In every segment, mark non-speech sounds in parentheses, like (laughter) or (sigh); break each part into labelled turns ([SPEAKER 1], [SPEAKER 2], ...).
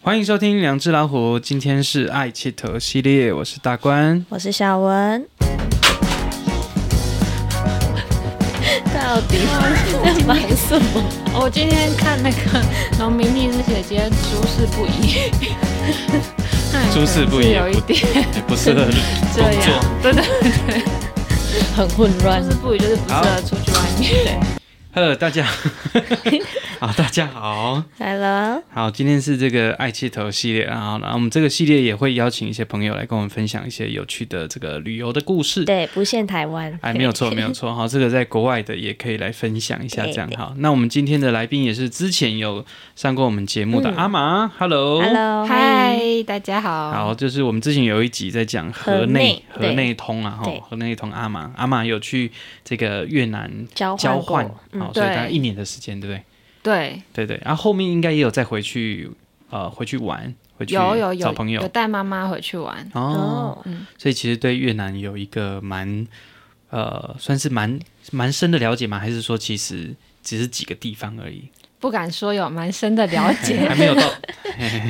[SPEAKER 1] 欢迎收听《两只老虎》，今天是爱气头系列，我是大关。
[SPEAKER 2] 我是小文。到底在忙什么？
[SPEAKER 3] 我今天看那个农民历是写今天诸事不宜，那
[SPEAKER 1] 诸事不宜
[SPEAKER 3] 可能是有一点
[SPEAKER 1] 不适合
[SPEAKER 3] 这
[SPEAKER 1] 工
[SPEAKER 3] 样
[SPEAKER 1] 作。，
[SPEAKER 3] 对对，
[SPEAKER 2] 很混乱
[SPEAKER 3] 诸。事不宜就是不适合出去外面。
[SPEAKER 1] 呵，大家好，大家好，
[SPEAKER 2] 来了，
[SPEAKER 1] 好，今天是这个爱气头系列，然后然后我们这个系列也会邀请一些朋友来跟我们分享一些有趣的这个旅游的故事。
[SPEAKER 2] 对，不限台湾。
[SPEAKER 1] 哎，没有错，没有错。好，这个在国外的也可以来分享一下，
[SPEAKER 2] 对
[SPEAKER 1] 这样
[SPEAKER 2] 对
[SPEAKER 1] 好。那我们今天的来宾也是之前有上过我们节目的阿玛、h e l l o
[SPEAKER 2] Hello，
[SPEAKER 3] 嗨，大家
[SPEAKER 1] 好，
[SPEAKER 3] 好，
[SPEAKER 1] 就是我们之前有一集在讲河
[SPEAKER 2] 哦河
[SPEAKER 1] 内
[SPEAKER 2] 内
[SPEAKER 1] 河
[SPEAKER 2] 对
[SPEAKER 1] 内通啊，哈
[SPEAKER 2] 对，
[SPEAKER 1] 河内通阿玛阿玛有去这个越南
[SPEAKER 2] 交
[SPEAKER 1] 交换，
[SPEAKER 2] 换
[SPEAKER 1] 好
[SPEAKER 2] 过、嗯
[SPEAKER 1] 所以大
[SPEAKER 3] 对
[SPEAKER 1] 概一年的时间，对不对？
[SPEAKER 3] 对，
[SPEAKER 1] 对对，然后后面应该也有再回去呃回去玩，回去
[SPEAKER 3] 有有
[SPEAKER 1] 找
[SPEAKER 3] 有
[SPEAKER 1] 朋
[SPEAKER 3] 有
[SPEAKER 1] 友
[SPEAKER 3] 带妈妈回去玩，
[SPEAKER 1] 哦，
[SPEAKER 2] 哦，
[SPEAKER 1] 所以其实对越南有一个蛮呃算是蛮蛮深的了解吗？还是说其实只是几个地方而
[SPEAKER 2] (laughs)
[SPEAKER 1] 已，
[SPEAKER 3] 不敢说有蛮深的了
[SPEAKER 1] 哎
[SPEAKER 3] 解，
[SPEAKER 1] 还没有到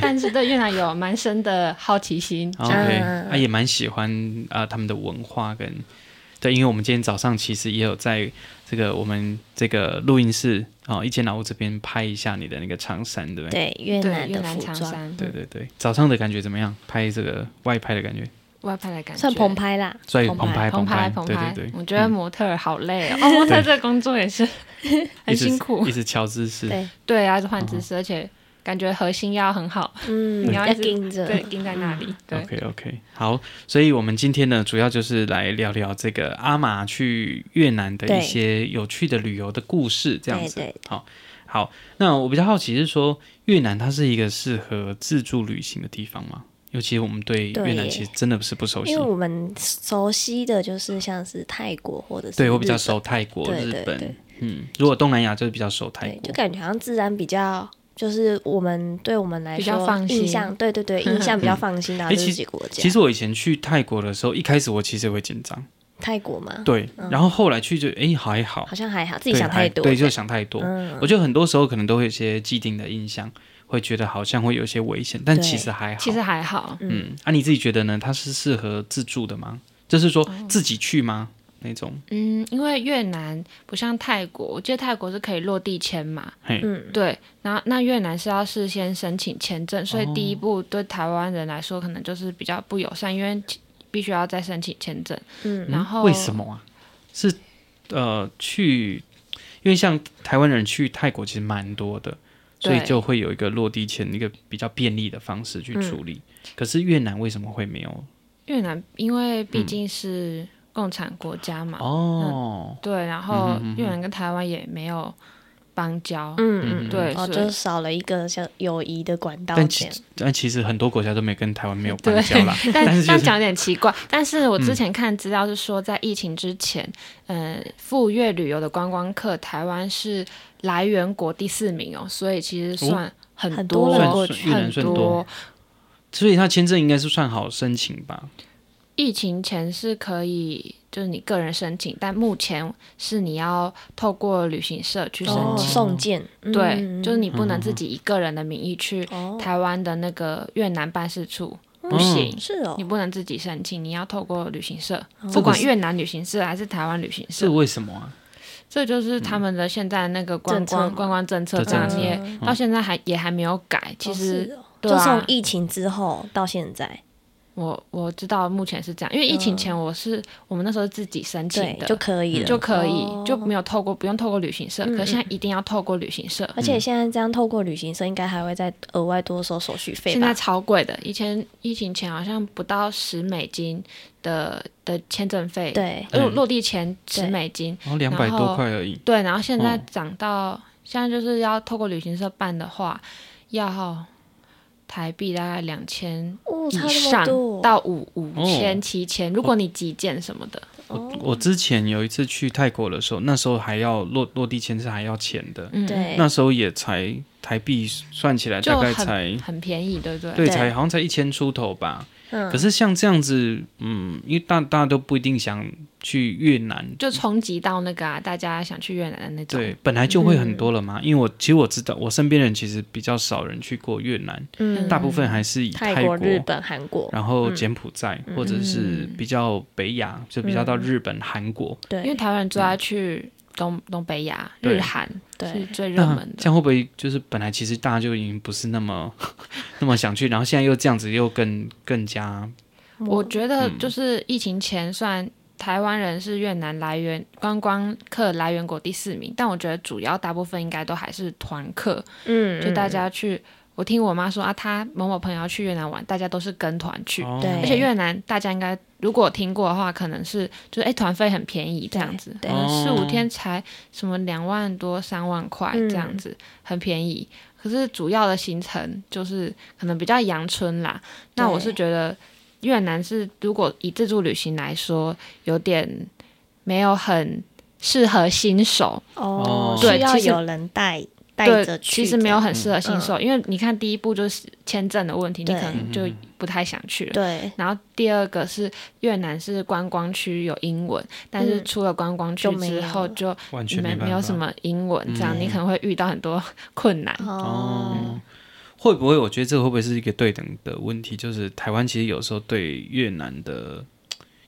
[SPEAKER 3] 但是 (laughs) 对越南有蛮深的好奇心。
[SPEAKER 1] OK，
[SPEAKER 2] 嗯
[SPEAKER 1] 啊，也蛮喜欢啊、呃他们的文化跟对，因为我们今天早上其实也有在这个我们这个录音室啊、哦一间老屋这边拍一下你的那个长衫，对不对？
[SPEAKER 2] 对，越
[SPEAKER 3] 对
[SPEAKER 2] 南
[SPEAKER 3] 越
[SPEAKER 2] 的
[SPEAKER 3] 南
[SPEAKER 2] 服
[SPEAKER 3] 长
[SPEAKER 2] 装
[SPEAKER 3] 衫
[SPEAKER 1] 对对对，早上的感觉怎么样？拍这个外拍的感觉，
[SPEAKER 3] 外派的感觉，
[SPEAKER 2] 算澎湃啦。
[SPEAKER 1] 所以
[SPEAKER 3] 澎
[SPEAKER 1] 澎湃
[SPEAKER 3] 澎
[SPEAKER 1] 湃，
[SPEAKER 3] 澎
[SPEAKER 1] 对
[SPEAKER 3] 湃
[SPEAKER 1] 对对，嗯
[SPEAKER 3] 我觉得模特儿好累
[SPEAKER 1] (laughs)
[SPEAKER 3] 哦，哦模特儿这工作也是很
[SPEAKER 1] 一直
[SPEAKER 3] 辛苦
[SPEAKER 1] 一，直嗯瞧姿势。
[SPEAKER 3] (laughs)
[SPEAKER 2] 对，
[SPEAKER 3] 对啊，一直换姿势，而且感觉核心要很好，
[SPEAKER 2] 嗯，
[SPEAKER 3] 你要
[SPEAKER 2] 要
[SPEAKER 3] 一直
[SPEAKER 2] 盯着。
[SPEAKER 3] 对，盯在那里，对
[SPEAKER 1] 嗯 OK OK，好，所以我们今天呢，主要就是来聊聊这个阿玛去越南的
[SPEAKER 2] 对
[SPEAKER 1] 一些有趣的旅游的故事，这样子。
[SPEAKER 2] 对对
[SPEAKER 1] 好，好，那我比较好奇是说，越南它是一个适合自助旅行的地方吗？尤其我们对
[SPEAKER 2] 对
[SPEAKER 1] 越南
[SPEAKER 2] 耶
[SPEAKER 1] 其实真的是不熟悉
[SPEAKER 2] 因为，我们熟悉的就是像是泰国或者是
[SPEAKER 1] 对我比较
[SPEAKER 2] 日
[SPEAKER 1] 熟泰国、
[SPEAKER 2] 对
[SPEAKER 1] 日
[SPEAKER 2] 对
[SPEAKER 1] 本，
[SPEAKER 2] 对
[SPEAKER 1] 嗯，如果东南亚就是比较熟泰
[SPEAKER 2] 对，就
[SPEAKER 1] 国，
[SPEAKER 2] 感觉好像自然比较，就是我们对我们来
[SPEAKER 3] 比较
[SPEAKER 2] 说
[SPEAKER 3] 放
[SPEAKER 2] 印
[SPEAKER 3] 心
[SPEAKER 2] 象，对对对，
[SPEAKER 3] (laughs)
[SPEAKER 2] 印象比较放心的
[SPEAKER 1] 诶
[SPEAKER 2] 这
[SPEAKER 1] 嗯哎其
[SPEAKER 2] 几个国家。
[SPEAKER 1] 其实我以前去泰国的时候，一开始我其实也会紧张，
[SPEAKER 2] 泰国嘛，
[SPEAKER 1] 对，然后后来去就哎还好
[SPEAKER 2] 嗯好，像还好，自己
[SPEAKER 1] 对
[SPEAKER 2] 想
[SPEAKER 1] 还
[SPEAKER 2] 太多。
[SPEAKER 1] 对，就想太多，
[SPEAKER 2] 嗯，
[SPEAKER 1] 我觉得很多时候可能都会有一些既定的印象，会觉得好像会有一些危险，但
[SPEAKER 2] 对
[SPEAKER 1] 其实还好。
[SPEAKER 3] 其实还好，
[SPEAKER 1] 嗯，啊，你自己觉得呢？它是适合自助的吗？就是说
[SPEAKER 3] 哦
[SPEAKER 1] 自己去吗？那种？
[SPEAKER 3] 嗯，因为越南不像泰国，我记得泰国是可以落地签嘛，
[SPEAKER 1] 嘿，
[SPEAKER 2] 嗯，
[SPEAKER 3] 对，然后那越南是要事先申请签证，
[SPEAKER 1] 哦
[SPEAKER 3] 所以第一步对台湾人来说可能就是比较不友善，因为必须要再申请签证，
[SPEAKER 2] 嗯
[SPEAKER 3] 然后
[SPEAKER 1] 为什么啊？是呃，去，因为像台湾人去泰国其实蛮多的，所以
[SPEAKER 3] 对
[SPEAKER 1] 就会有一个落地前一个比较便利的方式去
[SPEAKER 3] 嗯
[SPEAKER 1] 处理。可是越南为什么会没有？
[SPEAKER 3] 越南因为
[SPEAKER 1] 嗯
[SPEAKER 3] 毕竟是共产国家嘛，
[SPEAKER 1] 哦，
[SPEAKER 3] 对，然后越南跟台湾也没有邦交，
[SPEAKER 2] 嗯嗯，
[SPEAKER 3] 对
[SPEAKER 2] 哦，
[SPEAKER 3] 所以
[SPEAKER 2] 就是少了一个像友谊的管道
[SPEAKER 1] 但
[SPEAKER 2] 这
[SPEAKER 1] 其
[SPEAKER 2] 样。
[SPEAKER 1] 但其实很多国家都没跟台湾没有
[SPEAKER 3] 对
[SPEAKER 1] 邦交啦。
[SPEAKER 3] (laughs) 但
[SPEAKER 1] 但是就
[SPEAKER 3] 但
[SPEAKER 1] 是
[SPEAKER 3] 讲有点奇
[SPEAKER 1] (laughs)
[SPEAKER 3] 怪，但是我之前看资料是说，在疫情之前，嗯、呃，赴越旅游的观光客，台湾是来源国第四名哦，所以其实算
[SPEAKER 2] 很
[SPEAKER 3] 很
[SPEAKER 2] 多
[SPEAKER 3] 多
[SPEAKER 2] 人
[SPEAKER 3] 很
[SPEAKER 2] 过
[SPEAKER 1] 去越南算多
[SPEAKER 3] 多。
[SPEAKER 1] 所以他签证应该是算好申请吧？
[SPEAKER 3] 疫情前是可以，就是你个人申请，但目前是你要透过旅行社去申
[SPEAKER 2] 哦，
[SPEAKER 3] 请，
[SPEAKER 2] 送件，嗯
[SPEAKER 3] 对，就是你不能自己以个人的名义去
[SPEAKER 2] 哦，
[SPEAKER 3] 台湾的那个越南办事处，不行。
[SPEAKER 2] 是哦嗯
[SPEAKER 3] 你，不能自己申请，你要透过旅行社，
[SPEAKER 2] 这
[SPEAKER 3] 不
[SPEAKER 2] 个
[SPEAKER 3] 管
[SPEAKER 2] 是
[SPEAKER 3] 越南旅行社还是台湾旅行
[SPEAKER 1] 是
[SPEAKER 3] 社，
[SPEAKER 1] 为什么啊？
[SPEAKER 3] 这就是
[SPEAKER 2] 嗯
[SPEAKER 3] 他们的现在那个观
[SPEAKER 2] 政策
[SPEAKER 3] 光
[SPEAKER 2] 嘛
[SPEAKER 3] 观光政策
[SPEAKER 1] 对
[SPEAKER 3] 这样
[SPEAKER 1] 政策
[SPEAKER 3] 也到现在还也还没有改。
[SPEAKER 2] 嗯
[SPEAKER 3] 其
[SPEAKER 2] 哦
[SPEAKER 3] 实
[SPEAKER 2] 是哦
[SPEAKER 3] 对
[SPEAKER 2] 就
[SPEAKER 3] 啊
[SPEAKER 2] 从疫情之后到现在，
[SPEAKER 3] 我我知道目前是这样，因为疫情前我是我们那时候自己申
[SPEAKER 2] 嗯
[SPEAKER 3] 请
[SPEAKER 2] 对
[SPEAKER 3] 的，
[SPEAKER 2] 就可以了，
[SPEAKER 3] 就可以
[SPEAKER 2] 哦
[SPEAKER 3] 就没有透过不用透过旅行社，
[SPEAKER 2] 嗯
[SPEAKER 3] 可现在
[SPEAKER 2] 嗯
[SPEAKER 3] 一定要透过旅行社，
[SPEAKER 2] 而且现在这样透过旅行社，应该还会再额外多收手续费
[SPEAKER 3] 现在
[SPEAKER 2] 吧？
[SPEAKER 3] 超贵的。以前疫情前好像不到十美金的的签证费，
[SPEAKER 2] 对，
[SPEAKER 3] 落
[SPEAKER 1] 嗯
[SPEAKER 3] 落地前十
[SPEAKER 2] 对
[SPEAKER 3] 美金，
[SPEAKER 1] 然后哦两百
[SPEAKER 3] 然后
[SPEAKER 1] 多块而已，
[SPEAKER 3] 对，然后现在
[SPEAKER 1] 嗯
[SPEAKER 3] 涨到、现在就是要透过旅行社办的话，要台币大概两千
[SPEAKER 2] 哦，差
[SPEAKER 3] 以
[SPEAKER 2] 那
[SPEAKER 3] 上
[SPEAKER 2] 么多，
[SPEAKER 3] 到五五
[SPEAKER 1] 哦
[SPEAKER 3] 千七千，如果你急件什么的，
[SPEAKER 2] 哦
[SPEAKER 1] 我之前有一次去泰国的时候，那时候还要落落地签是还要钱的，
[SPEAKER 3] 嗯，
[SPEAKER 2] 对
[SPEAKER 1] 那时候也才台币算起来
[SPEAKER 3] 就
[SPEAKER 1] 大概才
[SPEAKER 3] 很很便宜，对不对？
[SPEAKER 1] 对，
[SPEAKER 2] 对
[SPEAKER 1] 才好像才一千出头吧。
[SPEAKER 2] 嗯
[SPEAKER 1] 可是像这样子，嗯，因为大大家都不一定想去越南，
[SPEAKER 3] 就冲击到那个啊，大家想去越南的那种。
[SPEAKER 1] 对，本来就会很多了嘛。因为我其实我知道，我身边人其实比较少人去过越南，
[SPEAKER 2] 嗯
[SPEAKER 1] 大部分还是以
[SPEAKER 2] 泰
[SPEAKER 1] 国、
[SPEAKER 2] 国、日本、韩国，
[SPEAKER 1] 然
[SPEAKER 3] 嗯
[SPEAKER 1] 后柬埔寨、或者是比较北亚，就比
[SPEAKER 3] 嗯
[SPEAKER 1] 较到日本、韩国。
[SPEAKER 3] 因为
[SPEAKER 2] 对
[SPEAKER 3] 台湾人最爱去东东北亚、
[SPEAKER 1] 嗯对
[SPEAKER 3] 日韩是
[SPEAKER 2] 对，
[SPEAKER 3] 最热
[SPEAKER 1] 那
[SPEAKER 3] 门
[SPEAKER 1] 这
[SPEAKER 3] 的。
[SPEAKER 1] 样会不会就是本来其实大家就已经不是那么 (laughs) 那么想去，然后现在又这样子又更更加
[SPEAKER 3] 我觉得就是疫情前算台湾人是越南来源观光客来源国第四名，但我觉得主要大部分应该都还是团客，
[SPEAKER 2] 嗯
[SPEAKER 3] 就大家去。我听我妈说啊，她某某朋友要去越南玩，大家都是跟团去，
[SPEAKER 1] 哦
[SPEAKER 2] 对
[SPEAKER 3] 而且越南大家应该如果听过的话，可能是就是哎团费很便宜这样子，
[SPEAKER 2] 对
[SPEAKER 3] 可能四五
[SPEAKER 1] 哦
[SPEAKER 3] 天才什么两万多三万块
[SPEAKER 2] 嗯
[SPEAKER 3] 这样子，很便宜。可是主要的行程就是可能比较阳春啦。那我是觉得越南是如果以自助旅行来说，有点没有很适合新手，
[SPEAKER 2] 哦，
[SPEAKER 3] 对
[SPEAKER 2] 需要
[SPEAKER 3] 其实
[SPEAKER 2] 有人带带
[SPEAKER 3] 对
[SPEAKER 2] 着，去，
[SPEAKER 3] 其实没有很适合
[SPEAKER 2] 嗯
[SPEAKER 3] 新手，因为你看第一步就是签证的问题，你
[SPEAKER 2] 对
[SPEAKER 3] 可能就不太想去了。
[SPEAKER 2] 对，
[SPEAKER 3] 然后第二个是越南是观光区有英文，但是出了观光
[SPEAKER 2] 嗯
[SPEAKER 3] 区
[SPEAKER 2] 就没
[SPEAKER 3] 之
[SPEAKER 2] 有
[SPEAKER 3] 后就
[SPEAKER 1] 完全
[SPEAKER 3] 没
[SPEAKER 1] 办法。嗯
[SPEAKER 3] 没有什么英文，这样你可能会遇到很多困难。
[SPEAKER 2] 哦，
[SPEAKER 1] 会不会？我觉得这个会不会是一个对等的问题？就是台湾其实有时候对越南的，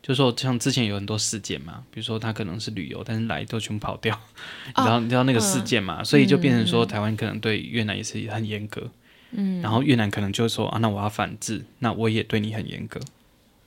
[SPEAKER 1] 就是说像之前有很多事件嘛，比如说他可能是旅游，但是来都全部跑掉， (laughs) 你知道你知道那个事件嘛，所以就变成说台湾可能对越南也是很严格，嗯，然后越南可能就会说啊，那我要反制，那我也对你很严格，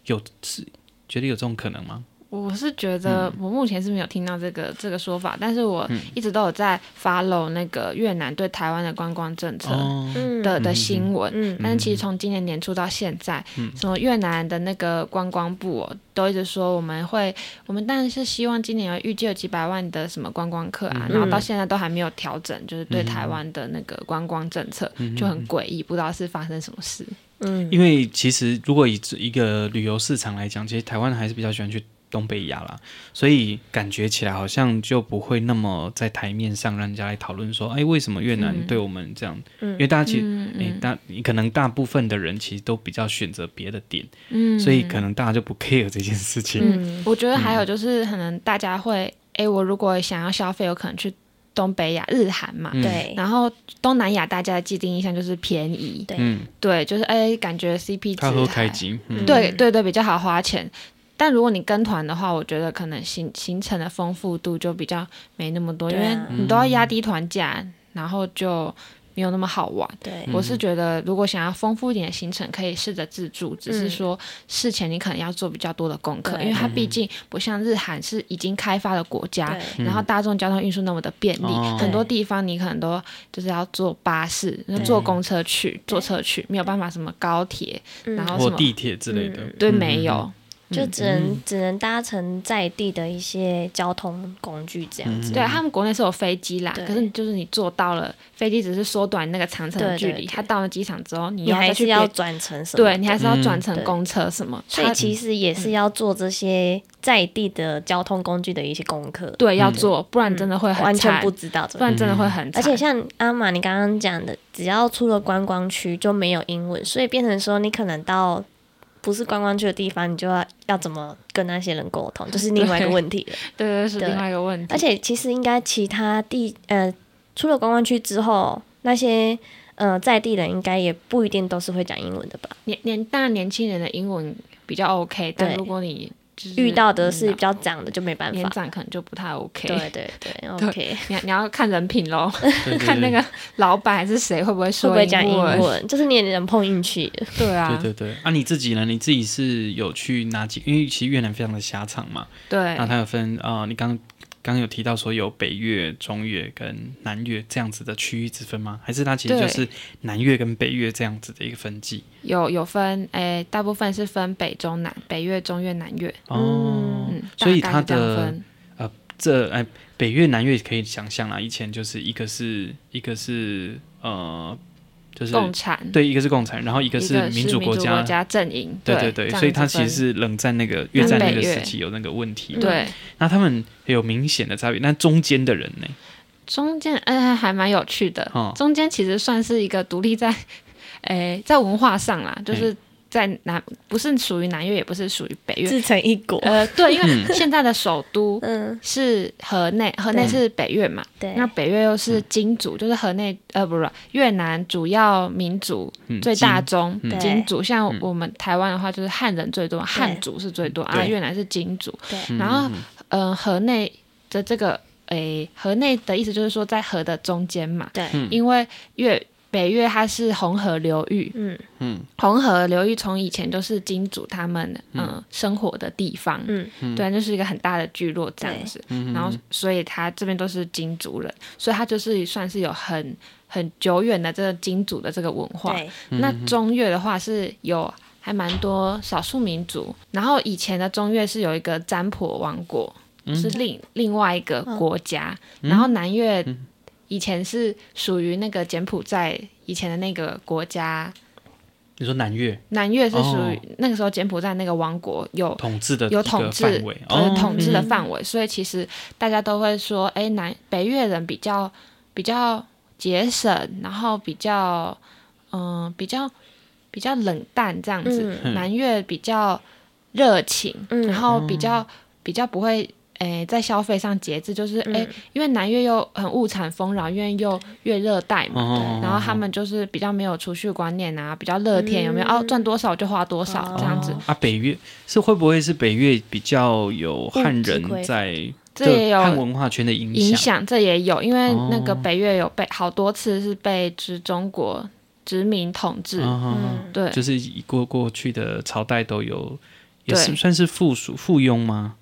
[SPEAKER 1] 有是觉得有这种可能吗？
[SPEAKER 3] (laughs) 我是觉
[SPEAKER 1] 嗯
[SPEAKER 3] 得我目前是没有听到这个这个说法，但是我一直都有在 follow 那个越南对台湾的观光政策
[SPEAKER 1] 哦，
[SPEAKER 2] 嗯
[SPEAKER 3] 的、的新闻。
[SPEAKER 2] 嗯
[SPEAKER 3] 但是其实从今年年初到现在，
[SPEAKER 1] 嗯
[SPEAKER 3] 什么越南的那个观光部、哦、都一直说我们会，我们当然是希望今年有预计有几百万的什么观光客
[SPEAKER 1] 嗯
[SPEAKER 3] 啊，然后到现在都还没有调整，就是对台湾的那个观光政策、
[SPEAKER 1] 嗯
[SPEAKER 3] 就很诡异，不知道是发生什么事。
[SPEAKER 2] 嗯，
[SPEAKER 1] 因为其实如果以这一个旅游市场来讲，其实台湾还是比较喜欢去东北亚啦，所以感觉起来好像就不会那么在台面上让人家来讨论说，哎，为什么越南对我们这样？因为大家其实，
[SPEAKER 3] 嗯
[SPEAKER 1] 哎、大你可能大部分的人其实都比较选择别的点，
[SPEAKER 3] 嗯
[SPEAKER 1] 所以可能大家就不 care 这件事情。
[SPEAKER 3] 嗯，我觉得还有就是可能大家会，哎、我如果想要消费，我可能去东北亚、日韩嘛。
[SPEAKER 1] 嗯
[SPEAKER 2] 对
[SPEAKER 3] 然后东南亚大家的既定印象就是便宜，
[SPEAKER 2] 对
[SPEAKER 1] 嗯，
[SPEAKER 3] 对，就是哎，感觉 CP 值
[SPEAKER 1] 他喝开
[SPEAKER 3] 还
[SPEAKER 1] 机，嗯，
[SPEAKER 3] 对对对，比较好花钱。但如果你跟团的话，我觉得可能行行程的丰富度就比较没那么多，因
[SPEAKER 2] 对
[SPEAKER 3] 为
[SPEAKER 2] 啊
[SPEAKER 3] 你都要压低团价，然后就没有那么好玩。
[SPEAKER 2] 对
[SPEAKER 3] 我是觉得，如果想要丰富一点的行程，可以试着自助，只
[SPEAKER 2] 嗯
[SPEAKER 3] 是说事前你可能要做比较多的功课，
[SPEAKER 2] 对嗯
[SPEAKER 3] 因为它毕竟不像日韩是已经开发的国家，
[SPEAKER 2] 对
[SPEAKER 3] 然后大众交通运输那么的便利，
[SPEAKER 1] 哦
[SPEAKER 3] 很多地方你可能都就是要坐巴士、坐公车去、坐车去，没有办法什么高铁，然后
[SPEAKER 1] 或
[SPEAKER 3] 什么
[SPEAKER 1] 地铁之类的。
[SPEAKER 3] 嗯
[SPEAKER 2] 嗯
[SPEAKER 1] 嗯
[SPEAKER 3] 对没有。
[SPEAKER 2] 就只能只能搭乘在地的一些交通工具这样子，
[SPEAKER 3] 嗯对啊他们国内是有飞机啦，
[SPEAKER 2] 对
[SPEAKER 3] 可是你就是你坐到了飞机，只是缩短那个长程的
[SPEAKER 2] 对
[SPEAKER 3] 距
[SPEAKER 2] 对对
[SPEAKER 3] 离。他到了机场之后，你
[SPEAKER 2] 你
[SPEAKER 3] 要
[SPEAKER 2] 还
[SPEAKER 3] 再去
[SPEAKER 2] 是要
[SPEAKER 3] 别，
[SPEAKER 2] 转乘什么的？
[SPEAKER 3] 对你嗯还是要转乘
[SPEAKER 2] 嗯对
[SPEAKER 3] 公车什么，
[SPEAKER 2] 所
[SPEAKER 3] 它
[SPEAKER 2] 以其实也是要做这些在地的交通工具的一些功课，
[SPEAKER 3] 对要做，不然真的会很
[SPEAKER 2] 嗯完全
[SPEAKER 3] 惨，
[SPEAKER 2] 不
[SPEAKER 3] 不
[SPEAKER 2] 知道怎么
[SPEAKER 3] 然真的会很
[SPEAKER 2] 而
[SPEAKER 3] 惨。
[SPEAKER 2] 且像阿玛你刚刚讲的，只要出了观光区就没有英文，所以变成说你可能到不是观光区的地方，你就要要怎么跟那些人沟通，就是另外一个问题了。
[SPEAKER 3] 对对对是
[SPEAKER 2] 对
[SPEAKER 3] 另外一个问题，
[SPEAKER 2] 而且其实应该其他地呃，出了观光区之后，那些呃在地人应该也不一定都是会讲英文的吧？
[SPEAKER 3] 年年当然年轻人的英文比较 OK，但
[SPEAKER 2] 对
[SPEAKER 3] 如果你就是
[SPEAKER 2] 遇到的是
[SPEAKER 3] 嗯
[SPEAKER 2] 比较长的就没办
[SPEAKER 3] 年
[SPEAKER 2] 法。
[SPEAKER 3] 长，可能就不太 OK。
[SPEAKER 2] 对对 (laughs) 对，OK。
[SPEAKER 3] 你要你要看人品喽，
[SPEAKER 1] 嗯对对对
[SPEAKER 3] 看那个老板还是谁会不会
[SPEAKER 2] 会
[SPEAKER 3] 说
[SPEAKER 2] 不会讲英文？就是你也能碰运气。
[SPEAKER 3] (laughs) 对啊，
[SPEAKER 1] 对对对，啊，你自己呢？你自己是有去哪几？因为其实越南非常的狭长嘛，
[SPEAKER 3] 对
[SPEAKER 1] 那它有分啊、呃你刚刚有提到说有北越、中越跟南越这样子的区域之分吗？还是它其实就
[SPEAKER 3] 对
[SPEAKER 1] 是南越跟北越这样子的一个分际？
[SPEAKER 3] 有有分，诶、大部分是分北中南，北越、中越、南越，
[SPEAKER 1] 哦，
[SPEAKER 3] 嗯，
[SPEAKER 1] 所以
[SPEAKER 3] 大
[SPEAKER 1] 它
[SPEAKER 3] 概是这
[SPEAKER 1] 的
[SPEAKER 3] 样分，
[SPEAKER 1] 这哎、北越、南越可以想象啦，以前就是一个是一个是呃，就是
[SPEAKER 3] 共产，
[SPEAKER 1] 对，一个是共产，然后一个
[SPEAKER 3] 一
[SPEAKER 1] 是
[SPEAKER 3] 个
[SPEAKER 1] 民
[SPEAKER 3] 主
[SPEAKER 1] 主国
[SPEAKER 3] 家
[SPEAKER 1] 家。
[SPEAKER 3] 阵营，
[SPEAKER 1] 对
[SPEAKER 3] 对
[SPEAKER 1] 对，
[SPEAKER 3] 这样
[SPEAKER 1] 所以
[SPEAKER 3] 子
[SPEAKER 1] 它其实
[SPEAKER 3] 分
[SPEAKER 1] 是冷战那个越战那
[SPEAKER 3] 南
[SPEAKER 1] 个
[SPEAKER 3] 北越
[SPEAKER 1] 时期有那个问题嘛。
[SPEAKER 3] 对
[SPEAKER 1] 那他们有明显的差别，那中间的人呢？
[SPEAKER 3] 中间哎、还蛮有趣的，
[SPEAKER 1] 哦
[SPEAKER 3] 中间其实算是一个独立在， (laughs) 哎在文化上啦，就是在南不是属于南越，也不是属于北越，
[SPEAKER 2] 自成一国。
[SPEAKER 3] 呃对，因为现在的首都
[SPEAKER 2] (laughs) 嗯，
[SPEAKER 3] 是河内，河内
[SPEAKER 2] 对
[SPEAKER 3] 是北越嘛，
[SPEAKER 2] 对，
[SPEAKER 3] 那北越又是金族，就是河内呃不是越南主要民族
[SPEAKER 1] 嗯
[SPEAKER 3] 最大宗
[SPEAKER 1] 嗯嗯
[SPEAKER 3] 金族，像我们台湾的话就是汉人最多，汉族是最多啊，
[SPEAKER 1] 对
[SPEAKER 3] 越南是金族，
[SPEAKER 2] 对
[SPEAKER 1] 嗯
[SPEAKER 3] 然后呃河内的这个诶河内的意思就是说在河的中间嘛，
[SPEAKER 2] 对，
[SPEAKER 1] 嗯
[SPEAKER 3] 因为越北越它是红河流域，
[SPEAKER 2] 嗯
[SPEAKER 3] 红河流域从以前就是金主他们嗯、呃生活的地方，
[SPEAKER 2] 嗯
[SPEAKER 3] 对，就是一个很大的聚落这样子。
[SPEAKER 1] 嗯
[SPEAKER 3] 然后，所以他这边都是金族人，所以他就是算是有很很久远的这个金族的这个文化。
[SPEAKER 2] 对，
[SPEAKER 3] 那中越的话是有还蛮多少数民族，然后以前的中越是有一个占婆王国，是另另外一个国家，然后南越以前是属于那个柬埔寨以前的那个国家，
[SPEAKER 1] 你说南越
[SPEAKER 3] 南越是属于、
[SPEAKER 1] 哦
[SPEAKER 3] 那个时候柬埔寨那个王国有
[SPEAKER 1] 统治的
[SPEAKER 3] 有
[SPEAKER 1] 一个
[SPEAKER 3] 统治
[SPEAKER 1] 范围
[SPEAKER 3] 呃
[SPEAKER 1] 哦，
[SPEAKER 3] 统治的范围，所以其实大家都会说，哎、南北越人比较比较节省，然后比较嗯、比较比较冷淡这样子，
[SPEAKER 2] 嗯
[SPEAKER 1] 嗯
[SPEAKER 3] 南越比较热情，
[SPEAKER 2] 嗯
[SPEAKER 3] 然后比较、
[SPEAKER 1] 哦
[SPEAKER 3] 比较不会。哎，在消费上节制，就是
[SPEAKER 2] 嗯
[SPEAKER 3] 哎、
[SPEAKER 1] 嗯
[SPEAKER 3] 因为南越又很物产丰饶，因为又越热带嘛，
[SPEAKER 1] 哦
[SPEAKER 3] 然后他们就是比较没有储蓄观念啊，比较乐
[SPEAKER 1] 嗯
[SPEAKER 3] 天，有没有？哦，赚多少就花多少、这样子，
[SPEAKER 1] 啊，北越是会不会是北越比较有汉
[SPEAKER 2] 物质
[SPEAKER 1] 人
[SPEAKER 2] 匮乏
[SPEAKER 1] 在
[SPEAKER 3] 这也有
[SPEAKER 1] 汉文化圈的影
[SPEAKER 3] 影
[SPEAKER 1] 响？
[SPEAKER 3] 响，这也有，因为
[SPEAKER 1] 哦
[SPEAKER 3] 那个北越有被好多次是被之中国殖民统治，
[SPEAKER 1] 啊，
[SPEAKER 2] 嗯，
[SPEAKER 3] 对，
[SPEAKER 1] 就是以过过去的朝代都有，也
[SPEAKER 3] 对
[SPEAKER 1] 是算是附属附庸吗？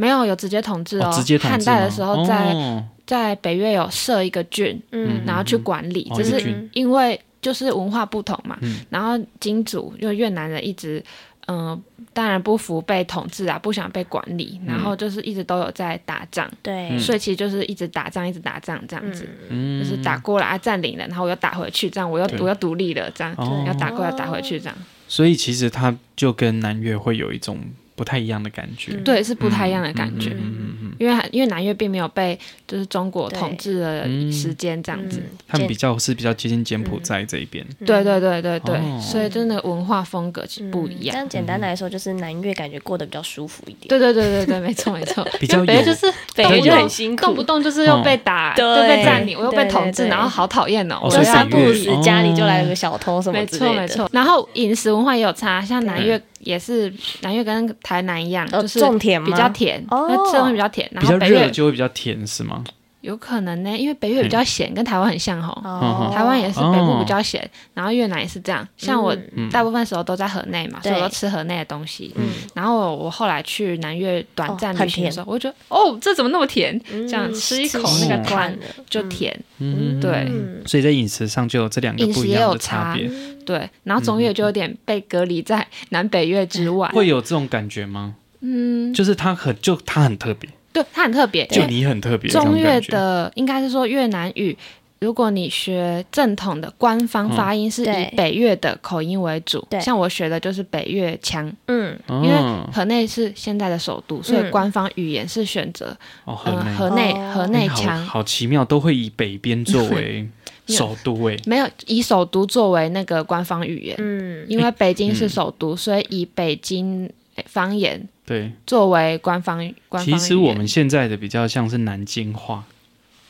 [SPEAKER 3] 没有有直接统治哦，
[SPEAKER 1] 哦，直接统
[SPEAKER 3] 汉
[SPEAKER 1] 治
[SPEAKER 3] 代的
[SPEAKER 1] 吗
[SPEAKER 3] 时候在、
[SPEAKER 1] 哦
[SPEAKER 3] 在北越有设一个郡，
[SPEAKER 2] 嗯
[SPEAKER 3] 然后去管理，
[SPEAKER 1] 哦
[SPEAKER 3] 就
[SPEAKER 1] 一个
[SPEAKER 3] 是
[SPEAKER 1] 郡
[SPEAKER 3] 因为就是文化不同嘛，
[SPEAKER 1] 嗯
[SPEAKER 3] 然后金主就越南人一直。嗯、当然不服被统治啊，不想被管
[SPEAKER 1] 嗯
[SPEAKER 3] 理，然后就是一直都有在打仗，
[SPEAKER 2] 对，
[SPEAKER 3] 所以其实就是一直打仗，一直打仗这嗯样子。
[SPEAKER 1] 嗯，
[SPEAKER 3] 就是打过来啊占领了，然后我又打回去，这样我又
[SPEAKER 1] 对
[SPEAKER 3] 我又独立了，这样
[SPEAKER 1] 哦
[SPEAKER 3] 要打过来打回去这样，
[SPEAKER 1] 所以其实它就跟南越会有一种不太一样的感觉。
[SPEAKER 2] 嗯
[SPEAKER 3] 对，是不太一样的感觉。
[SPEAKER 1] 嗯嗯嗯嗯，
[SPEAKER 3] 因为因为南越并没有被就是中国统治的
[SPEAKER 1] 对
[SPEAKER 3] 时间这样子，
[SPEAKER 2] 嗯
[SPEAKER 1] 他们
[SPEAKER 2] 简
[SPEAKER 1] 比较是比较接近柬埔寨
[SPEAKER 3] 嗯
[SPEAKER 1] 这一边。
[SPEAKER 3] 对对对对对，
[SPEAKER 1] 哦
[SPEAKER 3] 所以就是那个文化风格其实
[SPEAKER 2] 嗯
[SPEAKER 3] 不一
[SPEAKER 2] 这
[SPEAKER 3] 样。
[SPEAKER 2] 样简单来说，就是南越感觉过得比较舒服一点，
[SPEAKER 3] 对对对对对，没错没错，
[SPEAKER 1] 比较
[SPEAKER 3] 因为北越
[SPEAKER 1] 有
[SPEAKER 3] 就是
[SPEAKER 2] 北
[SPEAKER 1] 越
[SPEAKER 3] 动不
[SPEAKER 1] 就
[SPEAKER 3] 动
[SPEAKER 1] 很
[SPEAKER 2] 辛苦
[SPEAKER 3] 动不动就是又被
[SPEAKER 2] 嗯
[SPEAKER 3] 打，
[SPEAKER 2] 哦对
[SPEAKER 3] 又被占领，我又被
[SPEAKER 2] 对对
[SPEAKER 3] 统治，
[SPEAKER 2] 对
[SPEAKER 3] 然后好讨厌哦，
[SPEAKER 1] 哦
[SPEAKER 3] 我
[SPEAKER 1] 所以哦
[SPEAKER 3] 又要
[SPEAKER 1] 北
[SPEAKER 2] 不
[SPEAKER 1] 越
[SPEAKER 2] 时家里就来个小偷什么
[SPEAKER 3] 没
[SPEAKER 2] 之
[SPEAKER 3] 错
[SPEAKER 2] 类
[SPEAKER 3] 没
[SPEAKER 2] 的，
[SPEAKER 3] 错，然后饮食文化也有差，像南
[SPEAKER 1] 嗯
[SPEAKER 3] 越也是，南越跟台南一样，
[SPEAKER 2] 呃
[SPEAKER 3] 就是
[SPEAKER 2] 种田
[SPEAKER 3] 比
[SPEAKER 2] 吗
[SPEAKER 3] 较甜，
[SPEAKER 2] 哦
[SPEAKER 3] 那吃东西比较甜，然
[SPEAKER 1] 比
[SPEAKER 3] 后
[SPEAKER 1] 较
[SPEAKER 3] 北
[SPEAKER 1] 热的
[SPEAKER 3] 越
[SPEAKER 1] 就会比较甜，是吗？
[SPEAKER 3] 有可能呢，因为北越比较咸，跟台湾很像吼。
[SPEAKER 2] 哦，
[SPEAKER 3] 台湾也是北部
[SPEAKER 1] 哦嗯
[SPEAKER 3] 比较咸，然后越南也是这样。像我大部分时候都在河内嘛，所
[SPEAKER 2] 嗯
[SPEAKER 3] 以
[SPEAKER 2] 对
[SPEAKER 3] 我都吃河内的东西。
[SPEAKER 2] 嗯
[SPEAKER 3] 然后我我后来去南越短暂
[SPEAKER 2] 哦
[SPEAKER 3] 旅
[SPEAKER 2] 很
[SPEAKER 3] 行的时候，我就觉得哦，这怎么那么甜？这样
[SPEAKER 2] 嗯
[SPEAKER 3] 吃一口
[SPEAKER 1] 吃
[SPEAKER 3] 那
[SPEAKER 1] 习
[SPEAKER 3] 个
[SPEAKER 2] 惯
[SPEAKER 3] 汤
[SPEAKER 2] 了
[SPEAKER 3] 就甜。
[SPEAKER 1] 嗯，
[SPEAKER 3] 对
[SPEAKER 2] 嗯
[SPEAKER 1] 所以在饮食上就有这两个
[SPEAKER 3] 饮食
[SPEAKER 1] 不一
[SPEAKER 3] 也
[SPEAKER 1] 样
[SPEAKER 3] 有
[SPEAKER 1] 的差
[SPEAKER 3] 差
[SPEAKER 1] 别，
[SPEAKER 3] 对，然后中越就有点被隔离在南北越之外。
[SPEAKER 1] 嗯会有这种感觉吗？
[SPEAKER 3] 嗯，
[SPEAKER 1] 就是它很就它很特别，
[SPEAKER 3] 对，它很特别，因
[SPEAKER 1] 就
[SPEAKER 3] 为
[SPEAKER 1] 你很特别，这
[SPEAKER 3] 中
[SPEAKER 1] 种
[SPEAKER 3] 越
[SPEAKER 1] 感觉。
[SPEAKER 3] 的应该是说越南语。如果你学正统的官
[SPEAKER 1] 嗯
[SPEAKER 3] 方发音，是以
[SPEAKER 2] 对
[SPEAKER 3] 北越的口音为主。
[SPEAKER 2] 对
[SPEAKER 3] 像我学的就是北越腔，
[SPEAKER 2] 嗯
[SPEAKER 1] 因
[SPEAKER 3] 因为河内是现在的首都，所以官方语言是选择
[SPEAKER 1] 哦，河
[SPEAKER 3] 呃
[SPEAKER 1] 内
[SPEAKER 3] 河内
[SPEAKER 2] 哦
[SPEAKER 3] 河内
[SPEAKER 1] 哎好
[SPEAKER 3] 腔，
[SPEAKER 1] 好奇妙，都会以北边
[SPEAKER 3] (laughs)
[SPEAKER 1] 作为
[SPEAKER 3] 没有
[SPEAKER 1] 首都欸诶。
[SPEAKER 3] 没有以首都作为那个官方语言，
[SPEAKER 2] 嗯，
[SPEAKER 3] 因为北京是首都，所以以北京诶方言
[SPEAKER 1] 对，
[SPEAKER 3] 作为官方官方语
[SPEAKER 1] 其
[SPEAKER 3] 言。
[SPEAKER 1] 实我们现在的比较像是南京话，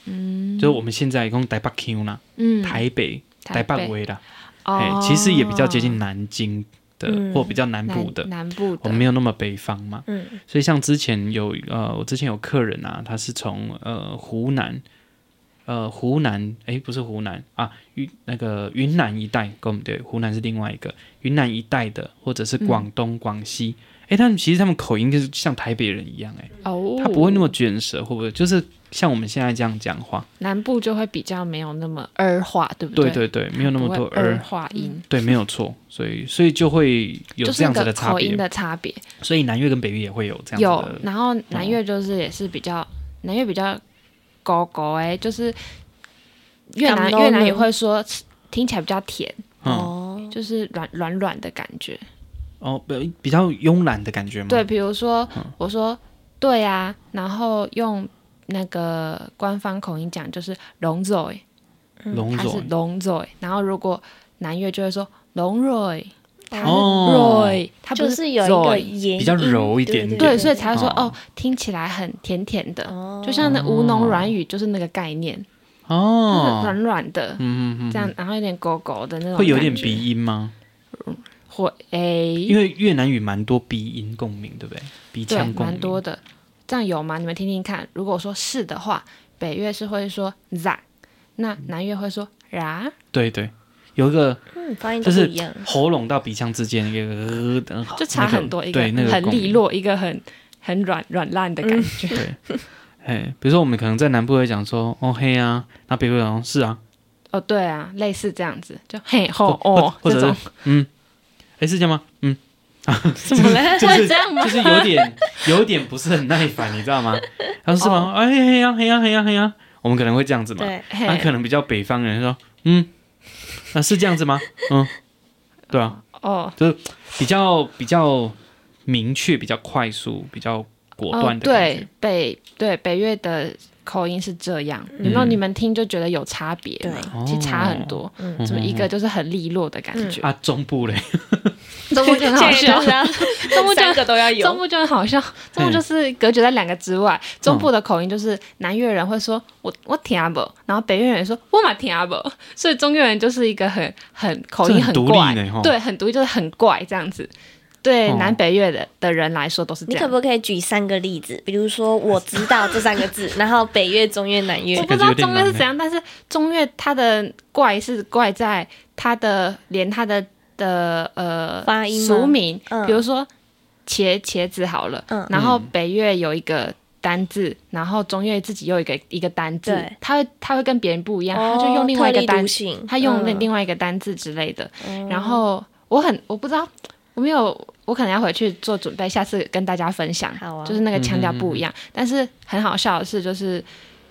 [SPEAKER 1] 嗯，就是我们现在一共台北腔啦，
[SPEAKER 3] 嗯
[SPEAKER 1] 台北台
[SPEAKER 3] 台
[SPEAKER 1] 北
[SPEAKER 3] 北
[SPEAKER 1] 威啦，哎
[SPEAKER 3] 哦，，
[SPEAKER 1] 其实也比较接近南京的
[SPEAKER 2] 嗯
[SPEAKER 1] 或比较南
[SPEAKER 3] 南
[SPEAKER 1] 部的，
[SPEAKER 3] 南部
[SPEAKER 1] 我
[SPEAKER 3] 的，
[SPEAKER 1] 们没有那么北方嘛，
[SPEAKER 2] 嗯，
[SPEAKER 1] 所以像之前有呃，我之前有客人啊，他是从呃湖南，呃湖南，诶，不是湖南啊，云那个云南一带，跟我们对，湖南是另外一个云南一带的，或者是广东、广西，
[SPEAKER 3] 嗯
[SPEAKER 1] 诶，他们其实他们口音就是像台北人一样、诶，
[SPEAKER 3] 哦，
[SPEAKER 1] 他不会那么卷舌，会不会就是像我们现在这样讲话？
[SPEAKER 3] 南部就会比较没有那么儿化，对不
[SPEAKER 1] 对
[SPEAKER 3] 哦对
[SPEAKER 1] 对对，没有那么多
[SPEAKER 3] 不会儿
[SPEAKER 1] 儿，
[SPEAKER 3] 化音，
[SPEAKER 1] 对，没有错，所以所以就会有
[SPEAKER 3] 就是
[SPEAKER 1] 这
[SPEAKER 3] 那
[SPEAKER 1] 样子
[SPEAKER 3] 个
[SPEAKER 1] 的差
[SPEAKER 3] 口
[SPEAKER 1] 别
[SPEAKER 3] 音，的差别
[SPEAKER 1] 所以南越跟北越也会有这样
[SPEAKER 3] 有
[SPEAKER 1] 子。的，哦
[SPEAKER 3] 然后南越就是也是比较南越比较狗狗哎，就是越
[SPEAKER 2] 感
[SPEAKER 3] 南
[SPEAKER 2] 动呢
[SPEAKER 3] 越南也会说听起来比较甜，
[SPEAKER 1] 嗯，
[SPEAKER 2] 哦，
[SPEAKER 3] 就是软软软的感觉。
[SPEAKER 1] 哦，比比嗯较慵懒的感觉吗？
[SPEAKER 3] 对，比如说我说对啊，然后用那个官方口音讲就是龙 z o
[SPEAKER 1] 龙
[SPEAKER 3] 他嗯是
[SPEAKER 1] 总
[SPEAKER 3] 龙 z o 然后如果南越就会说龙 Roy，他是
[SPEAKER 1] 哦
[SPEAKER 3] Roy，他不
[SPEAKER 2] 就是是有一个
[SPEAKER 3] Roy
[SPEAKER 2] 延音
[SPEAKER 1] 哎比较柔一点
[SPEAKER 2] 对
[SPEAKER 3] 对，所以才会说
[SPEAKER 1] 哦
[SPEAKER 3] 哦，听起来很甜甜的，
[SPEAKER 2] 哦
[SPEAKER 3] 就像那吴侬软语就是那个概念，就是
[SPEAKER 1] 哦，
[SPEAKER 3] 软软的，
[SPEAKER 1] 嗯嗯
[SPEAKER 3] 这样，然后有点狗狗的那种
[SPEAKER 1] 嗯，
[SPEAKER 3] 感觉，
[SPEAKER 1] 会有点鼻音吗？
[SPEAKER 3] 会诶，
[SPEAKER 1] 因为越南语蛮多鼻音共鸣，对不对？鼻
[SPEAKER 3] 对，
[SPEAKER 1] 腔共鸣
[SPEAKER 3] 蛮多的。这样有吗？你们听听看。如果说是的话，北越是会说 za，那南越会说ra，
[SPEAKER 1] 对对，有一个
[SPEAKER 2] 嗯发音
[SPEAKER 1] 就
[SPEAKER 2] 都不
[SPEAKER 1] 是
[SPEAKER 2] 一
[SPEAKER 3] (laughs)
[SPEAKER 2] 样，
[SPEAKER 1] 喉咙到鼻腔之间一个呃的，
[SPEAKER 3] 就差
[SPEAKER 1] 那个
[SPEAKER 3] 很多，一个
[SPEAKER 1] 对那个嗯
[SPEAKER 3] 很
[SPEAKER 1] 共鸣
[SPEAKER 3] 利落，一个很很软软烂的感觉。
[SPEAKER 1] 对，哎，比如说我们可能在南部会讲说哦嘿啊，那北部会讲是啊，
[SPEAKER 3] 哦，对啊，类似这样子，就嘿吼
[SPEAKER 1] 或
[SPEAKER 3] 哦
[SPEAKER 1] 或
[SPEAKER 3] 这
[SPEAKER 1] 者
[SPEAKER 3] 种
[SPEAKER 1] 是，嗯，哎是这样吗？嗯，
[SPEAKER 3] (laughs)
[SPEAKER 2] 怎么
[SPEAKER 1] (laughs)
[SPEAKER 2] 了？
[SPEAKER 1] 就是
[SPEAKER 2] 这样吗
[SPEAKER 1] 就？是有点有点不是很耐烦，你知道吗？他说是
[SPEAKER 3] 哦
[SPEAKER 1] 吗？哎嘿呀嘿呀嘿呀嘿呀，我们可能会这样子嘛。
[SPEAKER 2] 对，
[SPEAKER 1] 那
[SPEAKER 3] 嘿
[SPEAKER 1] 可能比较北方人说，嗯，那是这样子吗？嗯，对啊，
[SPEAKER 3] 哦
[SPEAKER 1] 比较比较明确，比较快速，比较果
[SPEAKER 3] 哦
[SPEAKER 1] 断，的感觉。
[SPEAKER 3] 对北对北越的口音是这样，
[SPEAKER 1] 嗯
[SPEAKER 3] 然后你们听就觉得有差别嘛，
[SPEAKER 1] 对
[SPEAKER 3] 其实差很多。
[SPEAKER 2] 嗯
[SPEAKER 3] 怎么一个就是很利落的感觉，
[SPEAKER 1] 啊，中部嘞，
[SPEAKER 3] 中部就很好
[SPEAKER 2] (laughs)
[SPEAKER 3] 笑，中部就
[SPEAKER 2] 三个都要
[SPEAKER 3] 嗯 (laughs) 中
[SPEAKER 2] 有，
[SPEAKER 3] 部就很好笑，
[SPEAKER 1] 嗯
[SPEAKER 3] 中部就是隔绝在两个之外。中部的口音就是南越人会说“我我听不”，然后北越人说“我嘛听不”，所以中越人就是一个很很口音
[SPEAKER 1] 这很独立
[SPEAKER 3] 怪
[SPEAKER 1] 呢吼，
[SPEAKER 3] 对，很独立就是很怪这样子。对
[SPEAKER 1] 哦
[SPEAKER 3] 南北越的的人来说都是这
[SPEAKER 2] 你可
[SPEAKER 3] 样。
[SPEAKER 2] 不可以举三个例子？比如说，我知道这三个字，然后北越、中越、南越
[SPEAKER 3] 我，不知道中越是怎样，但是中越它的怪是怪在它的连它的的呃
[SPEAKER 2] 发音吗
[SPEAKER 3] 俗名，
[SPEAKER 2] 嗯
[SPEAKER 3] 比如说茄茄子好了，
[SPEAKER 2] 嗯
[SPEAKER 3] 然后北越有一个单字，然后中越自己又有一个一个单字
[SPEAKER 2] 对，
[SPEAKER 3] 它会它会跟别人不一样，
[SPEAKER 2] 哦
[SPEAKER 3] 它就用另外一
[SPEAKER 2] 特
[SPEAKER 3] 个
[SPEAKER 2] 立
[SPEAKER 3] 单
[SPEAKER 2] 独，行
[SPEAKER 3] 它用
[SPEAKER 2] 嗯
[SPEAKER 3] 另外一个单字之类的。
[SPEAKER 2] 嗯
[SPEAKER 3] 然后我很我不知道，我没有，我可能要回去做准备，下次跟大家分享。
[SPEAKER 2] 好啊
[SPEAKER 3] 就是那个
[SPEAKER 1] 嗯
[SPEAKER 3] 腔调不一样。但是很好笑的是，就是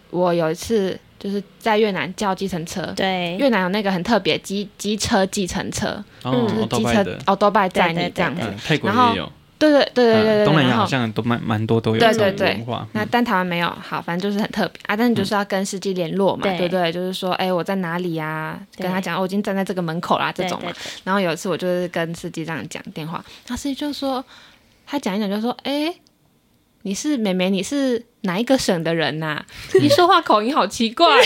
[SPEAKER 3] 我有一次就是在越南叫计程车，
[SPEAKER 2] 对，
[SPEAKER 3] 越南有那个很特别机机车计程车，
[SPEAKER 1] 哦
[SPEAKER 2] 嗯，
[SPEAKER 3] 就是
[SPEAKER 1] 都
[SPEAKER 3] 机
[SPEAKER 1] 拜
[SPEAKER 3] 车
[SPEAKER 1] 的，
[SPEAKER 3] 哦都拜载
[SPEAKER 2] 对对
[SPEAKER 3] 你
[SPEAKER 2] 对
[SPEAKER 3] 这样子
[SPEAKER 2] 对。
[SPEAKER 1] 嗯，泰国
[SPEAKER 3] 然后
[SPEAKER 1] 也有，
[SPEAKER 3] 对对对对
[SPEAKER 1] 嗯
[SPEAKER 3] 对
[SPEAKER 1] 东南
[SPEAKER 3] 对。
[SPEAKER 1] 亚
[SPEAKER 3] 然
[SPEAKER 1] 好
[SPEAKER 3] 后
[SPEAKER 1] 像都蛮蛮多都有
[SPEAKER 3] 对
[SPEAKER 1] 这
[SPEAKER 3] 对
[SPEAKER 1] 种
[SPEAKER 3] 对
[SPEAKER 1] 文化。嗯
[SPEAKER 3] 那但台湾没有，好，反正就是很特别啊。但你就是要跟司机联络嘛，
[SPEAKER 2] 对
[SPEAKER 3] 对不对？就是说，哎，我在哪里呀？
[SPEAKER 2] 对
[SPEAKER 3] 跟他讲，哦我已经站在这个门口啦，这
[SPEAKER 2] 对
[SPEAKER 3] 种嘛
[SPEAKER 2] 对。对
[SPEAKER 3] 然后有一次我就是跟司机这样讲电话，他司机就说，他讲一讲就说，哎、你是妹妹，你是哪一个省的人呐、你说话口音好奇怪。 (laughs)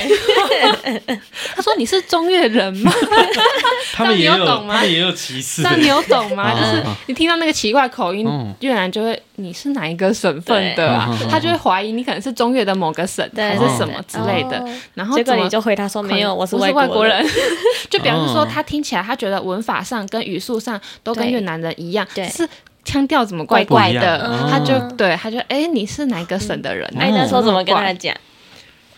[SPEAKER 3] 他说你是中越人
[SPEAKER 1] (laughs)
[SPEAKER 3] 吗？
[SPEAKER 1] 他们也
[SPEAKER 3] 这样你有懂吗
[SPEAKER 1] 他们也有歧视
[SPEAKER 3] 这。样你有懂吗？
[SPEAKER 1] 啊
[SPEAKER 3] 就是你听到那个奇怪口音
[SPEAKER 1] 嗯，
[SPEAKER 3] 越南就会你是哪一个省份的啊
[SPEAKER 1] 对嗯嗯嗯？
[SPEAKER 3] 他就会怀疑你可能是中越的某个省还
[SPEAKER 2] 对
[SPEAKER 3] 是什么之类
[SPEAKER 2] 哦
[SPEAKER 3] 的。，然后
[SPEAKER 2] 结
[SPEAKER 3] 怎
[SPEAKER 2] 果
[SPEAKER 3] 么
[SPEAKER 2] 你就回他说没有，
[SPEAKER 3] 我
[SPEAKER 2] 是
[SPEAKER 3] 外
[SPEAKER 2] 外国
[SPEAKER 3] 人，， (laughs) 就表示说
[SPEAKER 1] 哦
[SPEAKER 3] 他听起来他觉得文法上跟语速上都跟
[SPEAKER 2] 对
[SPEAKER 3] 越南人一样，
[SPEAKER 2] 对
[SPEAKER 3] 是腔调怎么怪怪的，
[SPEAKER 1] 都
[SPEAKER 2] 不一样
[SPEAKER 3] 他就
[SPEAKER 2] 哦
[SPEAKER 3] 对他就哎你是哪个省的人
[SPEAKER 2] (laughs)
[SPEAKER 3] 啊？
[SPEAKER 2] 哎，
[SPEAKER 1] 哦
[SPEAKER 2] 那时候怎么跟他
[SPEAKER 3] 怪
[SPEAKER 2] 讲？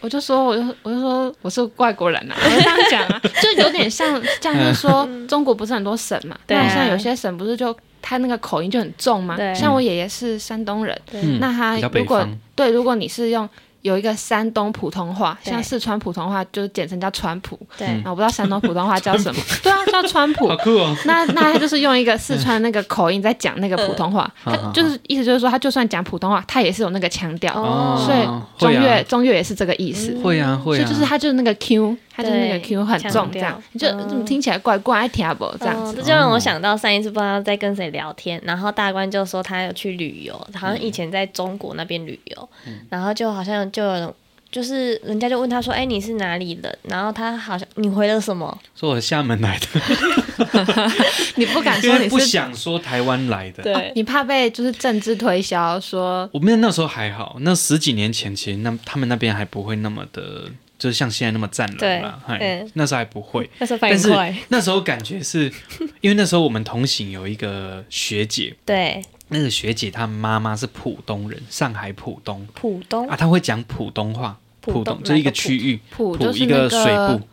[SPEAKER 3] 我就说我就我就说我是外国人啊，我就这样讲啊，就有点像这样，就是说中国不是很多省嘛，
[SPEAKER 2] 嗯对
[SPEAKER 3] 那
[SPEAKER 2] 啊
[SPEAKER 3] 像有些省不是就他那个口音就很重吗
[SPEAKER 2] 对？
[SPEAKER 3] 像我爷爷是山东人，
[SPEAKER 1] 嗯
[SPEAKER 3] 那他
[SPEAKER 1] 比较
[SPEAKER 3] 如
[SPEAKER 1] 北
[SPEAKER 3] 果
[SPEAKER 1] 方，
[SPEAKER 3] 对，如果你是用有一个山东普通话，
[SPEAKER 2] 对
[SPEAKER 3] 像四川普通话，就是简称叫川普，
[SPEAKER 2] 对
[SPEAKER 3] 啊，我不知道山东普通话叫什么，对啊，叫川普
[SPEAKER 1] 嗯好。酷哦。
[SPEAKER 3] (laughs) 那那他就是用一个四川那个口音在讲那个普通话，
[SPEAKER 1] 嗯
[SPEAKER 3] 他就是意思就是说，他就算讲普通话，他也是有那个腔调，
[SPEAKER 2] 哦
[SPEAKER 3] 所以
[SPEAKER 1] 哦
[SPEAKER 3] 中
[SPEAKER 1] 会啊
[SPEAKER 3] 越、中越也是这个意思。
[SPEAKER 1] 会啊会
[SPEAKER 3] 所以
[SPEAKER 1] 啊，
[SPEAKER 3] 就是他就是那个 Q，他就是那个
[SPEAKER 2] 嗯对
[SPEAKER 3] Q 很重，
[SPEAKER 2] 强
[SPEAKER 3] 这
[SPEAKER 2] 调
[SPEAKER 3] 样你就
[SPEAKER 2] 嗯
[SPEAKER 3] 怎么听起来怪怪，听不这样
[SPEAKER 2] 哦
[SPEAKER 3] 子。
[SPEAKER 2] 这就让我想到上一次不知道在跟谁聊天，然后大官就说他有去旅游，好像以前在中国那边旅游，然后就好像就有人就是人家就问他说：“哎，你是哪里人？”然后他好像你回了什么？
[SPEAKER 1] 说我厦门来的，
[SPEAKER 3] 你不敢
[SPEAKER 1] 因
[SPEAKER 3] (laughs) 说
[SPEAKER 1] 为
[SPEAKER 3] 你
[SPEAKER 1] 不
[SPEAKER 3] 是，
[SPEAKER 1] 想说台湾来的。
[SPEAKER 2] 对
[SPEAKER 3] 你怕被就是政治推销说
[SPEAKER 1] 我们那时候还好，那十几年前其实那他们那边还不会那么的，就是像现在那么战
[SPEAKER 2] 对
[SPEAKER 1] 狼啦。嗨
[SPEAKER 2] 嗯，
[SPEAKER 1] 那时候还不会，
[SPEAKER 2] 那时候
[SPEAKER 1] 但是那时候感觉是 (laughs) 因为那时候我们同行有一个学姐，
[SPEAKER 2] 对，
[SPEAKER 1] 那个学姐她妈妈是浦东人，上海浦东
[SPEAKER 2] 浦东
[SPEAKER 1] 啊，她会讲浦东话，
[SPEAKER 2] 浦
[SPEAKER 1] 浦
[SPEAKER 2] 东
[SPEAKER 1] 东
[SPEAKER 2] 哪
[SPEAKER 1] 就是一
[SPEAKER 2] 个
[SPEAKER 1] 个区域，
[SPEAKER 3] 普
[SPEAKER 1] 浦
[SPEAKER 3] 就
[SPEAKER 1] 一
[SPEAKER 3] 是
[SPEAKER 1] 个
[SPEAKER 3] 那
[SPEAKER 1] 水部，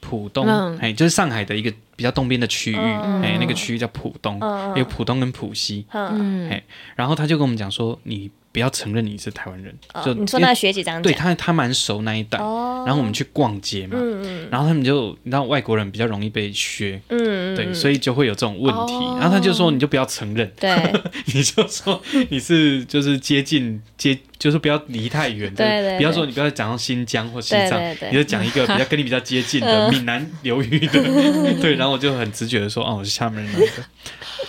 [SPEAKER 1] 浦东
[SPEAKER 3] 嗯
[SPEAKER 1] 哎，就是上海的一个比较东边的区域，
[SPEAKER 2] 嗯
[SPEAKER 1] 哎，那个区域叫浦东，
[SPEAKER 2] 嗯
[SPEAKER 1] 有浦东跟浦西，
[SPEAKER 2] 嗯，
[SPEAKER 3] 嗯
[SPEAKER 1] 哎然后他就跟我们讲说，你不要承认你是台湾人，就
[SPEAKER 2] 哦你说
[SPEAKER 1] 因为
[SPEAKER 2] 那个学姐这样
[SPEAKER 1] 对
[SPEAKER 2] 讲，
[SPEAKER 1] 他他蛮熟那一带，
[SPEAKER 2] 哦
[SPEAKER 1] 然后我们去逛街嘛，
[SPEAKER 2] 嗯
[SPEAKER 1] 然后他们就你知道外国人比较容易被削，
[SPEAKER 2] 嗯嗯
[SPEAKER 1] 对，所以就会有这种问题。
[SPEAKER 3] 哦
[SPEAKER 1] 然后他就说，你就不要承认，
[SPEAKER 2] 对
[SPEAKER 1] (laughs) 你就说你是就是接近接，就是不要离太远的，
[SPEAKER 2] 对对
[SPEAKER 1] 不要
[SPEAKER 2] 对
[SPEAKER 1] 说你不要讲到新疆或西
[SPEAKER 2] 对
[SPEAKER 1] 藏，
[SPEAKER 2] 对对
[SPEAKER 1] 你就讲一个比较跟你比较接
[SPEAKER 3] (laughs)
[SPEAKER 1] 近
[SPEAKER 3] 呃
[SPEAKER 1] 的嗯闽南流域的， (laughs) 对。然后我就很直觉的说，哦，我是厦门人来的，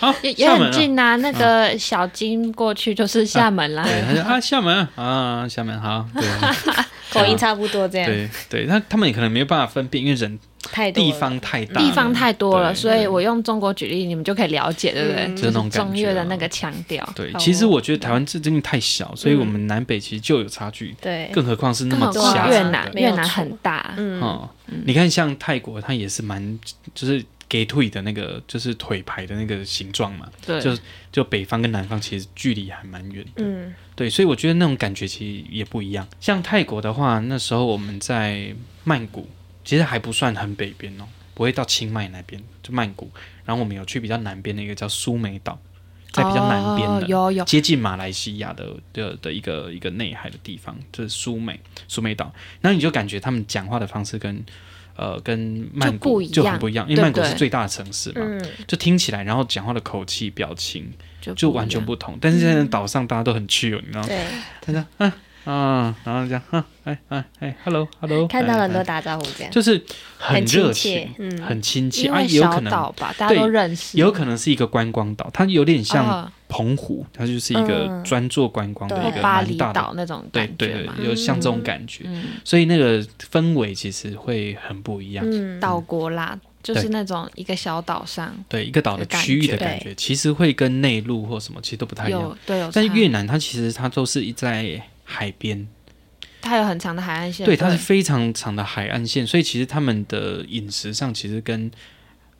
[SPEAKER 3] (laughs)
[SPEAKER 1] 好，
[SPEAKER 3] 也也
[SPEAKER 1] 厦门啊。
[SPEAKER 3] 很近啊，那个小金过去就是厦门啦。
[SPEAKER 1] 对，他说啊，厦门啊啊，厦门好，对
[SPEAKER 2] 口音差不多这样，
[SPEAKER 3] (laughs)
[SPEAKER 1] 对对，那他们也可能没有办法分辨，因为人
[SPEAKER 2] 太多了
[SPEAKER 1] 地方太大了，
[SPEAKER 3] 地方太多了，
[SPEAKER 1] 对
[SPEAKER 3] 所以我用中国举例，你们就可以了解，对不对？
[SPEAKER 2] 嗯
[SPEAKER 1] 就是那种感觉啊
[SPEAKER 3] 中越的那个腔调。
[SPEAKER 1] 对，
[SPEAKER 3] 好哦
[SPEAKER 1] 其实我觉得台湾这真的太小，所以
[SPEAKER 2] 嗯
[SPEAKER 1] 我们南北其实就有差距，
[SPEAKER 2] 对
[SPEAKER 1] 更何况是那
[SPEAKER 3] 更
[SPEAKER 1] 么
[SPEAKER 3] 何
[SPEAKER 2] 更
[SPEAKER 1] 狭
[SPEAKER 3] 况
[SPEAKER 2] 小
[SPEAKER 3] 越
[SPEAKER 1] 长
[SPEAKER 3] 南，
[SPEAKER 1] 的
[SPEAKER 2] 没
[SPEAKER 3] 越
[SPEAKER 2] 有
[SPEAKER 3] 南
[SPEAKER 2] 错
[SPEAKER 3] 很大，
[SPEAKER 2] 嗯，
[SPEAKER 1] 哦。你看，像泰国，它也是蛮就是给腿的那个，就是腿牌的那个形状嘛，
[SPEAKER 3] 对，
[SPEAKER 1] 就就北方跟南方其实距离还蛮远的，
[SPEAKER 2] 嗯
[SPEAKER 1] 对，所以我觉得那种感觉其实也不一样。像泰国的话，那时候我们在曼谷，其实还不算很北边哦，不会到清迈那边，就曼谷。然后我们有去比较南边的一个叫苏梅岛，在比较南边
[SPEAKER 3] 哦
[SPEAKER 1] 的，
[SPEAKER 3] 有有
[SPEAKER 1] 接近马来西亚的的的一个一个内海的地方，就是苏梅苏梅岛。然后你就感觉他们讲话的方式跟呃跟曼
[SPEAKER 3] 就不
[SPEAKER 1] 谷
[SPEAKER 3] 一样
[SPEAKER 1] 就很不一样，因为
[SPEAKER 3] 对
[SPEAKER 1] 曼谷是
[SPEAKER 3] 对
[SPEAKER 1] 最大的城市嘛，
[SPEAKER 2] 嗯，
[SPEAKER 1] 就听起来，然后讲话的口气、表情
[SPEAKER 3] 就
[SPEAKER 1] 就完全
[SPEAKER 3] 不
[SPEAKER 1] 不同。但是现在岛上大家都很 chill，你知道吗？
[SPEAKER 2] 对，
[SPEAKER 1] 大家嗯啊，然后这样嗯哎哎哎，hello hello，
[SPEAKER 2] 看到了很多
[SPEAKER 1] 哎
[SPEAKER 2] 打招呼这样，
[SPEAKER 1] 就是很
[SPEAKER 2] 很亲
[SPEAKER 1] 热
[SPEAKER 2] 切
[SPEAKER 1] 情，
[SPEAKER 2] 嗯
[SPEAKER 1] 很亲
[SPEAKER 3] 一
[SPEAKER 1] 切
[SPEAKER 3] 样
[SPEAKER 1] 啊，
[SPEAKER 3] 因为
[SPEAKER 1] 也有
[SPEAKER 3] 小
[SPEAKER 1] 可能
[SPEAKER 3] 岛吧，大家都
[SPEAKER 1] 对
[SPEAKER 3] 认识，
[SPEAKER 1] 也有可能是一个观光岛，它有点像
[SPEAKER 3] 哦
[SPEAKER 1] 澎湖，它就是一个
[SPEAKER 2] 嗯
[SPEAKER 1] 专做观光的
[SPEAKER 2] 对
[SPEAKER 1] 一
[SPEAKER 3] 或
[SPEAKER 1] 个
[SPEAKER 3] 巴
[SPEAKER 1] 蛮
[SPEAKER 3] 厘
[SPEAKER 1] 大的
[SPEAKER 3] 岛那种
[SPEAKER 1] 对
[SPEAKER 3] 感
[SPEAKER 1] 对
[SPEAKER 3] 觉嘛，
[SPEAKER 1] 对，有像这种感觉，
[SPEAKER 3] 嗯，
[SPEAKER 1] 所以那个氛围其实会很不一样。
[SPEAKER 2] 嗯，
[SPEAKER 3] 岛国啦，就
[SPEAKER 1] 对
[SPEAKER 3] 是那种一个小岛上
[SPEAKER 1] 对一个岛的
[SPEAKER 3] 的感
[SPEAKER 1] 区域的
[SPEAKER 3] 觉
[SPEAKER 1] 感觉，其实会跟内陆或什么其实都不太一样。
[SPEAKER 3] 有对有差，
[SPEAKER 1] 但是越南它其实它都是一在海边，
[SPEAKER 3] 它有很长的海岸线，
[SPEAKER 1] 对，它是非常长的海岸线，所以其实他们的饮食上其实跟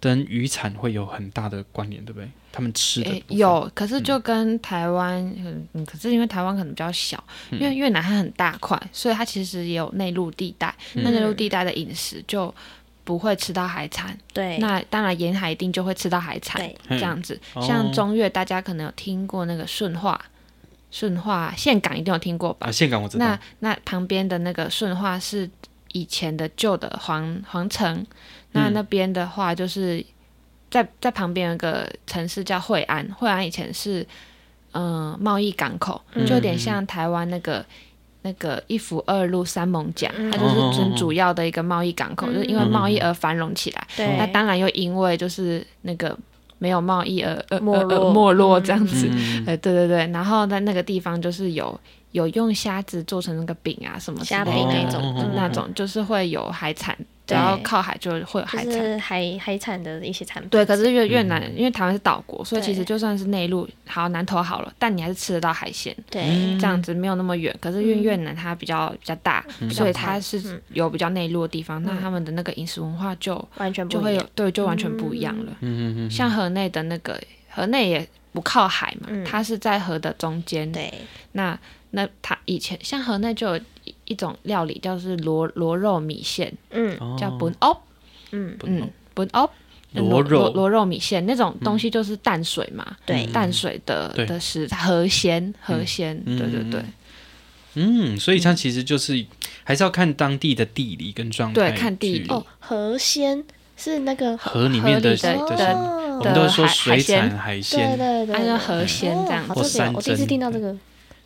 [SPEAKER 1] 跟渔产会有很大的关联，对不对？他们吃的
[SPEAKER 3] 诶
[SPEAKER 1] 部分嗯
[SPEAKER 3] 有，可是就跟台湾，嗯，嗯可是因为台湾可能比较小，
[SPEAKER 1] 嗯
[SPEAKER 3] 因为越南它很大块，所以它其实也有内陆地带，
[SPEAKER 1] 嗯
[SPEAKER 3] 那内陆地带的饮食就不会吃到海产，
[SPEAKER 2] 对，
[SPEAKER 3] 那当然沿海一定就会吃到海产
[SPEAKER 2] 对，
[SPEAKER 1] 嗯
[SPEAKER 3] 这样子。
[SPEAKER 1] 哦
[SPEAKER 3] 像中越，大家可能有听过那个顺化，顺化岘港一定有听过吧
[SPEAKER 1] 啊，？岘港我知道
[SPEAKER 3] 那，那旁边的那个顺化是以前的旧的皇皇城，那
[SPEAKER 1] 嗯
[SPEAKER 3] 那边的话就是在在旁边有一个城市叫惠安，惠安以前是嗯、呃贸易港口，
[SPEAKER 2] 嗯
[SPEAKER 3] 就有点像台湾那个。那个一府二路三艋甲，
[SPEAKER 2] 嗯
[SPEAKER 3] 它就是很主要的一个贸易港口，
[SPEAKER 2] 嗯
[SPEAKER 3] 就是因为
[SPEAKER 1] 嗯
[SPEAKER 3] 贸易而繁荣起来。
[SPEAKER 2] 对，
[SPEAKER 3] 那当然又因为就是那个没有贸易而而
[SPEAKER 2] 没
[SPEAKER 3] 而
[SPEAKER 2] 落
[SPEAKER 3] 而没落这样子，
[SPEAKER 1] 嗯
[SPEAKER 3] 呃，对对对，然后在那个地方就是有有用虾子做成那个饼啊什么之类
[SPEAKER 2] 虾
[SPEAKER 3] 的哦
[SPEAKER 2] 饼
[SPEAKER 3] 那
[SPEAKER 2] 那
[SPEAKER 3] 种、
[SPEAKER 1] 哦
[SPEAKER 2] 种嗯
[SPEAKER 3] 那种，就是会有海产，只
[SPEAKER 2] 对
[SPEAKER 3] 要靠海就会有海
[SPEAKER 2] 就
[SPEAKER 3] 产。
[SPEAKER 2] 是海海产的一些产品，
[SPEAKER 3] 对，可是越越南，因为台湾是岛国，所以
[SPEAKER 2] 对
[SPEAKER 3] 其实就算是内陆，好南投好了，但你还是吃得到海鲜，
[SPEAKER 2] 对，
[SPEAKER 3] 这样子没有那么远。可是越越南它比较比较大，所以它是
[SPEAKER 2] 嗯
[SPEAKER 3] 有比较内陆的地方，那他们的那个饮食文化就
[SPEAKER 2] 完全
[SPEAKER 3] 就
[SPEAKER 2] 不
[SPEAKER 3] 会
[SPEAKER 2] 一
[SPEAKER 3] 有
[SPEAKER 2] 样，
[SPEAKER 3] 对，就完全不一样了。
[SPEAKER 1] 嗯嗯嗯，
[SPEAKER 3] 像河内的那个河内也不靠海嘛，
[SPEAKER 2] 嗯
[SPEAKER 3] 它是在河的中间，
[SPEAKER 2] 对，
[SPEAKER 3] 那那它以前像河内就有一一种料理，叫是螺螺肉米线，
[SPEAKER 2] 嗯
[SPEAKER 1] 哦
[SPEAKER 3] 叫本欧，
[SPEAKER 2] 嗯，
[SPEAKER 1] 不
[SPEAKER 3] 嗯，本欧。
[SPEAKER 1] 螺
[SPEAKER 3] 螺
[SPEAKER 1] 肉嗯
[SPEAKER 3] 螺肉米线那种东西就是淡水嘛，
[SPEAKER 2] 对
[SPEAKER 3] 淡水的
[SPEAKER 1] 对
[SPEAKER 3] 的食材河鲜河鲜，
[SPEAKER 1] 嗯
[SPEAKER 3] 对对对
[SPEAKER 1] 嗯，所以它其实就是还是要看当地的地理跟状态
[SPEAKER 3] 对
[SPEAKER 1] 去，
[SPEAKER 3] 看地理
[SPEAKER 2] 哦，河鲜是那个
[SPEAKER 1] 河里面的
[SPEAKER 3] 河里的
[SPEAKER 1] 就是
[SPEAKER 3] 的
[SPEAKER 1] 我
[SPEAKER 2] 哦
[SPEAKER 1] 们都会说
[SPEAKER 3] 海
[SPEAKER 1] 水
[SPEAKER 3] 海鲜
[SPEAKER 1] 产海
[SPEAKER 2] 对
[SPEAKER 1] 鲜，
[SPEAKER 2] 对对，
[SPEAKER 3] 它
[SPEAKER 2] 对
[SPEAKER 3] 叫河鲜这样
[SPEAKER 2] 哦
[SPEAKER 1] 或
[SPEAKER 2] 好特别
[SPEAKER 1] 山
[SPEAKER 2] 哦，我第一次
[SPEAKER 1] 珍
[SPEAKER 2] 听到这个，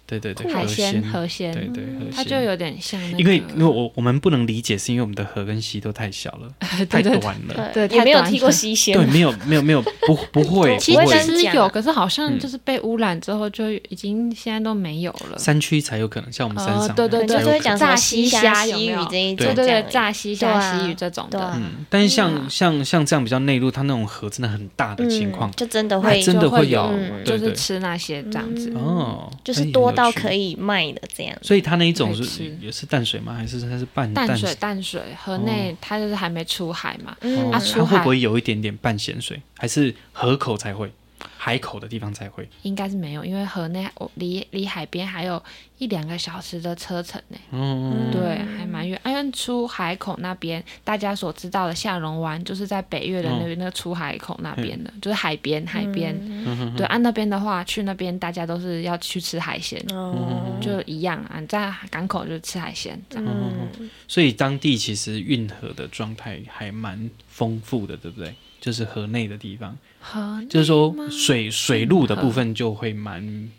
[SPEAKER 1] 对对对，
[SPEAKER 3] 海
[SPEAKER 1] 河鲜
[SPEAKER 3] 鲜河鲜，
[SPEAKER 1] 对对河
[SPEAKER 3] 它
[SPEAKER 1] 鲜
[SPEAKER 3] 就有点像那个，
[SPEAKER 1] 因为因为
[SPEAKER 3] (laughs)
[SPEAKER 1] 我我们不能理解，是因为我们的河跟溪都太小了，太
[SPEAKER 3] 对对
[SPEAKER 1] 短了，
[SPEAKER 3] 对
[SPEAKER 2] 也
[SPEAKER 3] 太
[SPEAKER 2] 没有
[SPEAKER 3] 短
[SPEAKER 2] 踢过
[SPEAKER 3] 了
[SPEAKER 2] 西鲜，
[SPEAKER 1] 对，没有没有没有不
[SPEAKER 3] (laughs)
[SPEAKER 1] 不会，
[SPEAKER 3] 其
[SPEAKER 1] 不
[SPEAKER 2] 我也
[SPEAKER 1] 会
[SPEAKER 2] 是
[SPEAKER 3] 实
[SPEAKER 2] 讲
[SPEAKER 3] 有，
[SPEAKER 2] 啊
[SPEAKER 3] 可是好
[SPEAKER 1] 嗯
[SPEAKER 3] 像就是被污染之后，就已经现在都没有了。
[SPEAKER 1] 山区才有可能，像我们山
[SPEAKER 3] 哦
[SPEAKER 1] 上
[SPEAKER 3] 对
[SPEAKER 1] 那样
[SPEAKER 3] 对
[SPEAKER 1] 才有
[SPEAKER 2] 就是
[SPEAKER 3] 对
[SPEAKER 1] 可
[SPEAKER 2] 会
[SPEAKER 1] 能
[SPEAKER 2] 讲什么西虾
[SPEAKER 3] 炸西虾
[SPEAKER 2] 西
[SPEAKER 3] 有没
[SPEAKER 2] 语
[SPEAKER 3] 有
[SPEAKER 2] 这一
[SPEAKER 1] 对
[SPEAKER 2] 种，
[SPEAKER 3] 对对
[SPEAKER 2] 这
[SPEAKER 3] 对
[SPEAKER 2] 样，
[SPEAKER 3] 炸西虾、
[SPEAKER 2] 对啊
[SPEAKER 3] 西鱼这种
[SPEAKER 2] 对
[SPEAKER 3] 的，
[SPEAKER 2] 啊
[SPEAKER 1] 嗯，但是像像像这样比较内陆，它那种河真的很大的情况
[SPEAKER 2] 嗯，就真的
[SPEAKER 1] 那
[SPEAKER 2] 会
[SPEAKER 1] 真的
[SPEAKER 3] 就
[SPEAKER 1] 会
[SPEAKER 3] 会
[SPEAKER 1] 有
[SPEAKER 3] 有，
[SPEAKER 2] 嗯
[SPEAKER 1] 对
[SPEAKER 3] 就是
[SPEAKER 1] 对
[SPEAKER 3] 吃那些这样子。
[SPEAKER 1] 哦，
[SPEAKER 3] 嗯
[SPEAKER 2] 就是多到可
[SPEAKER 1] 以。
[SPEAKER 2] 以卖的这样，
[SPEAKER 1] 所以它那一种
[SPEAKER 3] 可以
[SPEAKER 1] 是
[SPEAKER 3] 吃
[SPEAKER 1] 也是淡水吗？还是它是半
[SPEAKER 3] 淡水淡水河内，它就是还没出海嘛，
[SPEAKER 1] 哦
[SPEAKER 2] 嗯
[SPEAKER 1] 它
[SPEAKER 3] 啊出
[SPEAKER 1] 会
[SPEAKER 3] 海
[SPEAKER 1] 不会有一点点半咸水？还是河口才会，海口的地方才会？
[SPEAKER 3] 应该是没有，因为河内我离离海边还有一两个小时的车程呢。
[SPEAKER 1] 嗯，
[SPEAKER 3] 对，还蛮远。因为出海口那边，大家所知道的下龙湾，就是在北越的那
[SPEAKER 1] 嗯
[SPEAKER 3] 边、那个出海口那边的，就是海边海边。
[SPEAKER 1] 嗯
[SPEAKER 3] 对，按、那边的话，去那边大家都是要去吃海鲜，
[SPEAKER 2] 哦，
[SPEAKER 3] 就一样啊。你在港口就是吃海鲜，这样、
[SPEAKER 2] 嗯，
[SPEAKER 1] 所以当地其实运河的状态还蛮丰富的，对不对？就是河内的地方，
[SPEAKER 3] 河
[SPEAKER 1] 就是说
[SPEAKER 3] 内吗
[SPEAKER 1] 水水路的部分就会蛮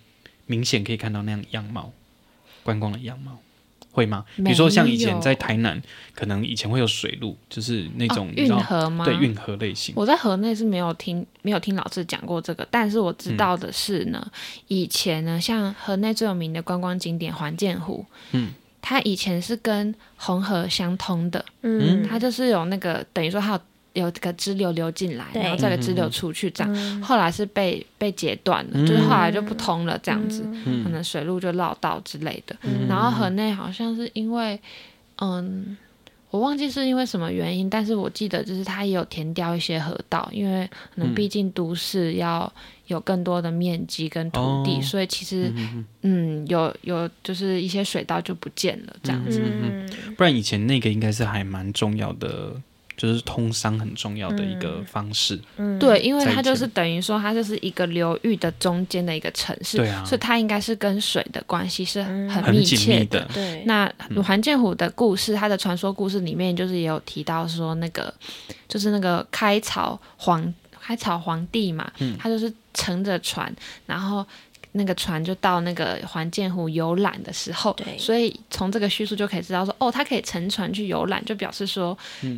[SPEAKER 1] 明显可以看到那样样貌，观光的样貌。会吗？比如说像以
[SPEAKER 3] 没
[SPEAKER 1] 前
[SPEAKER 3] 有
[SPEAKER 1] 在台南，可能以前会有水路，就是那种、
[SPEAKER 3] 哦
[SPEAKER 1] 你知道
[SPEAKER 3] 运河吗？
[SPEAKER 1] 对运河类型。
[SPEAKER 3] 我在河内是没有听没有听老师讲过这个，但是我知道的是呢，
[SPEAKER 1] 嗯
[SPEAKER 3] 以前呢，像河内最有名的观光景点环建湖，
[SPEAKER 1] 嗯，
[SPEAKER 3] 它以前是跟红河相通的，
[SPEAKER 2] 嗯，
[SPEAKER 3] 它就是有那个等于说它有有个支流流进来，
[SPEAKER 2] 对
[SPEAKER 3] 然后再有个支流出去这样。
[SPEAKER 2] 嗯
[SPEAKER 3] 后来是被被截断了，
[SPEAKER 1] 嗯
[SPEAKER 3] 就是后来就不通了这样子，可
[SPEAKER 1] 嗯，
[SPEAKER 3] 能水路就绕道之类的。
[SPEAKER 2] 嗯
[SPEAKER 3] 然后河内好像是因为，嗯，我忘记是因为什么原因，但是我记得就是它也有填掉一些河道，因为可能
[SPEAKER 1] 嗯
[SPEAKER 3] 毕竟都市要有更多的面积跟土地，
[SPEAKER 1] 哦
[SPEAKER 3] 所以其实
[SPEAKER 1] 嗯嗯
[SPEAKER 3] 嗯有有就是一些水道就不见了这样子。
[SPEAKER 2] 嗯
[SPEAKER 1] 嗯不然以前那个应该是还蛮重要的，就是通商很重要的一个
[SPEAKER 2] 嗯
[SPEAKER 1] 方式。
[SPEAKER 2] 嗯，
[SPEAKER 3] 对，因为
[SPEAKER 1] 在
[SPEAKER 3] 它
[SPEAKER 1] 以
[SPEAKER 3] 就是
[SPEAKER 1] 前
[SPEAKER 3] 等于说，它就是一个流域的中间的一个城市，
[SPEAKER 1] 对啊
[SPEAKER 3] 所以它应该是跟水的关系是
[SPEAKER 2] 嗯
[SPEAKER 3] 很
[SPEAKER 1] 很
[SPEAKER 3] 密
[SPEAKER 1] 紧
[SPEAKER 3] 切
[SPEAKER 1] 密的
[SPEAKER 2] 对，
[SPEAKER 3] 那环建虎的故事，他的传说故事里面就是也有提到说，那个就是那个开朝皇开朝皇帝嘛，他就是乘着船，然后那个船就到那个环建湖游览的时候
[SPEAKER 2] 对，
[SPEAKER 3] 所以从这个叙述就可以知道说，哦，他可以乘船去游览，就表示说，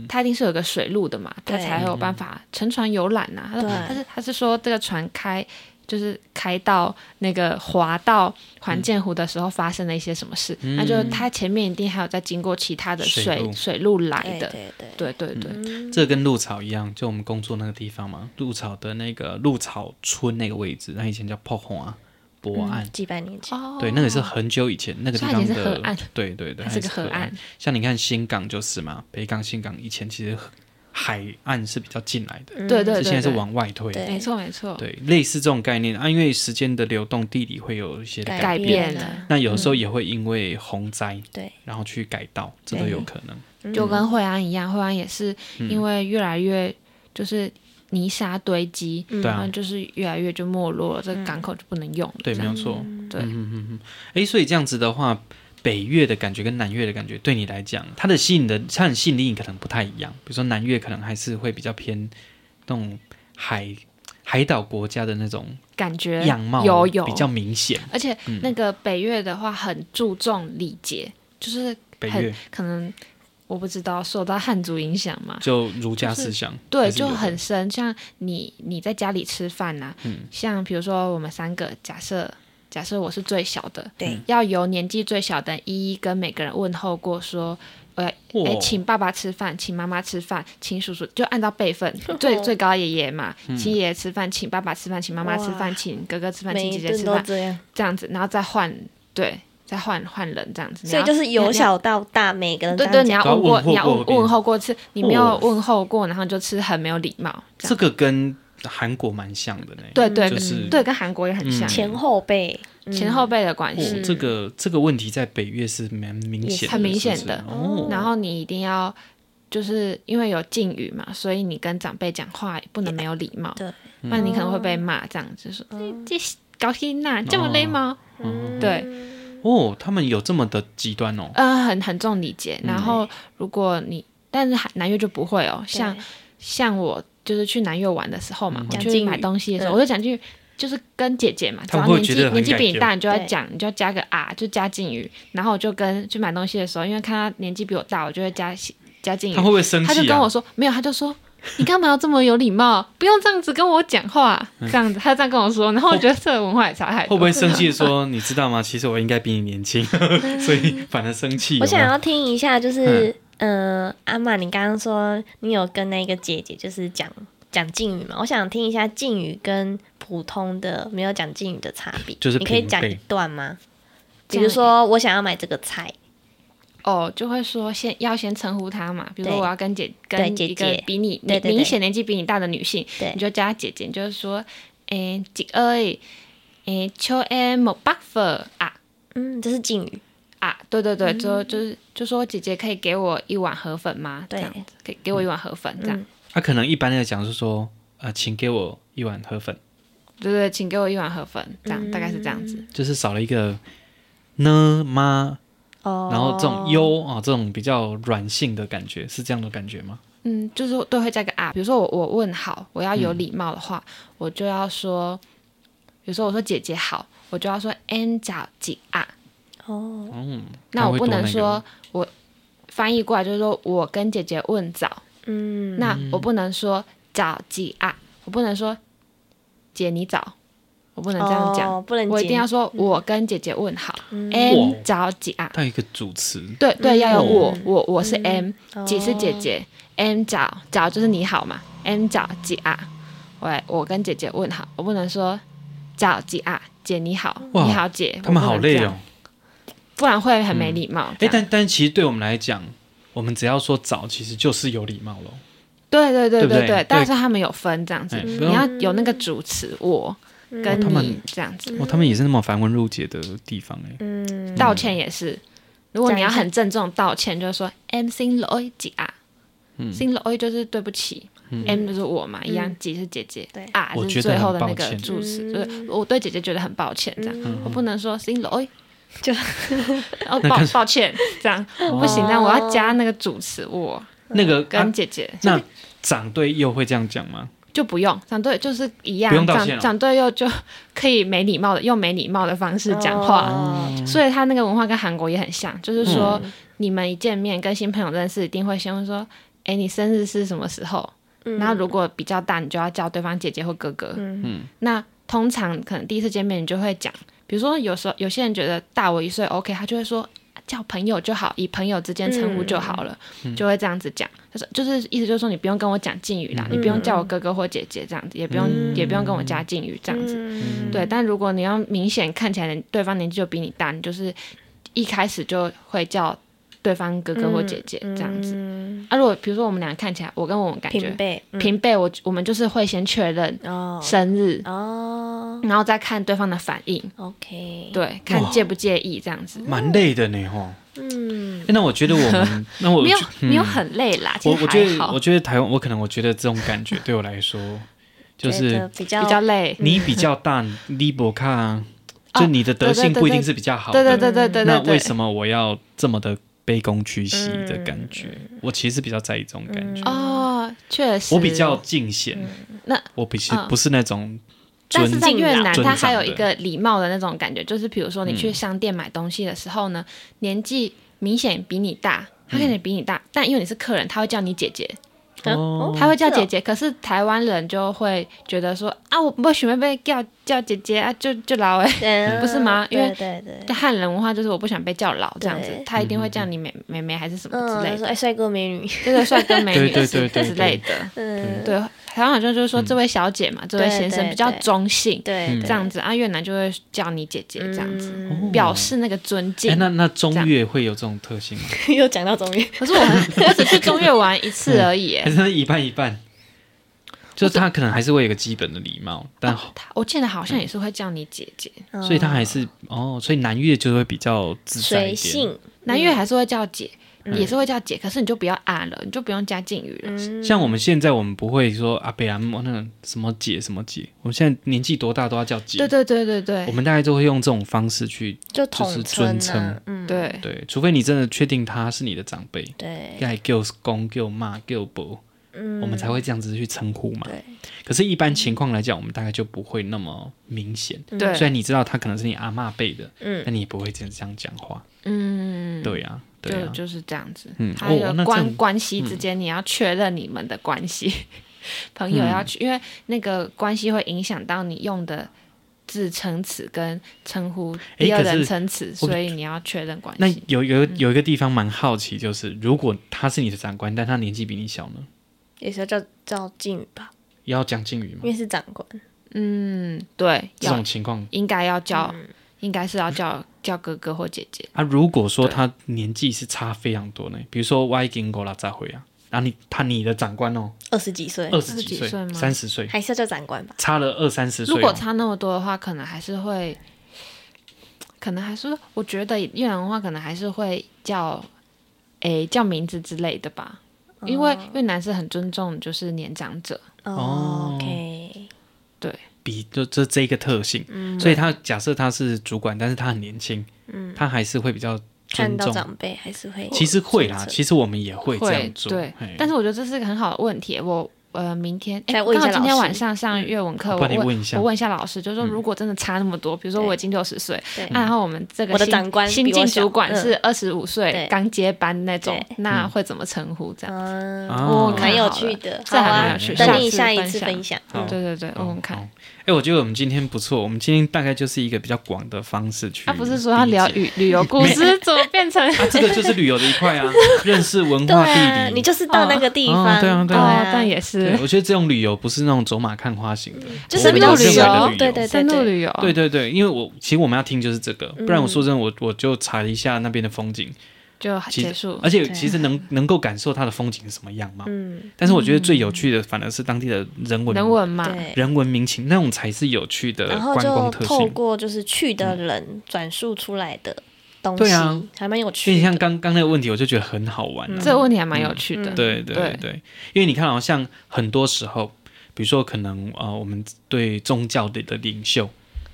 [SPEAKER 3] 他一定是有个水路的嘛，他
[SPEAKER 2] 对
[SPEAKER 3] 才有办法乘船游览呐、他说
[SPEAKER 2] 对
[SPEAKER 3] 他是他是说这个船开。就是开到那个滑到环建湖的时候发生了一些什么事，那就是它前面一定还有在经过其他的水
[SPEAKER 1] 嗯水
[SPEAKER 3] 水
[SPEAKER 1] 路嗯
[SPEAKER 3] 路来
[SPEAKER 2] 对
[SPEAKER 3] 的，
[SPEAKER 2] 对对，
[SPEAKER 3] 对对对，
[SPEAKER 1] 这跟鹿草一样，就我们工作那个地方嘛，鹿草的那个鹿草村那个位置，那以前叫破红啊，博岸。
[SPEAKER 2] 嗯几百年前，
[SPEAKER 3] 哦
[SPEAKER 1] 对，那个是很久以前那个地方
[SPEAKER 3] 所以它以前是河岸
[SPEAKER 1] 的，对对对，
[SPEAKER 3] 它是个河
[SPEAKER 1] 还
[SPEAKER 3] 岸。
[SPEAKER 1] 像你看新港就是嘛，北港、新港以前其实海岸是比较进来的，
[SPEAKER 2] 嗯
[SPEAKER 3] 对对
[SPEAKER 1] 是现在是往外推。
[SPEAKER 2] 对
[SPEAKER 3] 没错没错，
[SPEAKER 1] 对，类似这种概念啊，因为时间的流动，地理会有一些的
[SPEAKER 3] 改
[SPEAKER 1] 改
[SPEAKER 3] 变
[SPEAKER 1] 变。
[SPEAKER 2] 了，
[SPEAKER 1] 那有时
[SPEAKER 3] 嗯
[SPEAKER 1] 候也会因为洪灾，
[SPEAKER 2] 对，
[SPEAKER 1] 然后去改道，这都有可能。
[SPEAKER 3] 就跟惠安一样，惠安也是
[SPEAKER 1] 嗯
[SPEAKER 3] 因为越来越就是泥沙堆积，
[SPEAKER 1] 对
[SPEAKER 3] 然
[SPEAKER 1] 啊
[SPEAKER 3] 后，就是越来越就没落了，这个港口就不能用了，
[SPEAKER 1] 对，
[SPEAKER 3] 这
[SPEAKER 1] 没
[SPEAKER 3] 样
[SPEAKER 1] 有错。
[SPEAKER 3] 对
[SPEAKER 1] 嗯嗯嗯嗯。哎，所以这样子的话，北越的感觉跟南越的感觉，对你来讲，它的吸引的它的吸引力可能不太一样。比如说南越可能还是会比较偏那种海海岛国家的那种
[SPEAKER 3] 感觉
[SPEAKER 1] 样貌，
[SPEAKER 3] 有有
[SPEAKER 1] 比较明显。
[SPEAKER 3] 而且
[SPEAKER 1] 嗯
[SPEAKER 3] 那个北越的话很注重礼节，就是
[SPEAKER 1] 北
[SPEAKER 3] 很
[SPEAKER 1] 越
[SPEAKER 3] 可能我不知道受到汉族影响嘛，
[SPEAKER 1] 就儒家思想，
[SPEAKER 3] 对，
[SPEAKER 1] 还是
[SPEAKER 3] 就
[SPEAKER 1] 有的
[SPEAKER 3] 很深。像你你在家里吃饭呐、像比如说我们三个，假设假设我是最小的，
[SPEAKER 2] 对，
[SPEAKER 3] 要由年纪最小的一一跟每个人问候过，说，呃，
[SPEAKER 1] 哇
[SPEAKER 3] 哎，请爸爸吃饭，请妈妈吃饭，请叔叔，就按照
[SPEAKER 2] (laughs)
[SPEAKER 3] 辈分，最最高爷爷嘛，请爷爷吃饭，请爸爸吃饭，请妈妈吃饭，
[SPEAKER 2] 哇
[SPEAKER 3] 请哥哥吃饭，
[SPEAKER 2] 每
[SPEAKER 3] 请姐
[SPEAKER 2] 一
[SPEAKER 3] 姐
[SPEAKER 2] 顿
[SPEAKER 3] 吃
[SPEAKER 2] 都
[SPEAKER 3] 饭，
[SPEAKER 2] 这样，
[SPEAKER 3] 这样子，然后再换，对，再换换人这样子，
[SPEAKER 2] 所以
[SPEAKER 3] 你
[SPEAKER 2] 就
[SPEAKER 3] 要
[SPEAKER 2] 是由小到大，每个人
[SPEAKER 3] 对
[SPEAKER 2] 嗯这样
[SPEAKER 3] 对，你要
[SPEAKER 1] 都要
[SPEAKER 3] 问过，
[SPEAKER 1] 问候
[SPEAKER 3] 你要
[SPEAKER 1] 过
[SPEAKER 3] 问
[SPEAKER 1] 别人
[SPEAKER 3] 问候过吃，你没有
[SPEAKER 1] 哦
[SPEAKER 3] 问候过，然后就吃很没有礼貌，这
[SPEAKER 1] 这
[SPEAKER 3] 样。
[SPEAKER 1] 个跟韩国蛮像的呢。
[SPEAKER 3] 对对
[SPEAKER 1] 就是嗯
[SPEAKER 3] 对，跟韩国也很像嗯
[SPEAKER 2] 讲，前后辈，嗯
[SPEAKER 3] 前后辈的关
[SPEAKER 1] 哦
[SPEAKER 3] 系。
[SPEAKER 1] 这个这个问题在北越是蛮明
[SPEAKER 2] 也
[SPEAKER 1] 显的，
[SPEAKER 3] 嗯很明
[SPEAKER 1] 是不
[SPEAKER 3] 显
[SPEAKER 1] 是
[SPEAKER 3] 的
[SPEAKER 2] 嗯
[SPEAKER 1] 哦。
[SPEAKER 3] 然后你一定要，就是因为有敬语嘛，所以你跟长辈讲话不能没有礼貌，
[SPEAKER 2] 对哦
[SPEAKER 3] 不然你可能会
[SPEAKER 1] 嗯
[SPEAKER 3] 被骂。这样子说，你这搞天呐，这
[SPEAKER 1] 哦
[SPEAKER 3] 么累吗？
[SPEAKER 1] 嗯
[SPEAKER 3] 对，
[SPEAKER 1] 哦，他们有这么的极端哦。
[SPEAKER 3] 呃，很很重礼节。然
[SPEAKER 1] 嗯
[SPEAKER 3] 后如果你，但是南越就不会哦，像
[SPEAKER 2] 对
[SPEAKER 3] 像我就是去南越玩的时候嘛，我
[SPEAKER 2] 嗯讲
[SPEAKER 3] 去
[SPEAKER 2] 敬
[SPEAKER 3] 买
[SPEAKER 2] 语
[SPEAKER 3] 东西的时候，
[SPEAKER 2] 嗯
[SPEAKER 3] 我就讲句，就是跟姐姐嘛，只
[SPEAKER 1] 他们
[SPEAKER 3] 要
[SPEAKER 1] 会
[SPEAKER 3] 年纪
[SPEAKER 1] 觉得很
[SPEAKER 3] 年纪
[SPEAKER 1] 感
[SPEAKER 3] 比你
[SPEAKER 1] 觉
[SPEAKER 3] 大，你就要
[SPEAKER 2] 对
[SPEAKER 3] 讲，你就要加个啊，就加敬语。然后我就跟去买东西的时候，因为看他年纪比我大，我就会加加敬语
[SPEAKER 1] 他。会不会生气、
[SPEAKER 3] 嗯他
[SPEAKER 1] 啊？
[SPEAKER 3] 就跟我说没有，他就说。你干嘛要这么有礼貌？不用这样子跟我讲话，这样子，他就这样跟我说，然后我觉得这个文化也差
[SPEAKER 1] 嗯
[SPEAKER 3] 太
[SPEAKER 1] 会
[SPEAKER 3] 多
[SPEAKER 1] 不。会生气地说， (laughs) 你知道吗？其实我应该比你年轻， (laughs) 所以反而生气。有没有
[SPEAKER 2] 我想要听一下，就是嗯，阿玛，你刚刚说你有跟那个姐姐就是讲讲敬语嘛？我想听一下敬语跟普通的没有讲敬语的差别，
[SPEAKER 1] 就是
[SPEAKER 2] 你可以
[SPEAKER 1] 平
[SPEAKER 2] 讲
[SPEAKER 1] 辈
[SPEAKER 2] 一段吗？比
[SPEAKER 3] 讲
[SPEAKER 2] 如
[SPEAKER 3] 一
[SPEAKER 2] 说，我想要买这个菜，
[SPEAKER 3] 哦，就会说先要先称呼她嘛，比如说
[SPEAKER 2] 对
[SPEAKER 3] 我要跟姐
[SPEAKER 2] 对
[SPEAKER 3] 跟
[SPEAKER 2] 姐
[SPEAKER 3] 一个
[SPEAKER 2] 姐
[SPEAKER 3] 比你
[SPEAKER 2] 对对对
[SPEAKER 3] 明显年纪比你大的女性，
[SPEAKER 2] 对
[SPEAKER 3] 你就叫她姐姐，你就是说，诶，几诶，诶，秋诶某 buffer 啊
[SPEAKER 2] 嗯，这是敬语，
[SPEAKER 3] 啊，对对
[SPEAKER 2] 嗯
[SPEAKER 3] 对，就就是就说姐姐可以给我一碗河粉吗？这
[SPEAKER 2] 对嗯
[SPEAKER 3] 样子，给给我一碗河粉这样，
[SPEAKER 1] 他可能一般的讲是说，呃，请给我一碗河粉，
[SPEAKER 3] 对对，请给我一碗河粉，
[SPEAKER 2] 嗯
[SPEAKER 3] 这样大概是这样子。
[SPEAKER 1] 就是少了一个呢吗，
[SPEAKER 2] 哦
[SPEAKER 1] 然后这种优啊、哦这种比较软性的感觉，是这样的感觉吗？
[SPEAKER 3] 嗯，就是都会加个啊。比如说我我问好，我要有礼貌的
[SPEAKER 2] 嗯
[SPEAKER 3] 话，我就要说，比如说我说姐姐好，我就要说 n 脚几啊。
[SPEAKER 2] 哦，
[SPEAKER 1] 嗯，
[SPEAKER 3] 那我不能
[SPEAKER 1] 它会多那
[SPEAKER 3] 说我翻译过来就是说我跟姐姐问早，
[SPEAKER 2] 嗯，
[SPEAKER 3] 那我不能说早几啊，我不能说姐你早，我不能这样讲，
[SPEAKER 2] 哦不能
[SPEAKER 3] 我一
[SPEAKER 2] 剪
[SPEAKER 3] 定要说我跟姐姐问好
[SPEAKER 2] 嗯
[SPEAKER 1] 哇
[SPEAKER 3] ，n 早几啊，
[SPEAKER 1] 它有一个主词，
[SPEAKER 3] 对对，要有
[SPEAKER 1] 嗯
[SPEAKER 3] 我我我是
[SPEAKER 2] 嗯
[SPEAKER 3] m，几是姐姐，m 早早就是你好嘛，m 早几啊，喂，我跟姐姐问好，我不能说早几啊，姐你好，
[SPEAKER 1] 哇
[SPEAKER 3] 你好姐，
[SPEAKER 1] 他们
[SPEAKER 3] 我不
[SPEAKER 1] 好
[SPEAKER 3] 能
[SPEAKER 1] 累
[SPEAKER 3] 这
[SPEAKER 1] 哦
[SPEAKER 3] 样。，不然会很没礼貌。
[SPEAKER 1] 哎，
[SPEAKER 3] 这样
[SPEAKER 1] 但但其实对我们来讲，我们只要说早，其实就是有礼貌了。
[SPEAKER 3] 对对对
[SPEAKER 1] 对不对对
[SPEAKER 3] 对，但是他们有分这样子
[SPEAKER 1] 哎，不
[SPEAKER 3] 你
[SPEAKER 1] 用哦
[SPEAKER 3] 要有那个主词我跟
[SPEAKER 1] 他们
[SPEAKER 3] 你这样子，
[SPEAKER 1] 哦哇，他们也是那么繁文缛节的地方哎。
[SPEAKER 2] 嗯，
[SPEAKER 3] 道歉也是。如果你要
[SPEAKER 2] 讲一下
[SPEAKER 3] 很郑重道歉，就是说
[SPEAKER 2] 嗯
[SPEAKER 3] 哎 “m sin loi 几啊
[SPEAKER 1] 嗯
[SPEAKER 3] ”，sin loi 就是对不起，m 就是我嘛，一样，几是姐姐
[SPEAKER 2] 嗯对，嗯
[SPEAKER 3] 啊
[SPEAKER 1] 我
[SPEAKER 3] 是
[SPEAKER 1] 觉得
[SPEAKER 3] 最
[SPEAKER 1] 很
[SPEAKER 3] 后的那
[SPEAKER 1] 抱
[SPEAKER 3] 个
[SPEAKER 1] 歉嗯
[SPEAKER 3] 助词，就是我对姐姐觉得很抱歉这样，我不能说 sin loi
[SPEAKER 2] 就
[SPEAKER 1] (laughs)
[SPEAKER 3] 哦抱抱歉这样不行，那我要加那个主词我
[SPEAKER 1] 那个哦啊
[SPEAKER 3] 嗯跟姐姐，
[SPEAKER 1] 那长队又会这样讲吗？
[SPEAKER 3] 就不用，长队就是一样，
[SPEAKER 1] 不用道歉
[SPEAKER 3] 长
[SPEAKER 1] 哦
[SPEAKER 3] 长队又就可以没礼貌的用没礼貌的方式讲话，
[SPEAKER 2] 哦
[SPEAKER 1] 嗯
[SPEAKER 3] 所以他那个文化跟韩国也很像，就是说、你们一见面跟新朋友认识，一定会先问说，哎，你生日是什么时候？
[SPEAKER 2] 嗯
[SPEAKER 3] 那、如果比较大，你就要叫对方姐姐或哥哥。
[SPEAKER 2] 嗯
[SPEAKER 3] 那通常可能第一次见面你就会讲，比如说有时候有些人觉得大我一岁 OK，他就会说。叫朋友就好，以朋友之间称呼就好了，
[SPEAKER 2] 嗯
[SPEAKER 3] 就会这样子讲。就是就是意思就是说，你不用跟我讲敬语
[SPEAKER 2] 嗯
[SPEAKER 3] 啦，你不用叫我哥哥或姐姐这样子，也不用、也不用跟我加敬语这样子。
[SPEAKER 2] 嗯
[SPEAKER 3] 对，但如果你要明显看起来对方年纪就比你大，你就是一开始就会叫对方哥哥或姐姐这样子。
[SPEAKER 2] 嗯
[SPEAKER 3] 啊，如果比如说我们俩看起来，我跟我们感觉
[SPEAKER 2] 平辈，嗯
[SPEAKER 3] 平辈，我我们就是会先确认
[SPEAKER 2] 哦
[SPEAKER 3] 生日，
[SPEAKER 2] 哦
[SPEAKER 3] 然后再看对方的反应，
[SPEAKER 2] ，OK，，
[SPEAKER 3] 对，看
[SPEAKER 1] 哇
[SPEAKER 3] 介不介意这样子。
[SPEAKER 1] 蛮累的呢吼。
[SPEAKER 2] 嗯
[SPEAKER 1] 诶哎那我觉得我
[SPEAKER 3] (laughs)
[SPEAKER 1] 们，那我
[SPEAKER 3] 没有
[SPEAKER 1] 觉嗯
[SPEAKER 3] 没有很累啦，
[SPEAKER 1] 我
[SPEAKER 3] 其实
[SPEAKER 1] 我觉
[SPEAKER 3] 还
[SPEAKER 1] 得
[SPEAKER 3] 好
[SPEAKER 1] 我，觉得台湾，我可能我觉得这种感觉对我来说，就
[SPEAKER 2] 觉得
[SPEAKER 1] 是
[SPEAKER 2] 比较
[SPEAKER 3] 比较累。
[SPEAKER 1] 你比较大，你不看，
[SPEAKER 3] 嗯 (laughs) 哦
[SPEAKER 1] 就你的德性
[SPEAKER 3] 对对对
[SPEAKER 1] 不一定是比较好
[SPEAKER 3] 对
[SPEAKER 1] 的。
[SPEAKER 3] 对对对对对
[SPEAKER 1] 那
[SPEAKER 3] 对，
[SPEAKER 1] 为什么我要这么的卑躬屈膝的
[SPEAKER 3] 嗯
[SPEAKER 1] 感觉？我其实比较在意这种感觉。
[SPEAKER 3] 哦，确实，
[SPEAKER 1] 我比较尽显，
[SPEAKER 3] 那
[SPEAKER 1] 我比是
[SPEAKER 3] 嗯
[SPEAKER 1] 不是那种
[SPEAKER 3] 但
[SPEAKER 1] 尊
[SPEAKER 3] 是在
[SPEAKER 2] 敬
[SPEAKER 3] 越
[SPEAKER 2] 啦
[SPEAKER 3] 南，
[SPEAKER 1] 尊
[SPEAKER 3] 它
[SPEAKER 1] 长
[SPEAKER 3] 还有
[SPEAKER 1] 的嗯
[SPEAKER 3] 一个礼貌的那种感觉，就是比如说你去商店买东西的时候呢，年纪明显比你大，他
[SPEAKER 1] 嗯
[SPEAKER 3] 看起来比你大，但因为你是客人，他会叫你姐姐，
[SPEAKER 1] 哦，
[SPEAKER 3] 他会叫
[SPEAKER 2] 是哦
[SPEAKER 3] 姐姐。可是台湾人就会觉得说啊，我不喜欢被叫叫姐姐啊，就就老哎、
[SPEAKER 2] 嗯
[SPEAKER 3] 不是吗因为
[SPEAKER 2] 对对对，
[SPEAKER 3] 但汉人文化就是我不想被叫老这样子
[SPEAKER 2] 对，
[SPEAKER 3] 他一
[SPEAKER 1] 嗯
[SPEAKER 3] 定会叫你妹妹妹还是什么之
[SPEAKER 2] 嗯，
[SPEAKER 3] 类
[SPEAKER 2] 他说
[SPEAKER 3] 的，
[SPEAKER 2] 哎，帅哥美女，
[SPEAKER 3] (laughs) 就是帅哥美
[SPEAKER 1] 对
[SPEAKER 3] 女
[SPEAKER 1] 对
[SPEAKER 3] 之
[SPEAKER 1] 对对对
[SPEAKER 3] 之
[SPEAKER 1] 嗯
[SPEAKER 3] 类的。
[SPEAKER 2] 嗯，
[SPEAKER 3] 对，台湾好像就是说这位小姐嘛，这位
[SPEAKER 2] 对
[SPEAKER 3] 先生
[SPEAKER 2] 对
[SPEAKER 3] 比较
[SPEAKER 2] 对
[SPEAKER 3] 中性，
[SPEAKER 2] 对，
[SPEAKER 3] 这样子啊，越南就会叫你姐姐这样子，
[SPEAKER 2] 子，
[SPEAKER 3] 表示那个尊
[SPEAKER 1] 哦哎、
[SPEAKER 3] 敬。
[SPEAKER 1] 那那中越会有这种特性吗？
[SPEAKER 2] (laughs) 又讲到中间，
[SPEAKER 3] 可是
[SPEAKER 1] (laughs)
[SPEAKER 3] 我很我只去中越玩一次而已耶，
[SPEAKER 1] 嗯还是一半一半？就是他可能还是会有一个基本的礼貌，但
[SPEAKER 3] 她我嗯记得好
[SPEAKER 1] 嗯
[SPEAKER 3] 像也是会叫你姐姐，
[SPEAKER 1] 所以他还是哦，所以南越就会比较自在一
[SPEAKER 2] 随
[SPEAKER 1] 点。
[SPEAKER 2] 性，
[SPEAKER 3] 南越还是会叫姐，
[SPEAKER 2] 嗯
[SPEAKER 3] 也是会叫姐，可是你就不要啊了，你就不用加敬语了。
[SPEAKER 2] 嗯
[SPEAKER 1] 像我们现在，我们不会说啊阿贝阿莫哦那个什么姐什么姐，我们现在年纪多大都要叫姐。
[SPEAKER 3] 对对对对
[SPEAKER 1] 嗯我
[SPEAKER 3] 对
[SPEAKER 1] 们大概都会用这种方式去
[SPEAKER 2] 就
[SPEAKER 1] 就
[SPEAKER 2] 统
[SPEAKER 1] 是尊
[SPEAKER 2] 称啊
[SPEAKER 1] 称，
[SPEAKER 2] 嗯，
[SPEAKER 3] 对，
[SPEAKER 1] 对，除非你真的确定他是你的长辈，
[SPEAKER 2] 对，嗯
[SPEAKER 1] 该给我公给我骂给我伯，
[SPEAKER 3] 嗯
[SPEAKER 1] 我们才会这样子去称呼嘛
[SPEAKER 2] 对。
[SPEAKER 1] 可是，一般情况来讲，我们大概就不会那么明显。
[SPEAKER 3] 对
[SPEAKER 1] 虽然你知道他可能是你阿嬷辈的，
[SPEAKER 2] 嗯
[SPEAKER 1] 但你也不会这样这样讲话。
[SPEAKER 3] 嗯，
[SPEAKER 1] 对呀、对啊
[SPEAKER 3] 就
[SPEAKER 1] 呀、
[SPEAKER 3] 就是这样子。
[SPEAKER 1] 嗯
[SPEAKER 3] 还
[SPEAKER 1] 哦
[SPEAKER 3] 有
[SPEAKER 1] 那这
[SPEAKER 3] 关
[SPEAKER 1] 样
[SPEAKER 3] 关系之间，你要确认你们的关系，朋友
[SPEAKER 1] 嗯
[SPEAKER 3] 要去，因为那个关系会影响到你用的自称词跟称呼
[SPEAKER 1] 诶
[SPEAKER 3] 第二
[SPEAKER 1] 可是
[SPEAKER 3] 人称词，
[SPEAKER 1] 我
[SPEAKER 3] 所以你要确认关
[SPEAKER 1] 那
[SPEAKER 3] 系。
[SPEAKER 1] 有有有一个地方蛮好奇，就是如果他是你的长官，但他年纪比你小呢，
[SPEAKER 2] 也是要叫赵靖宇吧，
[SPEAKER 1] 也要讲敬语吗
[SPEAKER 2] 因？为是长官，
[SPEAKER 3] 嗯，对，
[SPEAKER 1] 这
[SPEAKER 3] 要
[SPEAKER 1] 种情况
[SPEAKER 3] 应该要叫，应该是要叫叫哥哥或姐姐。
[SPEAKER 1] 啊，如果说他年纪是差非常多呢，比如说我已经过了再回啊，然后你他你的长官哦，
[SPEAKER 2] 二十几岁
[SPEAKER 1] 二十几
[SPEAKER 3] 哎二十几岁
[SPEAKER 1] 岁、
[SPEAKER 3] 吗
[SPEAKER 1] 三十岁，
[SPEAKER 2] 还是要叫长官吧，
[SPEAKER 1] 差了二三十岁哦、
[SPEAKER 3] 如果差那么多的话，可能还是会，可能还是我觉得越南文化可能还是会叫，诶、叫名字之类的吧。
[SPEAKER 2] 嗯
[SPEAKER 3] 因为越南是很尊重就是年长者，
[SPEAKER 1] 哦
[SPEAKER 2] 哦，OK，
[SPEAKER 3] 对，
[SPEAKER 1] 比就就
[SPEAKER 2] 嗯
[SPEAKER 1] 这一个特性，所以他假设他是主管，但是他很年轻，他还是会比较
[SPEAKER 2] 看
[SPEAKER 1] 尊
[SPEAKER 2] 到
[SPEAKER 1] 重。
[SPEAKER 2] 长辈还是会，
[SPEAKER 1] 其实会啦，其实我们也会这
[SPEAKER 3] 会
[SPEAKER 1] 样做。
[SPEAKER 3] 对
[SPEAKER 1] 嘿，
[SPEAKER 3] 但是我觉得这是个很好的问题。我呃，明天哎，
[SPEAKER 2] 再
[SPEAKER 3] 刚
[SPEAKER 2] 问一
[SPEAKER 3] 好
[SPEAKER 2] 下
[SPEAKER 3] 今天
[SPEAKER 2] 老师
[SPEAKER 3] 晚上上阅文课，
[SPEAKER 1] 我
[SPEAKER 3] 我
[SPEAKER 1] 帮你
[SPEAKER 3] 问
[SPEAKER 1] 问一下嗯
[SPEAKER 3] 我问一下老师，就是说如果真的差那么多，比如说
[SPEAKER 2] 对
[SPEAKER 3] 我已经六十岁，啊
[SPEAKER 2] 对
[SPEAKER 3] 那然后我们这个
[SPEAKER 2] 我的
[SPEAKER 3] 新
[SPEAKER 2] 长官
[SPEAKER 3] 新
[SPEAKER 2] 比我
[SPEAKER 3] 进
[SPEAKER 2] 小
[SPEAKER 3] 主管
[SPEAKER 2] 嗯
[SPEAKER 3] 是二十五岁
[SPEAKER 2] 对
[SPEAKER 3] 刚接班那种
[SPEAKER 1] 嗯
[SPEAKER 2] 对，
[SPEAKER 3] 那会怎么称呼这样？
[SPEAKER 2] 嗯，
[SPEAKER 1] 啊
[SPEAKER 3] 我
[SPEAKER 1] 哦
[SPEAKER 3] 看
[SPEAKER 2] 蛮有
[SPEAKER 3] 好
[SPEAKER 2] 趣
[SPEAKER 3] 了
[SPEAKER 2] 的，
[SPEAKER 3] 这
[SPEAKER 2] 好
[SPEAKER 3] 还蛮
[SPEAKER 2] 啊
[SPEAKER 3] 有趣的，
[SPEAKER 2] 等你下一
[SPEAKER 3] 分
[SPEAKER 2] 次
[SPEAKER 3] 享
[SPEAKER 2] 分享。
[SPEAKER 1] 好
[SPEAKER 3] 对对对，问问看
[SPEAKER 1] 哎。、我觉得我们今天不错，我们今天大概就是一个比较广的方式去理解。
[SPEAKER 3] 他不是说要聊旅旅游故事，怎么变成？
[SPEAKER 1] 啊，这个就是旅游的一块
[SPEAKER 2] (laughs)
[SPEAKER 1] 啊，认识文
[SPEAKER 2] 对
[SPEAKER 1] 化地理。
[SPEAKER 2] 啊，你就是到那个地
[SPEAKER 1] 哦
[SPEAKER 2] 方，
[SPEAKER 1] 对啊 (laughs) 对
[SPEAKER 3] 哦，但也
[SPEAKER 1] 对
[SPEAKER 3] 是，
[SPEAKER 1] 我觉得这种旅游不是那种走马看花型的，
[SPEAKER 2] 就是
[SPEAKER 1] 我
[SPEAKER 2] 比
[SPEAKER 1] 比
[SPEAKER 2] 较
[SPEAKER 1] 较
[SPEAKER 3] 深入
[SPEAKER 1] 认为的
[SPEAKER 3] 旅游
[SPEAKER 1] 游
[SPEAKER 2] 对对
[SPEAKER 3] 深度旅游。
[SPEAKER 1] 对对对，因为我其实我们要听就是这个，不
[SPEAKER 2] 嗯
[SPEAKER 1] 然我说真的，我我就查了一下那边的风景，
[SPEAKER 3] 就
[SPEAKER 1] 其
[SPEAKER 3] 结
[SPEAKER 1] 实
[SPEAKER 3] 束。
[SPEAKER 1] 而且其实能能够感受它的风景是什么样嘛。
[SPEAKER 2] 嗯，
[SPEAKER 1] 但是我觉得最有趣的反而是当地的人文
[SPEAKER 3] 能稳嘛？
[SPEAKER 2] 对。
[SPEAKER 1] 人文民情那种才是有趣的
[SPEAKER 2] 然后
[SPEAKER 1] 观光
[SPEAKER 2] 就
[SPEAKER 1] 特
[SPEAKER 2] 透
[SPEAKER 1] 性。
[SPEAKER 2] 过就是去的人转述出来的东
[SPEAKER 1] 对
[SPEAKER 2] 西
[SPEAKER 1] 啊，
[SPEAKER 2] 还蛮有
[SPEAKER 1] 所以
[SPEAKER 2] 趣
[SPEAKER 1] 像
[SPEAKER 2] 的。嗯
[SPEAKER 1] 刚刚那个问题，我就觉得很好玩、啊。
[SPEAKER 3] 这个问题还蛮有趣的。
[SPEAKER 1] 对对
[SPEAKER 3] 嗯对
[SPEAKER 1] 对，因为你看、哦，好像很多时候，比如说可能呃，我们对宗教的的领袖，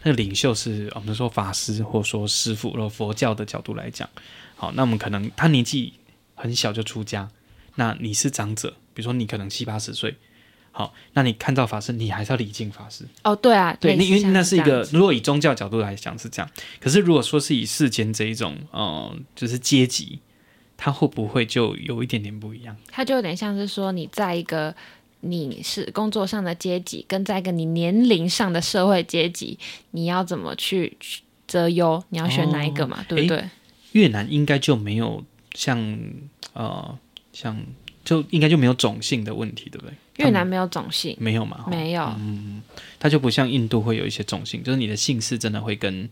[SPEAKER 1] 那个领袖是呃我们说法师或说师傅，然后佛教的角度来讲，好，那我们可能他年纪很小就出家，那你是长者，比如说你可能七八十岁。好，那你看到法师，你还是要礼敬法师。
[SPEAKER 3] 哦，对啊，
[SPEAKER 1] 对，
[SPEAKER 3] 类
[SPEAKER 1] 那
[SPEAKER 3] 似
[SPEAKER 1] 因为
[SPEAKER 3] 像
[SPEAKER 1] 那是一
[SPEAKER 3] 这
[SPEAKER 1] 个
[SPEAKER 3] 样，子
[SPEAKER 1] 如果以宗教角度来讲是这样，可是如果说是以世间这一种，呃，就是阶级，它会不会就有一点点不一样？
[SPEAKER 3] 它就有点像是说你在一个。你是工作上的阶级，跟在一个你年龄上的社会阶级，你要怎么去去择优？你要选哪一
[SPEAKER 1] 哦
[SPEAKER 3] 个嘛？对不对？
[SPEAKER 1] 越南应该就没有像呃像就应该就没有种姓的问题，对不对？
[SPEAKER 3] 越南没有种姓，
[SPEAKER 1] 没有嘛，
[SPEAKER 3] 没有，
[SPEAKER 1] 它就不像印度会有一些种姓，就是你的姓氏真的会跟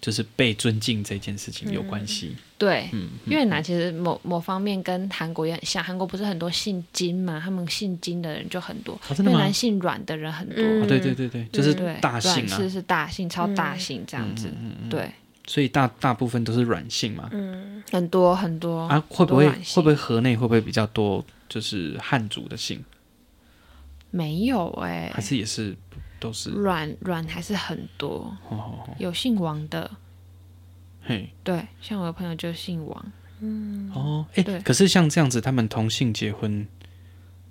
[SPEAKER 1] 就是被尊敬这件事情有关系。
[SPEAKER 3] 对，
[SPEAKER 1] 嗯
[SPEAKER 3] 越南其实某某方面跟韩国也很像，韩国不是很多姓金嘛，他们姓金的人就很多，
[SPEAKER 1] 哦真的
[SPEAKER 3] 越
[SPEAKER 1] 吗
[SPEAKER 3] 南姓阮的人很多，
[SPEAKER 2] 嗯
[SPEAKER 1] 啊，对对对对，就是
[SPEAKER 3] 对，
[SPEAKER 1] 大姓
[SPEAKER 3] 阮
[SPEAKER 1] 啊，嗯
[SPEAKER 3] 氏是大姓，超大姓这样子，对，
[SPEAKER 1] 所以大大部分都是软姓嘛。
[SPEAKER 3] 很多很多
[SPEAKER 1] 啊，会不会
[SPEAKER 3] 嗯很多软
[SPEAKER 1] 会
[SPEAKER 3] 姓
[SPEAKER 1] 不会河内会不会比较多就是汉族的姓，
[SPEAKER 3] 没有哎、
[SPEAKER 1] 还是也是都是？
[SPEAKER 3] 阮阮还是很多，
[SPEAKER 1] 哦哦，哦
[SPEAKER 3] 有姓王的，
[SPEAKER 1] 嘿，
[SPEAKER 3] 对，像我的朋友就姓王，
[SPEAKER 1] 哦，哎
[SPEAKER 3] 嗯对，
[SPEAKER 1] 可是像这样子，他们同姓结婚，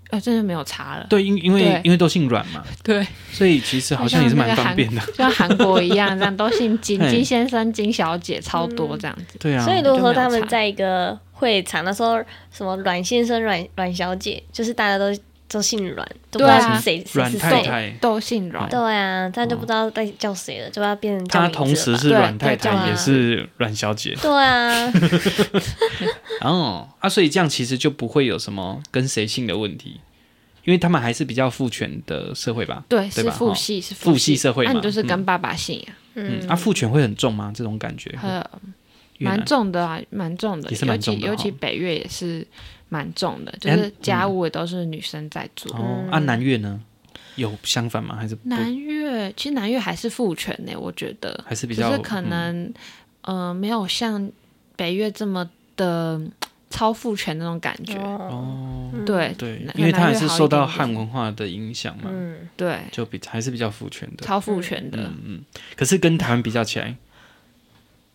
[SPEAKER 3] 呃，真的没有查了，
[SPEAKER 1] 对，因因为
[SPEAKER 3] 对
[SPEAKER 1] 因为都姓阮嘛，
[SPEAKER 3] (laughs) 对，
[SPEAKER 1] 所以其实好像也是蛮方便的。
[SPEAKER 3] 就像韩国一样，这样都姓金
[SPEAKER 1] 嘿，
[SPEAKER 3] 金先生、金小姐，超多这样子，
[SPEAKER 1] 对啊，
[SPEAKER 2] 所以如果说
[SPEAKER 3] 就没有
[SPEAKER 2] 他们
[SPEAKER 3] 差
[SPEAKER 2] 在一个会场的时候，什么阮先生、阮阮小姐，就是大家都都姓阮，都不知
[SPEAKER 3] 对啊
[SPEAKER 2] 道是谁谁
[SPEAKER 1] 阮
[SPEAKER 2] 是
[SPEAKER 1] 太
[SPEAKER 2] 谁。
[SPEAKER 1] 太，
[SPEAKER 3] 都姓阮，
[SPEAKER 2] 对啊，但就不知道在叫谁了，就要变成叫
[SPEAKER 1] 她
[SPEAKER 2] 名字
[SPEAKER 1] 同时
[SPEAKER 2] 了吧
[SPEAKER 1] 是阮太
[SPEAKER 3] 对对
[SPEAKER 1] 太，
[SPEAKER 3] 啊
[SPEAKER 1] 也是阮小姐。
[SPEAKER 2] 对啊，
[SPEAKER 1] 哦啊，所以这样其实就不会有什么跟谁姓的问题，因为他们还是比较父权的社会吧。
[SPEAKER 3] 对，
[SPEAKER 1] 对
[SPEAKER 3] 是
[SPEAKER 1] 吧
[SPEAKER 3] 父
[SPEAKER 1] 哈
[SPEAKER 3] 系，是
[SPEAKER 1] 父系社会
[SPEAKER 3] 那你
[SPEAKER 1] 嘛
[SPEAKER 3] 就是
[SPEAKER 1] 嗯
[SPEAKER 3] 跟爸爸姓呀，
[SPEAKER 1] (laughs) 嗯，啊，父权会很重吗？这种感觉，
[SPEAKER 3] 呃，
[SPEAKER 1] 嗯越南
[SPEAKER 3] 蛮重的啊，蛮重的，
[SPEAKER 1] 也是蛮重的
[SPEAKER 3] 尤其尤其
[SPEAKER 1] 哈
[SPEAKER 3] 北越也是蛮重的，就
[SPEAKER 1] 哎
[SPEAKER 3] 是家务也都是女生在做。
[SPEAKER 1] 哦啊，南越呢有相反吗？还是不
[SPEAKER 3] 嗯南越其实南越还是父权呢、我觉得，
[SPEAKER 1] 还是比
[SPEAKER 3] 只
[SPEAKER 1] 较嗯
[SPEAKER 3] 是可能、呃没有像北越这么的嗯超父权那种感觉。
[SPEAKER 1] 哦，
[SPEAKER 3] 对
[SPEAKER 1] 对
[SPEAKER 3] 南，
[SPEAKER 1] 因为他还
[SPEAKER 3] 南越
[SPEAKER 1] 是
[SPEAKER 3] 好一
[SPEAKER 1] 受到
[SPEAKER 3] 点点嗯
[SPEAKER 1] 汉文化的影响嘛，
[SPEAKER 2] 嗯
[SPEAKER 3] 对
[SPEAKER 1] 就比还是比较父权的。
[SPEAKER 3] 超父权的，
[SPEAKER 1] 嗯可是跟台湾比较起来，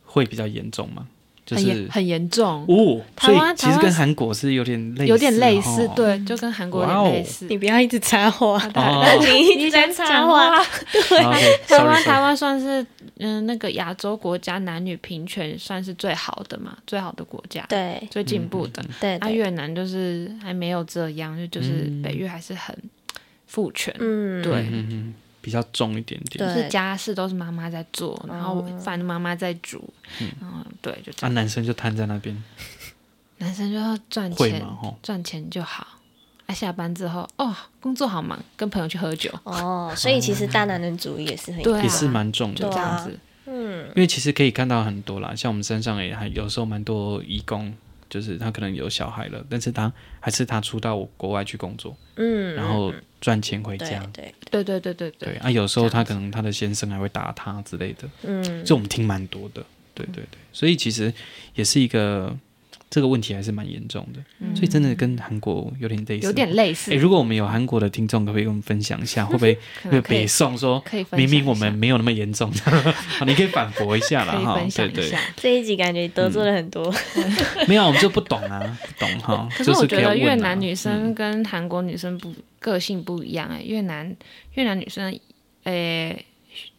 [SPEAKER 1] 会比较严重吗？就
[SPEAKER 3] 很
[SPEAKER 1] 是
[SPEAKER 3] 严很严重，
[SPEAKER 1] 哦，
[SPEAKER 3] 哎台
[SPEAKER 1] 所以
[SPEAKER 3] 湾
[SPEAKER 1] 其实
[SPEAKER 3] 台湾
[SPEAKER 1] 跟
[SPEAKER 3] 是
[SPEAKER 1] 韩国是有点类似，啊
[SPEAKER 3] 有点类似，
[SPEAKER 1] 哦。
[SPEAKER 3] 对，就跟韩国有
[SPEAKER 1] 哇哦
[SPEAKER 3] 点类似。 (laughs)
[SPEAKER 2] 不要一直插话，
[SPEAKER 1] 哦
[SPEAKER 2] 你一直在插话，
[SPEAKER 3] (laughs) 台湾
[SPEAKER 1] OK，sorry，sorry
[SPEAKER 3] 台湾算是嗯那个亚洲国家男女平权算是最好的嘛，最好的国家，
[SPEAKER 2] 对
[SPEAKER 3] 最进步
[SPEAKER 1] 嗯
[SPEAKER 3] 的。
[SPEAKER 2] 对
[SPEAKER 3] 那、
[SPEAKER 2] 对，
[SPEAKER 3] 越南就是还没有这样，就就是北越还是很父权，
[SPEAKER 2] 嗯，
[SPEAKER 3] 对，
[SPEAKER 1] 嗯嗯，比较重一点点。
[SPEAKER 3] 就是
[SPEAKER 2] 对
[SPEAKER 3] 家事都是妈妈在做，然后
[SPEAKER 1] 哦
[SPEAKER 3] 饭妈妈在煮，嗯，对，就这
[SPEAKER 1] 啊，
[SPEAKER 3] 样。
[SPEAKER 1] 男生就瘫在那边，
[SPEAKER 3] 男生就要赚
[SPEAKER 1] 会
[SPEAKER 3] 钱
[SPEAKER 1] 吗？，吼，
[SPEAKER 3] 赚钱就好。啊，下班之后哦，工作好忙，跟朋友去喝酒，
[SPEAKER 2] 哦，所以其实大男人主义也是很
[SPEAKER 3] 对、啊，
[SPEAKER 1] 也是蛮重的
[SPEAKER 3] 就这。样
[SPEAKER 2] 对
[SPEAKER 3] 子。
[SPEAKER 1] 因为其实可以看到很多啦，像我们身上也还有时候蛮多义工，就是他可能有小孩了，但是他还是他出到国外去工作，
[SPEAKER 2] 嗯，
[SPEAKER 1] 然后赚钱回
[SPEAKER 2] 对
[SPEAKER 1] 家。
[SPEAKER 2] 对，
[SPEAKER 3] 对对对对对
[SPEAKER 1] 对啊，有时候他可能他的先生还会打他之类的，
[SPEAKER 2] 嗯
[SPEAKER 1] 这我们听蛮多的。对对对，所以其实也是一个这个问题还是蛮严重的，所以真的跟韩国有点类似。
[SPEAKER 3] 嗯有点类
[SPEAKER 1] 哎、
[SPEAKER 3] 似，
[SPEAKER 1] 如果我们有韩国的听众，可不可以跟我们分享一下，会不
[SPEAKER 3] (laughs)
[SPEAKER 1] 会会
[SPEAKER 3] 可能可以
[SPEAKER 1] 北宋说
[SPEAKER 3] 可以分享
[SPEAKER 1] 明
[SPEAKER 3] 一下
[SPEAKER 1] 明我们没有那么严重 (laughs) 好你可以反驳一下啦
[SPEAKER 3] 可以
[SPEAKER 1] 哈
[SPEAKER 3] 分，
[SPEAKER 1] 对
[SPEAKER 3] 享一
[SPEAKER 1] 哎对
[SPEAKER 3] 下，。
[SPEAKER 2] 这一集感觉得罪了很多，
[SPEAKER 1] 没有我们就不懂啊，不懂
[SPEAKER 3] (laughs)
[SPEAKER 1] 哈，
[SPEAKER 3] 可
[SPEAKER 1] 就是
[SPEAKER 3] 我
[SPEAKER 1] 可
[SPEAKER 3] 觉
[SPEAKER 1] 以要
[SPEAKER 3] 得
[SPEAKER 1] 问啊
[SPEAKER 3] 越南女生
[SPEAKER 1] 嗯
[SPEAKER 3] 跟韩国女生不个性不一样哎、越南越南女生，诶、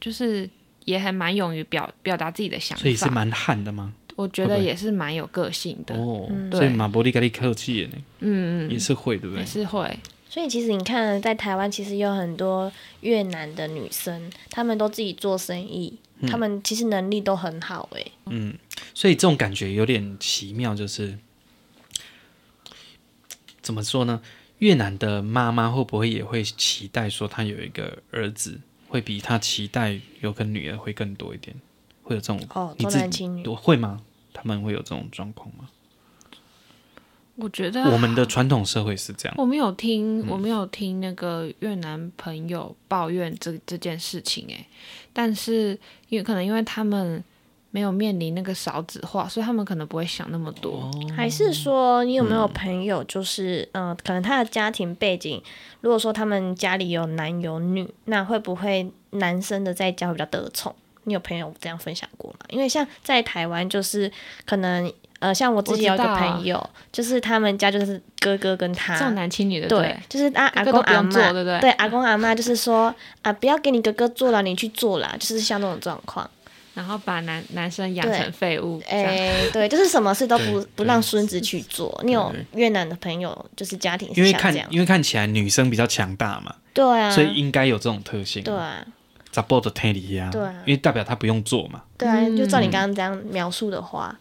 [SPEAKER 3] 就是也还蛮勇于表表达自己的想
[SPEAKER 1] 所以是
[SPEAKER 3] 法，
[SPEAKER 1] 蛮悍的吗？
[SPEAKER 3] 我觉
[SPEAKER 1] 会
[SPEAKER 3] 得
[SPEAKER 1] 不会
[SPEAKER 3] 也是蛮有个性的，
[SPEAKER 1] 哦，
[SPEAKER 3] 对
[SPEAKER 1] 所以马伯利跟你客气耶呢，
[SPEAKER 3] 嗯
[SPEAKER 1] 也
[SPEAKER 3] 嗯，
[SPEAKER 1] 是会对不对
[SPEAKER 3] 也？是会，
[SPEAKER 2] 所以其实你看，在台湾其实有很多越南的女生，她们都自己做生意，她们其实能力都很好欸诶、
[SPEAKER 1] 嗯，所以这种感觉有点奇妙，就是怎么说呢？越南的妈妈会不会也会期待说，她有一个儿子，会比她期待有个女儿会更多一点？会有这种
[SPEAKER 2] 哦，
[SPEAKER 1] 你
[SPEAKER 2] 重
[SPEAKER 1] 自
[SPEAKER 2] 男轻女，
[SPEAKER 1] 我会吗？他们会有这种状况吗？
[SPEAKER 3] 我觉
[SPEAKER 2] 嗯
[SPEAKER 3] 得
[SPEAKER 1] 我们的传统嗯社会是这样，
[SPEAKER 3] 我没有听，我没有听那个越南朋友抱怨这这件事情诶，但是因为可能因为他们没有面临那个少子化，所以他们可能不会想那么多。
[SPEAKER 1] 哦
[SPEAKER 2] 还是说你有没有朋友，就是嗯、呃可能他的家庭背景，如果说他们家里有男有女，那会不会男生的在家会比较得宠？你有朋友这样分享过吗？因为像在台湾，就是可能呃，像我自己有一个
[SPEAKER 3] 我知道啊
[SPEAKER 2] 朋友，就是他们家就是哥哥跟他
[SPEAKER 3] 重男轻女的，
[SPEAKER 2] 对，就是阿阿
[SPEAKER 3] 哥
[SPEAKER 2] 公
[SPEAKER 3] 都不
[SPEAKER 2] 阿
[SPEAKER 3] 用做
[SPEAKER 2] 妈，
[SPEAKER 3] 对不对
[SPEAKER 2] 阿公阿妈就是说啊，不要给你哥哥做了，你去做啦，就是像这种状况。
[SPEAKER 3] 然后把男男生养
[SPEAKER 2] 对
[SPEAKER 3] 成废物，
[SPEAKER 2] 哎、
[SPEAKER 3] 哎，
[SPEAKER 2] 对，就是什么事都不
[SPEAKER 1] 对
[SPEAKER 2] 不
[SPEAKER 1] 对
[SPEAKER 2] 让孙子去做。你有
[SPEAKER 1] 对
[SPEAKER 2] 越南的朋友，就是家庭
[SPEAKER 1] 因
[SPEAKER 2] 是
[SPEAKER 1] 为
[SPEAKER 2] 像这样
[SPEAKER 1] 看，因为看起来女生比较强大嘛，
[SPEAKER 2] 对啊，
[SPEAKER 1] 所以应该有这种特性。
[SPEAKER 2] 对啊，
[SPEAKER 1] 咋报的天理呀？
[SPEAKER 2] 对啊
[SPEAKER 1] 因为代表她不用做嘛。
[SPEAKER 2] 对啊，
[SPEAKER 3] 嗯
[SPEAKER 2] 就照你刚刚这样描述的话，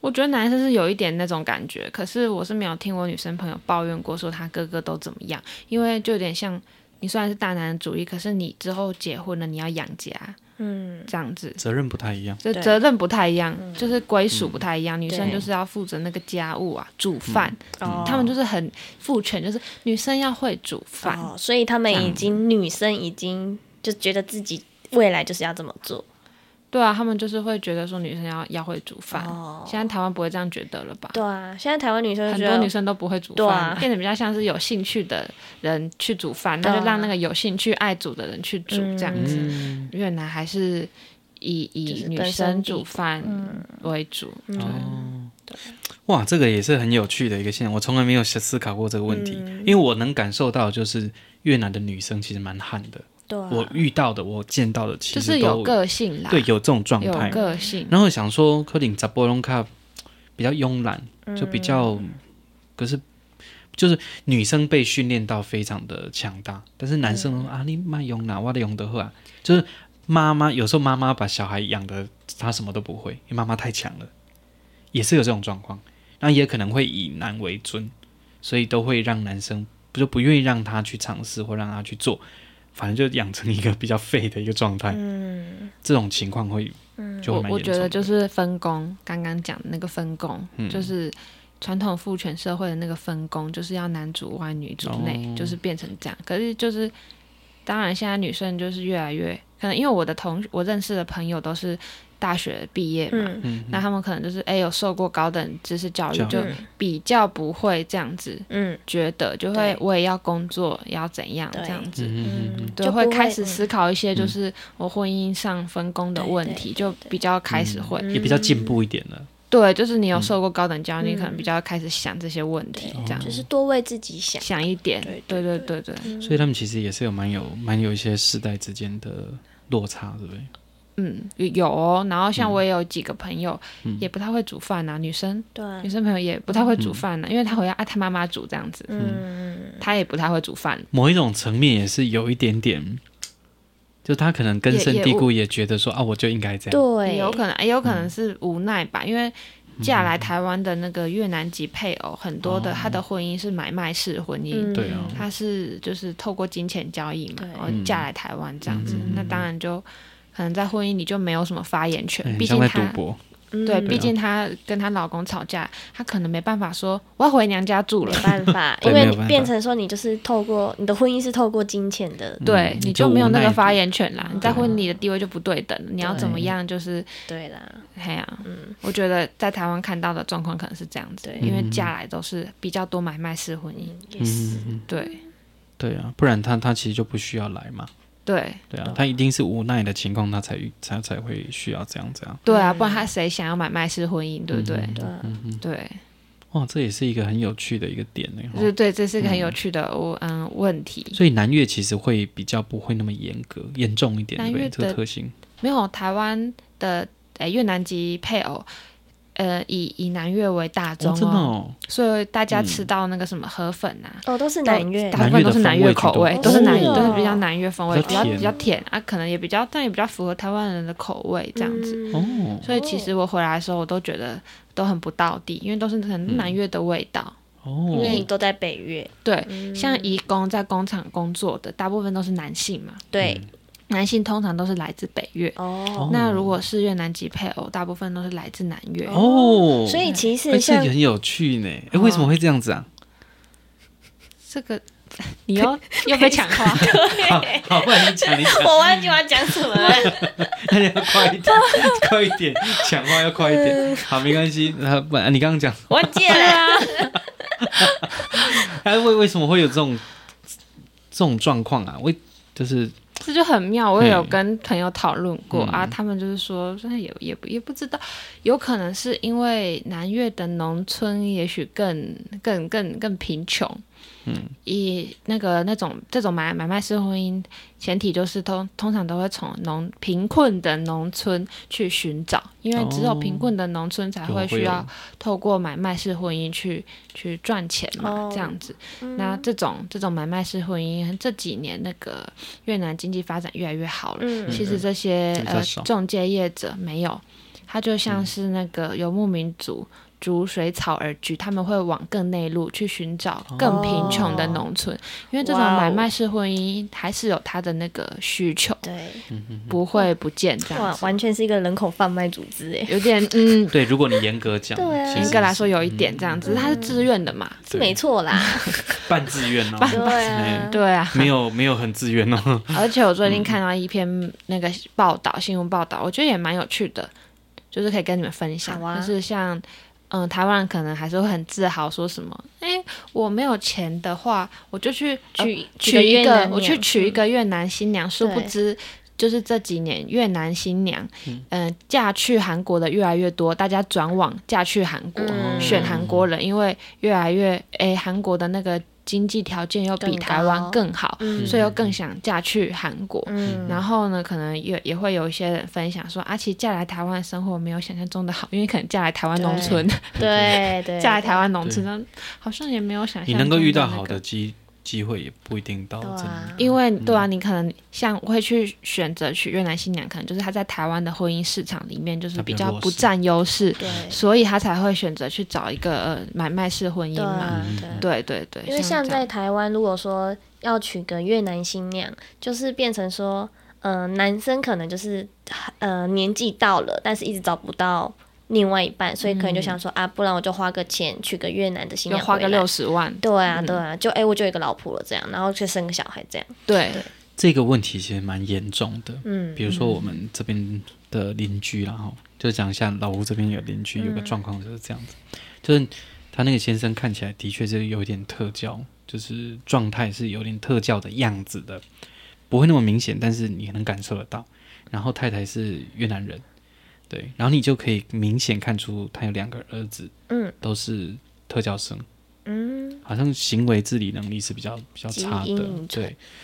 [SPEAKER 3] 我觉得男生是有一点那种感觉，可是我是没有听我女生朋友抱怨过说他哥哥都怎么样，因为就有点像你虽然是大男人主义，可是你之后结婚了，你要养家
[SPEAKER 2] 嗯，
[SPEAKER 3] 这样子。
[SPEAKER 1] 责任不太一样。
[SPEAKER 3] 就
[SPEAKER 2] 对嗯
[SPEAKER 3] 责任不太一样，就是归属不太一样。女生
[SPEAKER 2] 对
[SPEAKER 3] 就是要负责那个家务啊，煮饭，
[SPEAKER 2] 哦
[SPEAKER 3] 他们就是很父权，就是女生要会煮饭。
[SPEAKER 2] 哦，所以他们已经女生已经就觉得自己未来就是要这么做。
[SPEAKER 3] 对啊，他们就是会觉得说女生要要会煮饭。
[SPEAKER 2] 哦
[SPEAKER 3] 现在台湾不会这样觉得了吧？
[SPEAKER 2] 对啊，现在台湾女生就
[SPEAKER 3] 很
[SPEAKER 2] 觉
[SPEAKER 3] 多
[SPEAKER 2] 得
[SPEAKER 3] 女生都不会煮
[SPEAKER 2] 对
[SPEAKER 3] 饭，
[SPEAKER 2] 啊
[SPEAKER 3] 变得比较像是有兴趣的人去煮饭，
[SPEAKER 2] 对啊
[SPEAKER 3] 那就让那个有兴趣爱煮的人去煮
[SPEAKER 2] 嗯
[SPEAKER 3] 这样子。越南还是以
[SPEAKER 2] 就是
[SPEAKER 3] 以
[SPEAKER 2] 根
[SPEAKER 3] 女
[SPEAKER 2] 深
[SPEAKER 3] 生
[SPEAKER 2] 蒂
[SPEAKER 3] 煮饭
[SPEAKER 2] 嗯
[SPEAKER 3] 为主，
[SPEAKER 1] 哦，哇，这个也是很有趣的一个现象，我从来没有思思考过这个问题，
[SPEAKER 3] 嗯
[SPEAKER 1] 因为我能感受到，就是越南的女生其实蛮悍的，
[SPEAKER 2] 对啊，
[SPEAKER 1] 我遇到的，我见到的，其
[SPEAKER 3] 就
[SPEAKER 1] 实
[SPEAKER 3] 是
[SPEAKER 1] 都
[SPEAKER 3] 有个性啦，
[SPEAKER 1] 对有这种状
[SPEAKER 3] 有
[SPEAKER 1] 态。
[SPEAKER 3] 个性。
[SPEAKER 1] 然后想说，柯林扎波隆卡比较慵懒，
[SPEAKER 3] 嗯
[SPEAKER 1] 就比较，可是就是女生被训练到非常的强大，但是男
[SPEAKER 3] 嗯
[SPEAKER 1] 生、啊，你妈慵懒，我的用的话，就是妈妈有时候妈妈把小孩养的他什么都不会，因为妈妈太强了，也是有这种状况。那也可能会以男为尊，所以都会让男生不就不愿意让他去尝试或让他去做，反正就养成一个比较废的一个状态。嗯，这种情况会。就会
[SPEAKER 3] 我
[SPEAKER 1] 蛮
[SPEAKER 3] 嗯我
[SPEAKER 1] 严
[SPEAKER 3] 觉
[SPEAKER 1] 重的
[SPEAKER 3] 得
[SPEAKER 1] 嗯
[SPEAKER 3] 就是分工，刚刚讲的那个分工，就是传统父权社会的那个分工，就是要男主外女主内，
[SPEAKER 1] 哦
[SPEAKER 3] 就是变成这样。可是就是，当然现在女生就是越来越可能，因为我的同我认识的朋友都是大学毕业嘛，
[SPEAKER 2] 嗯
[SPEAKER 3] 那他们可能就是哎有受过高等知识教育，
[SPEAKER 1] 教育
[SPEAKER 3] 就比较不会这样子
[SPEAKER 2] 嗯
[SPEAKER 3] 觉得，就
[SPEAKER 2] 对
[SPEAKER 3] 会我也要工作，也要怎样
[SPEAKER 2] 对
[SPEAKER 3] 这样子。
[SPEAKER 1] 嗯嗯嗯
[SPEAKER 2] 嗯，
[SPEAKER 3] 对，
[SPEAKER 2] 就
[SPEAKER 3] 会
[SPEAKER 2] 不
[SPEAKER 3] 开始
[SPEAKER 2] 嗯
[SPEAKER 3] 思考一些就是我婚姻上分工的
[SPEAKER 2] 对
[SPEAKER 3] 问
[SPEAKER 2] 对
[SPEAKER 3] 题，
[SPEAKER 2] 对
[SPEAKER 3] 就比较开始会。
[SPEAKER 1] 嗯也比较嗯进步一点了。
[SPEAKER 3] 对，就是你有受过高等教育，你可能
[SPEAKER 2] 嗯
[SPEAKER 3] 比较开始想这些问题，
[SPEAKER 1] 哦
[SPEAKER 3] 这样
[SPEAKER 2] 就是多为自己想。
[SPEAKER 3] 想一点。
[SPEAKER 2] 对
[SPEAKER 3] 对对对对，
[SPEAKER 1] 所以他们其实也是有蛮有蛮有一些世代之间的落差，对不对？
[SPEAKER 3] 嗯，有哦。然后像
[SPEAKER 1] 嗯
[SPEAKER 3] 我也有几个朋友也不太会煮饭呐，女生
[SPEAKER 2] 对啊
[SPEAKER 3] 女，生朋友也
[SPEAKER 1] 嗯
[SPEAKER 3] 不太会煮饭呐，因为她回家啊，她妈妈煮这样子，
[SPEAKER 2] 嗯，
[SPEAKER 3] 她也不太会煮饭。
[SPEAKER 1] 某一种层面也是有一点点，就他可能根深蒂固，也觉得说啊，我就应该这样。
[SPEAKER 2] 对，
[SPEAKER 3] 有可能，也有可能是无奈吧，因为嫁
[SPEAKER 1] 嗯
[SPEAKER 3] 来台湾的那个越南籍配偶，很多
[SPEAKER 1] 哦
[SPEAKER 3] 的她的婚姻是买卖式婚姻，
[SPEAKER 2] 嗯
[SPEAKER 1] 对啊，
[SPEAKER 3] 他是就是透过金钱交易嘛
[SPEAKER 2] 对，
[SPEAKER 3] 然后嫁来
[SPEAKER 1] 嗯
[SPEAKER 3] 台湾这样子，那当然就可能在婚姻里就没有什么发言权，
[SPEAKER 1] 很
[SPEAKER 3] 毕
[SPEAKER 1] 嗯像
[SPEAKER 3] 竟
[SPEAKER 1] 在赌
[SPEAKER 3] 他
[SPEAKER 1] 博，
[SPEAKER 3] 对，
[SPEAKER 2] 嗯
[SPEAKER 3] (laughs) 毕竟她跟她老公吵架，她可能没办法说我要回娘家住了
[SPEAKER 2] 没。办法，
[SPEAKER 1] 对
[SPEAKER 2] 因为
[SPEAKER 1] 没有
[SPEAKER 2] 你
[SPEAKER 1] 办法
[SPEAKER 2] 变成说你就是透过你的婚姻是透过金钱的，
[SPEAKER 3] 对，
[SPEAKER 1] 嗯你
[SPEAKER 3] 你
[SPEAKER 1] 就
[SPEAKER 3] 就没有那
[SPEAKER 1] 无奈
[SPEAKER 3] 个
[SPEAKER 1] 地啊
[SPEAKER 3] 发言权啦，你在
[SPEAKER 2] 对
[SPEAKER 3] 婚礼的地位就不对等。你要怎么样？就是，
[SPEAKER 2] 对啦，
[SPEAKER 3] 嘿呀、我觉得在台湾看到的状况可能是这样子，
[SPEAKER 2] 对
[SPEAKER 3] 因为嫁来都是比较多买卖式婚姻，
[SPEAKER 1] 嗯
[SPEAKER 2] 也是，
[SPEAKER 3] 对
[SPEAKER 1] 对啊，不然他他其实就不需要来嘛。
[SPEAKER 3] 对
[SPEAKER 1] 对啊，他一定是无奈的情况，他才遇才才会需要这样这样。
[SPEAKER 3] 对啊，不然他谁想要买卖式婚姻，对不对？
[SPEAKER 2] 对啊，
[SPEAKER 3] 对，
[SPEAKER 1] 哇，哦这也是一个很有趣的一个点呢。
[SPEAKER 3] 就
[SPEAKER 1] 吼
[SPEAKER 3] 是对，这是个很有趣的我嗯问题。
[SPEAKER 1] 所以南越其实会比较不会那么严格、严重一点，对
[SPEAKER 3] 南
[SPEAKER 1] 不对？
[SPEAKER 3] 越
[SPEAKER 1] 这个
[SPEAKER 3] 的
[SPEAKER 1] 特性，哦
[SPEAKER 3] 没有台湾的诶越南籍配偶，呃，以以南越为大宗
[SPEAKER 2] 啊
[SPEAKER 1] 哦，真的哦，
[SPEAKER 3] 所以大家吃到那个什么河粉啊，
[SPEAKER 2] 哦，都是
[SPEAKER 3] 都
[SPEAKER 2] 南越
[SPEAKER 3] 大，部分都是南越口味，
[SPEAKER 2] 南越的风味
[SPEAKER 3] 都是南
[SPEAKER 2] 居多
[SPEAKER 3] 都是比较南越风味，
[SPEAKER 1] 比
[SPEAKER 3] 比
[SPEAKER 1] 较
[SPEAKER 3] 较
[SPEAKER 1] 甜
[SPEAKER 3] 比较甜啊，可能也比较，但也比较符合台湾人的口味这样子。
[SPEAKER 2] 嗯
[SPEAKER 1] 哦，
[SPEAKER 3] 所以其实我回来的时候，我都觉得都很不到地，因为都是很南越的味道。
[SPEAKER 2] 因为你
[SPEAKER 1] 哦，
[SPEAKER 2] 都在北越，
[SPEAKER 3] 对，像移工在工厂工作的，大部分都是男性嘛，
[SPEAKER 2] 对，
[SPEAKER 3] 男性通常都是来自北越。
[SPEAKER 2] 哦，
[SPEAKER 3] 那如果是越南籍配偶，大部分都是来自南越。
[SPEAKER 1] 哦，
[SPEAKER 2] 所以其
[SPEAKER 1] 哎
[SPEAKER 2] 实
[SPEAKER 1] 这
[SPEAKER 2] 像哦
[SPEAKER 1] 也很有趣呢。哎，为什么会这样子
[SPEAKER 2] (laughs)
[SPEAKER 1] 啊？
[SPEAKER 3] 这个 (laughs) 你又又被强化，
[SPEAKER 1] 好，不然你讲，你讲，
[SPEAKER 2] (laughs) 我忘记我要讲什么了，
[SPEAKER 1] 那你要快一点，快一点，讲话要快一
[SPEAKER 2] (laughs) 嗯
[SPEAKER 1] 点。好，没关系。那不啊然你刚刚讲，
[SPEAKER 2] 我忘记了，
[SPEAKER 1] 哎，为为什么会有这种这种状况啊？为就是
[SPEAKER 3] 这就很妙，我也有
[SPEAKER 1] 嘿
[SPEAKER 3] 跟朋友讨论过、
[SPEAKER 1] 嗯
[SPEAKER 3] 啊，他们就是说，真的也也不也不知道，有可能是因为南越的农村也许更更更更贫穷，嗯，以那个那种这种买买卖式婚姻，前提就是通通常都会从农贫困的农村去寻找，因为只有
[SPEAKER 1] 哦
[SPEAKER 3] 贫困的农村才
[SPEAKER 1] 有
[SPEAKER 3] 会
[SPEAKER 1] 会
[SPEAKER 3] 需
[SPEAKER 1] 有
[SPEAKER 3] 要透过买卖式婚姻去去赚钱嘛，
[SPEAKER 2] 哦
[SPEAKER 3] 这样子。那这种这种买卖式婚姻，这几年那个越南经济发展越来越好了，
[SPEAKER 2] 嗯
[SPEAKER 3] 其实这些
[SPEAKER 1] 比较
[SPEAKER 3] 呃
[SPEAKER 1] 少
[SPEAKER 3] 中介业者没有，他就像是那个游牧民族。逐水草而居，他们会往更内陆去寻找更贫穷的农村，因为这种
[SPEAKER 2] 哇哦
[SPEAKER 3] 买卖式婚姻还是有它的那个需求，
[SPEAKER 1] 嗯
[SPEAKER 2] 对，
[SPEAKER 3] 不会不见这样
[SPEAKER 2] 哇，
[SPEAKER 3] 子，
[SPEAKER 2] 完全是一个人口贩卖组织哎，
[SPEAKER 3] 有点
[SPEAKER 1] (laughs)
[SPEAKER 3] 嗯，
[SPEAKER 1] 对，如果你严格讲，
[SPEAKER 2] 对啊
[SPEAKER 1] 其实
[SPEAKER 3] 严格来说有一
[SPEAKER 1] 嗯
[SPEAKER 3] 点这样子，它是自愿的嘛，
[SPEAKER 2] 是没错啦，
[SPEAKER 1] 半自愿哦，
[SPEAKER 2] 对
[SPEAKER 1] 哎
[SPEAKER 2] 啊，
[SPEAKER 3] 对啊，
[SPEAKER 1] (laughs) 没有没有很自愿哦。
[SPEAKER 3] (laughs) 而且我最近看到一篇那个报道，新闻报道，我觉得也蛮有趣的，就是可以跟你们分享。
[SPEAKER 2] 好啊
[SPEAKER 3] 就是像，嗯，台湾人可能还是会很自豪，说什么，哎、我没有钱的话，我就去呃
[SPEAKER 2] 娶
[SPEAKER 3] 娶一
[SPEAKER 2] 哦个越
[SPEAKER 3] 个
[SPEAKER 2] 南，
[SPEAKER 3] 我去
[SPEAKER 2] 娘
[SPEAKER 3] 娶一个越南新娘，殊不
[SPEAKER 2] 对
[SPEAKER 3] 知。就是这几年越南新娘，嗯、嫁去韩国的越来越多，大家转往嫁去韩国，
[SPEAKER 2] 嗯
[SPEAKER 3] 选韩国人，因为越来越诶，韩国的那个经济条件又比
[SPEAKER 2] 更
[SPEAKER 3] 台湾
[SPEAKER 2] 高
[SPEAKER 3] 更好，
[SPEAKER 2] 嗯
[SPEAKER 3] 所以又更想嫁去韩国。
[SPEAKER 2] 嗯，
[SPEAKER 3] 然后呢，可能也也会有一些人分享说，啊，其实嫁来台湾生活没有想象中的好，因为可能嫁来台湾农村， (laughs)
[SPEAKER 2] 对对，
[SPEAKER 3] 嫁来台湾农村呢，好像也没有想象
[SPEAKER 1] (laughs) 你
[SPEAKER 3] 中
[SPEAKER 1] 能够遇到好的
[SPEAKER 3] 的那个。
[SPEAKER 1] 机机会，也不一定到
[SPEAKER 2] 对
[SPEAKER 1] 真的。
[SPEAKER 2] 啊，
[SPEAKER 3] 因为对啊，你可能像我会去选择娶越南新娘，可能就是她在台湾的婚姻市场里面就是
[SPEAKER 1] 她比
[SPEAKER 3] 比
[SPEAKER 1] 较
[SPEAKER 3] 较
[SPEAKER 1] 弱势
[SPEAKER 3] 不占优势，
[SPEAKER 2] 对
[SPEAKER 3] 所以她才会选择去找一个呃买卖式婚姻
[SPEAKER 2] 对
[SPEAKER 3] 嘛。
[SPEAKER 2] 啊对啊。
[SPEAKER 3] 对对嗯对，
[SPEAKER 2] 因为像
[SPEAKER 3] 这样
[SPEAKER 2] 在台湾，如果说要娶个越南新娘，就是变成说，呃，男生可能就是呃年纪到了，但是一直找不到另外一半，所以可能就想说、啊，不然我就花个钱娶个越南的新
[SPEAKER 3] 要
[SPEAKER 2] 娘
[SPEAKER 3] 嗯花个
[SPEAKER 2] 回来
[SPEAKER 3] 六。十嗯万，
[SPEAKER 2] 对啊，对啊，就哎、我就有一个老婆了，这样，然后去生个小孩，这样，
[SPEAKER 3] 对
[SPEAKER 1] 这个问题其实蛮严重的。
[SPEAKER 2] 嗯，
[SPEAKER 1] 比如说我们这边的邻居啦，然后就讲一下老吴这边有邻居有个状况就是这样子，就是他那个先生看起来的确是有一点特教，就是状态是有点特教的样子的，不会那么明显，但是你能感受得到。然后太太是越南人，对，然后你就可以明显看出他有两个儿子，
[SPEAKER 2] 嗯，
[SPEAKER 1] 都是特教生，
[SPEAKER 2] 嗯，
[SPEAKER 1] 好像行为自理能力是比较比较差
[SPEAKER 2] 基因
[SPEAKER 1] 的
[SPEAKER 2] 遗，嗯传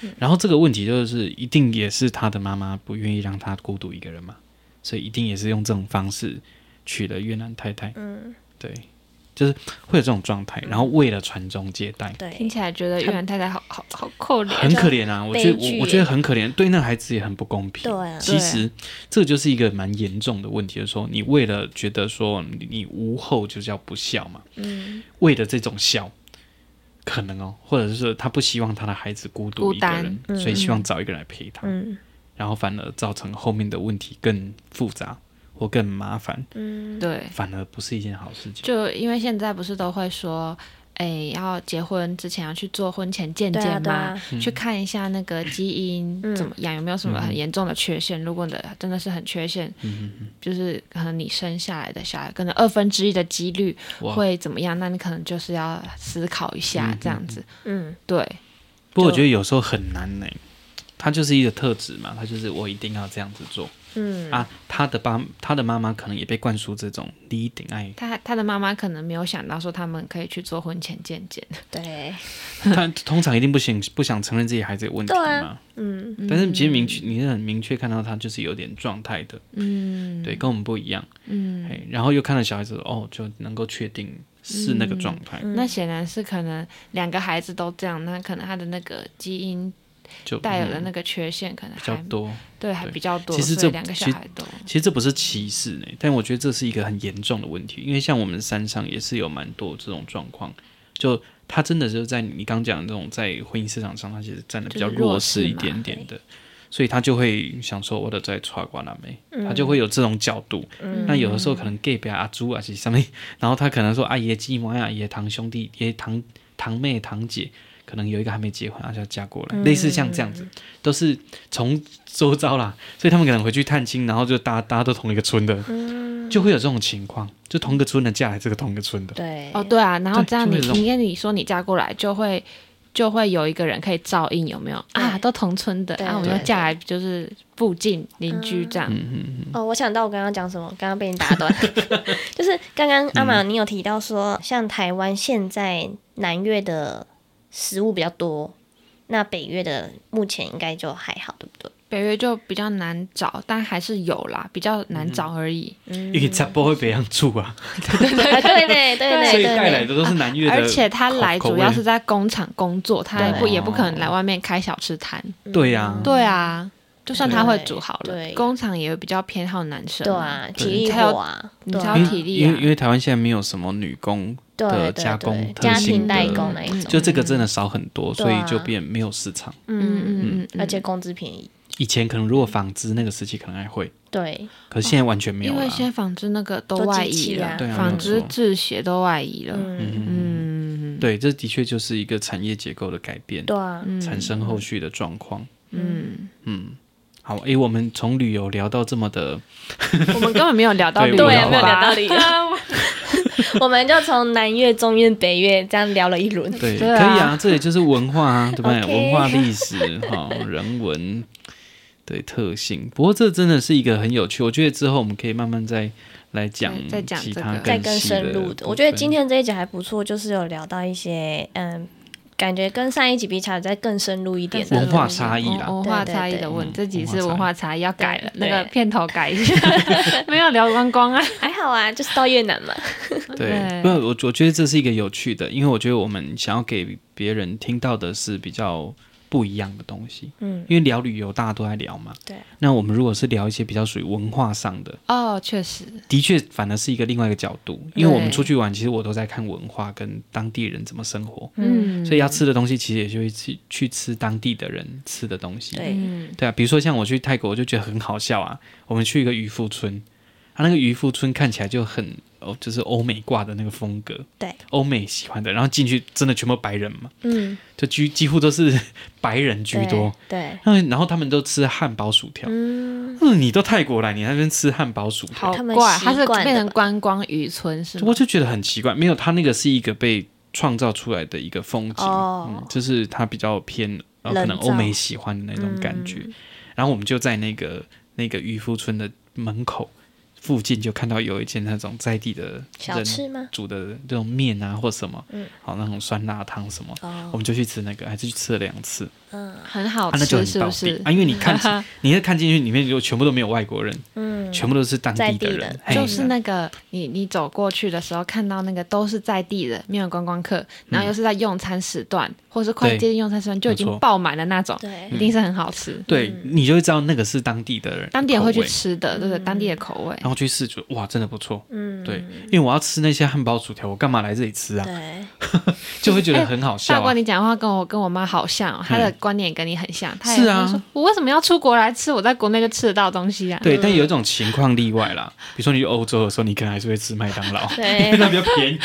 [SPEAKER 1] 对。然后这个问题就是，一定也是他的妈妈不愿意让他孤独一个人嘛，所以一定也是用这种方式娶了越南太太，
[SPEAKER 2] 嗯，
[SPEAKER 1] 对，就是会有这种状态。然后为了传宗接代，
[SPEAKER 3] 听
[SPEAKER 2] 对，
[SPEAKER 3] 起来觉得越南太太好好好可怜，
[SPEAKER 1] 很可怜啊！我觉得
[SPEAKER 2] 悲剧
[SPEAKER 1] 我
[SPEAKER 2] 耶
[SPEAKER 1] 我觉得很可怜，对那孩子也很不公平。
[SPEAKER 2] 对啊
[SPEAKER 1] 其实这就是一个蛮严重的问题，就是说你为了觉得说你你无后就叫不孝嘛，
[SPEAKER 2] 嗯，
[SPEAKER 1] 为了这种孝，可能哦，或者是他不希望他的孩子孤独
[SPEAKER 3] 孤
[SPEAKER 1] 一个
[SPEAKER 3] 单嗯
[SPEAKER 1] 人，所以希望找一个人来陪他，
[SPEAKER 2] 嗯，
[SPEAKER 1] 然后反而造成后面的问题更复杂。或更麻烦，
[SPEAKER 2] 嗯，
[SPEAKER 3] 对，
[SPEAKER 1] 反而不是一件好事情。
[SPEAKER 3] 就因为现在不是都会说，哎，要结婚之前要去做婚前健
[SPEAKER 2] 对啊
[SPEAKER 3] 检
[SPEAKER 2] 对
[SPEAKER 3] 嘛，
[SPEAKER 2] 啊，
[SPEAKER 3] 去看一下那个基因
[SPEAKER 2] 嗯
[SPEAKER 3] 怎么样，有没有什么
[SPEAKER 1] 嗯
[SPEAKER 3] 很严重的缺陷。如果你的真的是很缺陷，
[SPEAKER 1] 嗯嗯
[SPEAKER 3] 就是可能你生下来的小孩，可能二分之一的几率
[SPEAKER 1] 嗯，哇！
[SPEAKER 3] 会怎么样，那你可能就是要思考一下
[SPEAKER 1] 嗯
[SPEAKER 3] 这样子。
[SPEAKER 2] 嗯，
[SPEAKER 3] 对，，
[SPEAKER 1] 不过我觉得有时候很难呢、他就是一个特质嘛，他就是我一定要这样子做、
[SPEAKER 2] 嗯，
[SPEAKER 1] 啊。他的爸，他的妈妈可能也被灌输这种你一定爱
[SPEAKER 3] 他他的妈妈可能没有想到说他们可以去做婚前健检。
[SPEAKER 2] 对，
[SPEAKER 1] 他 (laughs) 通常一定不想不想承认自己孩子有问题
[SPEAKER 2] 对
[SPEAKER 1] 嘛。
[SPEAKER 2] 啊嗯，
[SPEAKER 1] 但是其实明确，你是很明确看到他就是有点状态的，
[SPEAKER 3] 嗯，
[SPEAKER 1] 对，跟我们不一样。
[SPEAKER 3] 嗯，
[SPEAKER 1] 哎，然后又看了小孩子，哦，就能够确定是那个状态，
[SPEAKER 2] 嗯
[SPEAKER 3] 那显然是可能两个孩子都这样，那可能他的那个基因
[SPEAKER 1] 就
[SPEAKER 3] 带有的
[SPEAKER 1] 嗯
[SPEAKER 3] 那个缺陷可能
[SPEAKER 1] 比较
[SPEAKER 3] 还
[SPEAKER 1] 多。
[SPEAKER 3] 对还
[SPEAKER 1] 对
[SPEAKER 3] 比较多，
[SPEAKER 1] 其实
[SPEAKER 3] 所
[SPEAKER 1] 这
[SPEAKER 3] 以两个小
[SPEAKER 1] 其实
[SPEAKER 3] 孩都
[SPEAKER 1] 其实这不是歧视呢，但我觉得这是一个很严重的问题，因为像我们山上也是有蛮多这种状况，就他真的就是在你刚讲的这种在婚姻市场上，他其实占的比较
[SPEAKER 3] 就是弱势
[SPEAKER 1] 势一
[SPEAKER 3] 嘛哎
[SPEAKER 1] 点点的，所以他就会想说我的在抓瓜那妹，
[SPEAKER 3] 嗯
[SPEAKER 1] 他就会有这种角度。那有的时候可能 gay 表阿朱啊是上面，然后他可能说啊爷继母啊爷堂兄弟爷堂堂妹堂姐。可能有一个还没结婚，啊，就要嫁过来，类似像这样子，都是从周遭啦，所以他们可能回去探亲，然后就大大家都同一个村的，就会有这种情况，就同个村的嫁来这个同个村的，
[SPEAKER 2] 对，
[SPEAKER 3] 哦，对啊，然后
[SPEAKER 1] 对
[SPEAKER 3] 这样
[SPEAKER 1] 就会
[SPEAKER 3] 你
[SPEAKER 1] 有这种
[SPEAKER 3] 你跟你说你嫁过来就会就会有一个人可以照应，有没有啊？
[SPEAKER 2] 对
[SPEAKER 3] 都同村的
[SPEAKER 2] 对
[SPEAKER 3] 啊，我
[SPEAKER 1] 对嗯
[SPEAKER 3] 们嫁嗯来就是附近邻居这样，
[SPEAKER 2] 哦，我想到我刚刚讲什么，刚刚被你打
[SPEAKER 1] (laughs)
[SPEAKER 2] 断， (laughs) 就是刚刚阿玛
[SPEAKER 1] 嗯
[SPEAKER 2] 你有提到说，像台湾现在南越的食物比较多，那北越的目前应该就还好，对不对？
[SPEAKER 3] 北约就比较难找，但还是有啦，比较
[SPEAKER 1] 嗯
[SPEAKER 3] 难找而已。
[SPEAKER 2] 嗯
[SPEAKER 1] 因为差不多会别样住啊，
[SPEAKER 2] 啊，对对对对
[SPEAKER 1] 所
[SPEAKER 2] 对
[SPEAKER 1] 以带来
[SPEAKER 2] 对，
[SPEAKER 1] 的都是南越的口，
[SPEAKER 3] 而且他来主要是
[SPEAKER 1] 口
[SPEAKER 3] 在工厂工作，他也不
[SPEAKER 1] 对
[SPEAKER 3] 也不可能来外面开小吃摊。
[SPEAKER 1] 味对呀、
[SPEAKER 3] 对啊，就算他会煮好
[SPEAKER 2] 对
[SPEAKER 3] 了，工厂也比较偏好男生。
[SPEAKER 2] 对，啊，体力
[SPEAKER 3] 还有
[SPEAKER 2] 活啊，
[SPEAKER 3] 你
[SPEAKER 2] 对
[SPEAKER 3] 知道
[SPEAKER 2] 啊
[SPEAKER 3] 体
[SPEAKER 1] 嗯
[SPEAKER 3] 力啊
[SPEAKER 1] 因为因为台湾现在没有什么女工，
[SPEAKER 2] 对
[SPEAKER 1] 的
[SPEAKER 2] 对
[SPEAKER 1] 加工
[SPEAKER 2] 对，
[SPEAKER 1] 特
[SPEAKER 2] 家
[SPEAKER 1] 性
[SPEAKER 2] 庭代
[SPEAKER 1] 的
[SPEAKER 2] 工那一种，
[SPEAKER 1] 就这个真的少很多，
[SPEAKER 2] 对
[SPEAKER 1] 所以
[SPEAKER 2] 啊
[SPEAKER 1] 就变没有市场。
[SPEAKER 3] 嗯
[SPEAKER 2] 嗯，
[SPEAKER 3] 嗯嗯嗯，
[SPEAKER 2] 而且工资便宜，
[SPEAKER 1] 以前可能如果纺织那个时期可能还会，
[SPEAKER 2] 对，
[SPEAKER 1] 可是现在完全没有
[SPEAKER 3] 因
[SPEAKER 1] 了、
[SPEAKER 3] 为现在纺织那个都
[SPEAKER 2] 都机
[SPEAKER 3] 外
[SPEAKER 2] 器
[SPEAKER 3] 移
[SPEAKER 2] 啊
[SPEAKER 3] 了
[SPEAKER 1] 对啊，
[SPEAKER 3] 纺
[SPEAKER 1] 没
[SPEAKER 3] 织
[SPEAKER 1] 有错
[SPEAKER 3] 制鞋都外移了。
[SPEAKER 2] 嗯，
[SPEAKER 3] 嗯，
[SPEAKER 1] 对，这的确就是一个产业结构的改变，
[SPEAKER 2] 对啊，
[SPEAKER 1] 产生后续的状况。
[SPEAKER 3] 嗯，
[SPEAKER 1] 嗯，好，诶，我们从旅游聊到这么的，
[SPEAKER 3] 嗯我们根本没有聊到
[SPEAKER 1] (laughs) 对
[SPEAKER 3] 旅游
[SPEAKER 1] 我
[SPEAKER 2] 对
[SPEAKER 1] 们
[SPEAKER 2] 啊，
[SPEAKER 1] 好
[SPEAKER 2] 没有聊
[SPEAKER 3] 吧
[SPEAKER 2] 道理， (laughs)
[SPEAKER 3] (laughs)
[SPEAKER 2] 我们就从南越、中越、北越这样聊了一轮，
[SPEAKER 1] 对，
[SPEAKER 3] 对啊
[SPEAKER 1] 可以啊，这也就是文化啊，对不对
[SPEAKER 2] 嗯 OK
[SPEAKER 1] 文化历史哈、人文对特性。不过这真的是一个很有趣，我觉得之后我们可以慢慢再来讲
[SPEAKER 3] 对再讲
[SPEAKER 1] 其
[SPEAKER 3] 这
[SPEAKER 1] 他
[SPEAKER 3] 个
[SPEAKER 2] 再更
[SPEAKER 1] 细
[SPEAKER 2] 深入
[SPEAKER 1] 的
[SPEAKER 2] 的。
[SPEAKER 1] 部
[SPEAKER 2] 我觉得
[SPEAKER 1] 分
[SPEAKER 2] 今天这一集还不错，就是有聊到一些嗯，感觉跟上一集比起来再更深入一点的
[SPEAKER 1] 文化
[SPEAKER 2] 东西
[SPEAKER 1] 差异啦
[SPEAKER 3] 文文化差异的问题，
[SPEAKER 1] 对对对
[SPEAKER 3] 这集是文化差异要改了，
[SPEAKER 2] 对
[SPEAKER 3] 那
[SPEAKER 2] 对
[SPEAKER 3] 个片头
[SPEAKER 1] (laughs)
[SPEAKER 3] 改一下，没有聊观光啊。
[SPEAKER 2] 还好啊，就是到越南嘛。
[SPEAKER 1] 对，
[SPEAKER 3] 对
[SPEAKER 1] 不，我我觉得这是一个有趣的，因为我觉得我们想要给别人听到的是比较不一样的东西。
[SPEAKER 2] 嗯，
[SPEAKER 1] 因为聊旅游，大家都在聊嘛。
[SPEAKER 2] 对。
[SPEAKER 1] 那我们如果是聊一些比较属于文化上的，
[SPEAKER 3] 哦，确实，
[SPEAKER 1] 的确反而是一个另外一个角度。因为我们
[SPEAKER 3] 对
[SPEAKER 1] 出去玩，其实我都在看文化跟当地人怎么生活，
[SPEAKER 3] 嗯，
[SPEAKER 1] 所以要吃的东西其实也就会去去吃当地的人吃的东西。
[SPEAKER 2] 对
[SPEAKER 3] 嗯，
[SPEAKER 1] 对啊，比如说像我去泰国，我就觉得很好笑啊。我们去一个渔夫村，他、那个渔夫村看起来就很哦，就是欧美挂的那个风格，
[SPEAKER 2] 对，
[SPEAKER 1] 欧美喜欢的。然后进去真的全部白人嘛，
[SPEAKER 2] 嗯，
[SPEAKER 1] 就几几乎都是白人居多。
[SPEAKER 2] 对。
[SPEAKER 1] 嗯，然后他们都吃汉堡薯条。
[SPEAKER 2] 嗯，
[SPEAKER 1] 嗯，你都泰国来，你还在那边吃汉堡薯条
[SPEAKER 3] 好，
[SPEAKER 2] 他们
[SPEAKER 3] 怪，
[SPEAKER 2] 习
[SPEAKER 3] 它是
[SPEAKER 2] 惯的
[SPEAKER 3] 变成
[SPEAKER 2] 吧
[SPEAKER 3] 观光渔村是吗
[SPEAKER 1] 我？就觉得很奇怪。没有，他那个是一个被创造出来的一个风景，
[SPEAKER 2] 哦
[SPEAKER 1] 嗯，就是他比较偏呃可
[SPEAKER 2] 人
[SPEAKER 1] 能欧美喜欢的那种感
[SPEAKER 2] 嗯
[SPEAKER 1] 觉。然后我们就在那个那个渔夫村的门口附近，就看到有一间那种在地的
[SPEAKER 2] 小
[SPEAKER 1] 人
[SPEAKER 2] 吃吗？
[SPEAKER 1] 煮的这种面啊，或什么，好那种酸辣汤什么，我
[SPEAKER 2] 哦，
[SPEAKER 1] 们就去吃那个，还是去吃了两次，
[SPEAKER 3] 很好
[SPEAKER 1] 啊，那就
[SPEAKER 3] 吃，
[SPEAKER 1] 很
[SPEAKER 3] 是
[SPEAKER 1] 到
[SPEAKER 3] 不
[SPEAKER 1] 底
[SPEAKER 3] 是？
[SPEAKER 1] 啊，因为你
[SPEAKER 3] (laughs)
[SPEAKER 1] 看进，你一看进去里面就全部都没有外国人，
[SPEAKER 2] 嗯，
[SPEAKER 1] 全部都是当
[SPEAKER 2] 在
[SPEAKER 1] 的
[SPEAKER 2] 地的
[SPEAKER 1] 人，嘿
[SPEAKER 3] 就是那个你你走过去的时候，看到那个都是在地的，没有观光
[SPEAKER 1] 嗯
[SPEAKER 3] 客，然后又是在用餐时段，或是快
[SPEAKER 1] 对
[SPEAKER 3] 接近用餐时段就已
[SPEAKER 1] 没错嗯
[SPEAKER 3] 经爆满的那种，
[SPEAKER 2] 对
[SPEAKER 3] 一定是很好吃。
[SPEAKER 1] 对你就会知道那个是当地的人，
[SPEAKER 3] 嗯当地人会去
[SPEAKER 1] 口味，嗯
[SPEAKER 3] 吃的，对不对？当地的口味
[SPEAKER 1] 然，后去试就哇，真的不错，
[SPEAKER 2] 嗯，
[SPEAKER 1] 对，因为我要吃那些汉堡薯条，我干嘛来这里吃啊？
[SPEAKER 2] 对，
[SPEAKER 1] 就会觉得很好
[SPEAKER 3] 大
[SPEAKER 1] 笑、啊
[SPEAKER 3] 哎官，。你讲话跟我跟我妈好像、哦，她的观念也跟你很像。她也
[SPEAKER 1] 是啊
[SPEAKER 3] 会说，我为什么要出国来吃？我在国内就吃得到东
[SPEAKER 1] (laughs)
[SPEAKER 3] 西啊。
[SPEAKER 1] 对，但有一种情况例外啦，比如说你去欧洲的时候，你可能还是会吃麦当劳， (laughs) 因为
[SPEAKER 2] 对
[SPEAKER 1] 那比较便宜。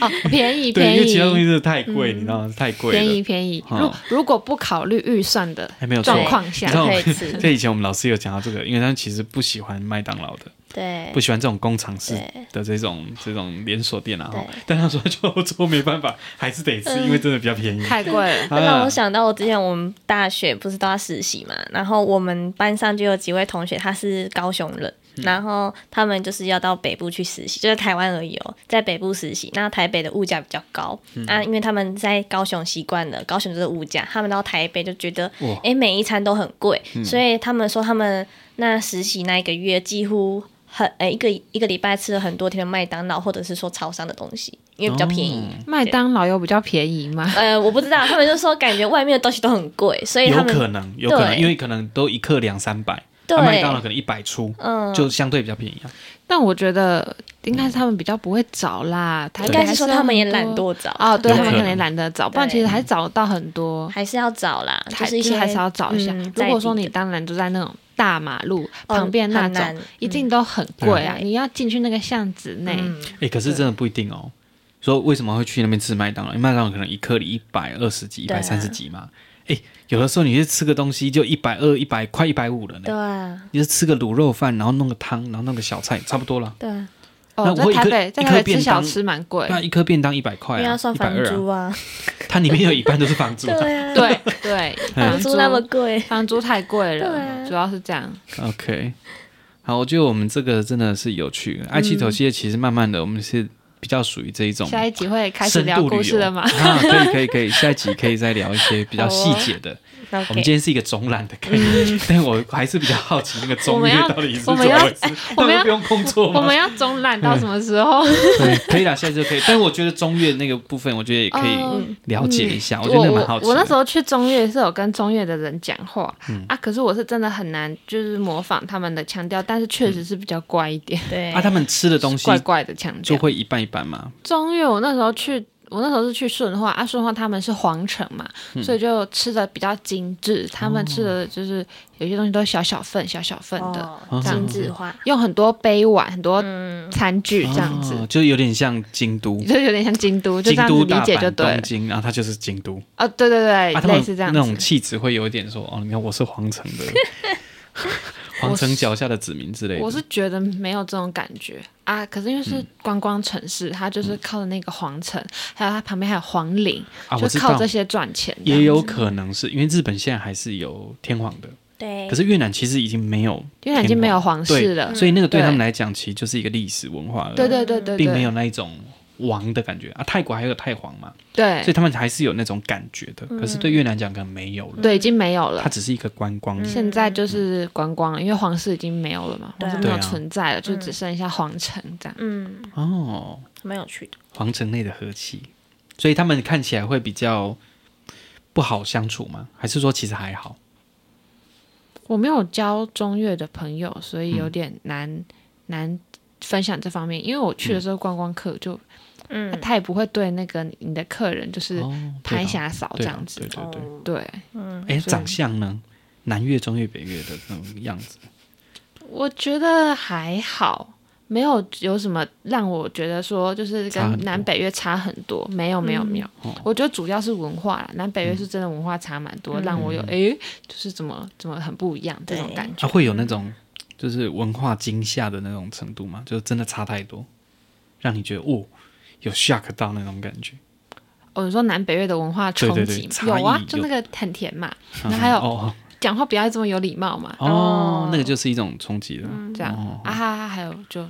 [SPEAKER 3] 哦，便宜
[SPEAKER 1] 对，因
[SPEAKER 3] 便
[SPEAKER 1] 为其他东西
[SPEAKER 3] 宜，
[SPEAKER 1] 真的太贵，你知道吗？太贵
[SPEAKER 3] 嗯便宜
[SPEAKER 1] 了。
[SPEAKER 3] 便宜。
[SPEAKER 1] 嗯
[SPEAKER 3] 如如果不考虑预算的
[SPEAKER 1] 还没有错
[SPEAKER 3] 状况
[SPEAKER 1] 你
[SPEAKER 3] 下
[SPEAKER 1] 知，道
[SPEAKER 2] 可以吃，
[SPEAKER 1] (laughs) 这以前我们老师有讲到这个，因为他其实不喜欢麦当劳的， (laughs)
[SPEAKER 2] 对
[SPEAKER 1] 不喜欢这种工厂式
[SPEAKER 2] 对
[SPEAKER 1] 的这种这种连锁店啊。
[SPEAKER 2] 对嗯
[SPEAKER 1] 哈 (laughs) 但他说去欧洲没办法，还是得吃，因为真的比较便宜。
[SPEAKER 3] 太
[SPEAKER 1] (laughs)
[SPEAKER 3] 贵
[SPEAKER 2] (laughs)
[SPEAKER 3] 了。
[SPEAKER 2] 这让
[SPEAKER 1] 啊
[SPEAKER 2] 我想到我之前我们大学不是都要实习嘛，然后我们班上就有几位同学他是高雄人，
[SPEAKER 1] 嗯
[SPEAKER 2] 然后他们就是要到北部去实习，就是台湾而已哦，在北部实习。那台北的物价比较高，
[SPEAKER 1] 嗯
[SPEAKER 2] 啊，因为他们在高雄习惯了，高雄就是物价，他们到台北就觉得
[SPEAKER 1] 哇，嗯
[SPEAKER 2] 诶，每一餐都很贵，所以他们说他们那实习那一个月几乎。很诶、一个一个礼拜吃了很多天的麦当劳，或者是说超商的东西，因为比较便宜。
[SPEAKER 1] 哦
[SPEAKER 3] 麦当劳有比较便宜吗？
[SPEAKER 2] 呃，我不知道，他们就说感觉外面的东西都很贵，所以他
[SPEAKER 1] 有
[SPEAKER 2] 们
[SPEAKER 1] 可能，有可能，
[SPEAKER 2] 对
[SPEAKER 1] 因为可能都一克两三百，
[SPEAKER 2] 对
[SPEAKER 1] 啊麦当劳可能一百出，
[SPEAKER 2] 嗯，
[SPEAKER 1] 就相对比较便宜啊。
[SPEAKER 3] 但我觉得呃应该是他们比较不会找啦，台
[SPEAKER 2] 应
[SPEAKER 3] 北
[SPEAKER 2] 该
[SPEAKER 3] 还
[SPEAKER 2] 是说
[SPEAKER 3] 有
[SPEAKER 2] 他们也
[SPEAKER 3] 很
[SPEAKER 2] 懒惰找
[SPEAKER 3] 哦，对
[SPEAKER 1] 有
[SPEAKER 3] 他们
[SPEAKER 1] 可
[SPEAKER 3] 可
[SPEAKER 1] 能
[SPEAKER 3] 能懒得找，不然
[SPEAKER 2] 对
[SPEAKER 3] 其实还找到很多，
[SPEAKER 2] 还是要找啦，就
[SPEAKER 3] 还
[SPEAKER 2] 是一
[SPEAKER 3] 就
[SPEAKER 2] 些
[SPEAKER 3] 还是要找一下。
[SPEAKER 2] 嗯
[SPEAKER 3] 如
[SPEAKER 2] 在
[SPEAKER 3] 果
[SPEAKER 2] 地
[SPEAKER 3] 说你
[SPEAKER 2] 的
[SPEAKER 3] 当然就在那种大马路
[SPEAKER 2] 哦
[SPEAKER 3] 旁边那
[SPEAKER 2] 很难
[SPEAKER 3] 种，一定都很贵啊！
[SPEAKER 1] 嗯
[SPEAKER 2] 对
[SPEAKER 3] 你要进去那个巷子内，
[SPEAKER 2] 嗯，
[SPEAKER 1] 哎、可是真的不一定哦。说为什么会去那边吃麦当劳？因为麦当劳可能一克里一百二十几、一
[SPEAKER 2] 对
[SPEAKER 1] 百
[SPEAKER 2] 啊
[SPEAKER 1] 三十几嘛。哎、有的时候你去吃个东西就一百二、一百快一百五了
[SPEAKER 2] 对
[SPEAKER 1] 呢。
[SPEAKER 2] 啊，
[SPEAKER 1] 你就吃个卤肉饭，然后弄个汤，然后弄个小菜，差不多了。
[SPEAKER 2] 对啊，
[SPEAKER 1] 那
[SPEAKER 3] 哦，在
[SPEAKER 1] 我一
[SPEAKER 3] 台
[SPEAKER 1] 颗
[SPEAKER 3] 北，在
[SPEAKER 1] 一
[SPEAKER 3] 台
[SPEAKER 1] 颗
[SPEAKER 3] 北吃
[SPEAKER 1] 便
[SPEAKER 3] 小
[SPEAKER 1] 当
[SPEAKER 3] 吃蛮贵
[SPEAKER 1] 对，啊，一颗便当一百块
[SPEAKER 2] 因为
[SPEAKER 1] 啊
[SPEAKER 2] 要，算
[SPEAKER 1] 一百
[SPEAKER 2] 房
[SPEAKER 1] 二
[SPEAKER 2] 租
[SPEAKER 1] 啊，
[SPEAKER 2] 啊，
[SPEAKER 1] 它里面有一半都是房
[SPEAKER 2] (laughs)
[SPEAKER 1] 租啊。啊
[SPEAKER 2] 对啊，
[SPEAKER 3] (laughs) 对对，
[SPEAKER 1] 嗯
[SPEAKER 2] 房租那么贵，
[SPEAKER 3] 房租太贵
[SPEAKER 2] 对
[SPEAKER 3] 了，
[SPEAKER 2] 啊
[SPEAKER 3] 主要是这样。
[SPEAKER 1] OK，好，我觉得我们这个真的是有趣。
[SPEAKER 3] 嗯
[SPEAKER 1] 爱妻头系列其实慢慢的，我们是比较属于这一种
[SPEAKER 3] 下一集会开始
[SPEAKER 1] 深
[SPEAKER 3] 聊
[SPEAKER 1] 度旅
[SPEAKER 3] 故
[SPEAKER 1] 游
[SPEAKER 3] 事了吗？ (laughs)
[SPEAKER 1] 啊，可以可以可以，下一集可以再聊一些比较细节的。
[SPEAKER 3] 啊
[SPEAKER 1] 我们今
[SPEAKER 2] OK，
[SPEAKER 1] 天是一个总览的概念， (laughs) 但我还是比较好奇那个中
[SPEAKER 3] 我们
[SPEAKER 1] 越
[SPEAKER 3] 要
[SPEAKER 1] 到底是怎
[SPEAKER 3] 嗯我
[SPEAKER 1] 么
[SPEAKER 3] 们
[SPEAKER 1] 回
[SPEAKER 3] 要
[SPEAKER 1] 事？
[SPEAKER 3] 我们
[SPEAKER 1] 那
[SPEAKER 3] 要
[SPEAKER 1] 不用工作
[SPEAKER 3] 我
[SPEAKER 1] 吗
[SPEAKER 3] 们？要总懒到什么时候？
[SPEAKER 1] 对，可以啦，下次就可以。但我觉得中越那个部分，我觉得也可以
[SPEAKER 3] 嗯
[SPEAKER 1] 了解一下，
[SPEAKER 3] 嗯
[SPEAKER 1] 我觉得蛮好奇哦嗯
[SPEAKER 3] 我。我那时
[SPEAKER 1] 的。
[SPEAKER 3] 候去中越是有跟中越的人讲话、啊，可是我是真的很难，就是模仿他们的腔调，但是
[SPEAKER 1] 嗯
[SPEAKER 3] 确实是比较乖一点，
[SPEAKER 2] 对
[SPEAKER 1] 啊，他们吃的东西
[SPEAKER 3] 怪怪的腔
[SPEAKER 1] 就
[SPEAKER 3] 调。
[SPEAKER 1] 会一半一半嘛。
[SPEAKER 3] 中越我那时候去。我那时候是去顺化啊，顺化他们是皇城嘛，
[SPEAKER 1] 嗯
[SPEAKER 3] 所以就吃的比较精致。他们吃
[SPEAKER 1] 哦
[SPEAKER 3] 的就是有些东西都小小份、小小份的，
[SPEAKER 2] 哦
[SPEAKER 3] 这
[SPEAKER 2] 精
[SPEAKER 3] 样
[SPEAKER 2] 致化，
[SPEAKER 3] 用很多杯碗、很多餐具这样子，
[SPEAKER 1] 哦就有点像京
[SPEAKER 3] (laughs)
[SPEAKER 1] 都，
[SPEAKER 3] 就有点像京都，就
[SPEAKER 1] 京
[SPEAKER 3] 这样
[SPEAKER 1] 都
[SPEAKER 3] 子理
[SPEAKER 1] 大
[SPEAKER 3] 解就
[SPEAKER 1] 阪、
[SPEAKER 3] 对了
[SPEAKER 1] 东。京，然后它就是京都。
[SPEAKER 3] 哦，对对对，
[SPEAKER 1] 啊，他
[SPEAKER 3] 类
[SPEAKER 1] 们
[SPEAKER 3] 似这样子。
[SPEAKER 1] 那种气质会有一点说，哦，你看我是皇城
[SPEAKER 3] (laughs)
[SPEAKER 1] 的，皇城脚下的子民之类
[SPEAKER 3] 我
[SPEAKER 1] 的。嗯
[SPEAKER 3] 是觉得没有这种感觉啊，可是因为是观光城市，它就是靠着那个皇城，还有它旁边还有皇陵，
[SPEAKER 1] 啊，我
[SPEAKER 3] 就
[SPEAKER 1] 知
[SPEAKER 3] 靠
[SPEAKER 1] 道
[SPEAKER 3] 这，些赚钱这样。
[SPEAKER 1] 也有可能是因为日本现在还是有天皇的，
[SPEAKER 2] 对，
[SPEAKER 1] 可是越南其实已经没有，
[SPEAKER 3] 因哎为已经没有皇室了，
[SPEAKER 1] 所以那个对
[SPEAKER 3] 对
[SPEAKER 1] 他们来讲其实就是一个历史文化而已，
[SPEAKER 3] 对对对对，
[SPEAKER 1] 并没
[SPEAKER 3] 对
[SPEAKER 1] 有那一种王的感觉啊。泰国还有泰皇嘛，所以
[SPEAKER 3] 对嗯
[SPEAKER 1] 他们还是有那种感觉的，可是对越南讲可能没有了，
[SPEAKER 2] 嗯
[SPEAKER 3] 对，已经没有
[SPEAKER 1] 它
[SPEAKER 3] 了。
[SPEAKER 1] 只是一个观光。
[SPEAKER 3] 现在就是观光了，因为皇室已经没有了嘛，
[SPEAKER 2] 对
[SPEAKER 3] 皇
[SPEAKER 2] 啊
[SPEAKER 3] 室没有
[SPEAKER 1] 对啊
[SPEAKER 3] 存在了，就只剩下皇城这样。
[SPEAKER 2] 嗯，
[SPEAKER 1] 哦，
[SPEAKER 2] 蛮有趣的，
[SPEAKER 1] 皇城内的和气，所以他们看起来会比较不好相处吗？还是说其实还好？
[SPEAKER 3] 我没有交中越的朋友，所以有点难、
[SPEAKER 1] 嗯
[SPEAKER 3] 难分享这方面，因为我去的时候观光客就，
[SPEAKER 2] 嗯
[SPEAKER 3] 他也不会对那个你的客人就是
[SPEAKER 1] 哦，对
[SPEAKER 3] 拍
[SPEAKER 1] 啦
[SPEAKER 3] 下嫂这
[SPEAKER 1] 对啦
[SPEAKER 3] 样子
[SPEAKER 1] 对。对对。
[SPEAKER 2] 哦
[SPEAKER 3] 对，
[SPEAKER 1] 哎、长相呢？南越、中越、北越的那种样子，
[SPEAKER 3] 我觉得还好，没有有什么让我觉得说就是
[SPEAKER 1] 差很
[SPEAKER 3] 跟
[SPEAKER 1] 多
[SPEAKER 3] 南北越差很多，没有没有
[SPEAKER 2] 嗯
[SPEAKER 3] 没有。
[SPEAKER 1] 哦
[SPEAKER 3] 我觉得主要是文化啦，南北越是真的文化差蛮
[SPEAKER 1] 嗯
[SPEAKER 3] 多，让我有诶，就是怎么怎么很不一样这种
[SPEAKER 2] 对
[SPEAKER 3] 感觉。
[SPEAKER 1] 啊，会有那种就是文化惊吓的那种程度吗？就真的差太多，让你觉得哦，有 shock 到那种感觉。
[SPEAKER 3] 哦，你说南北越的文化冲
[SPEAKER 1] 对对对
[SPEAKER 3] 击吗
[SPEAKER 1] 差
[SPEAKER 3] 有啊
[SPEAKER 1] 异，
[SPEAKER 3] 就
[SPEAKER 1] 有
[SPEAKER 3] 那个很甜嘛，
[SPEAKER 1] 嗯
[SPEAKER 3] (laughs) 那还有
[SPEAKER 1] 哦
[SPEAKER 3] 讲话不要这么有礼貌嘛，
[SPEAKER 1] 哦那个就是一种冲击了。
[SPEAKER 3] 这样、
[SPEAKER 1] 哦
[SPEAKER 3] 啊哈哈，还有就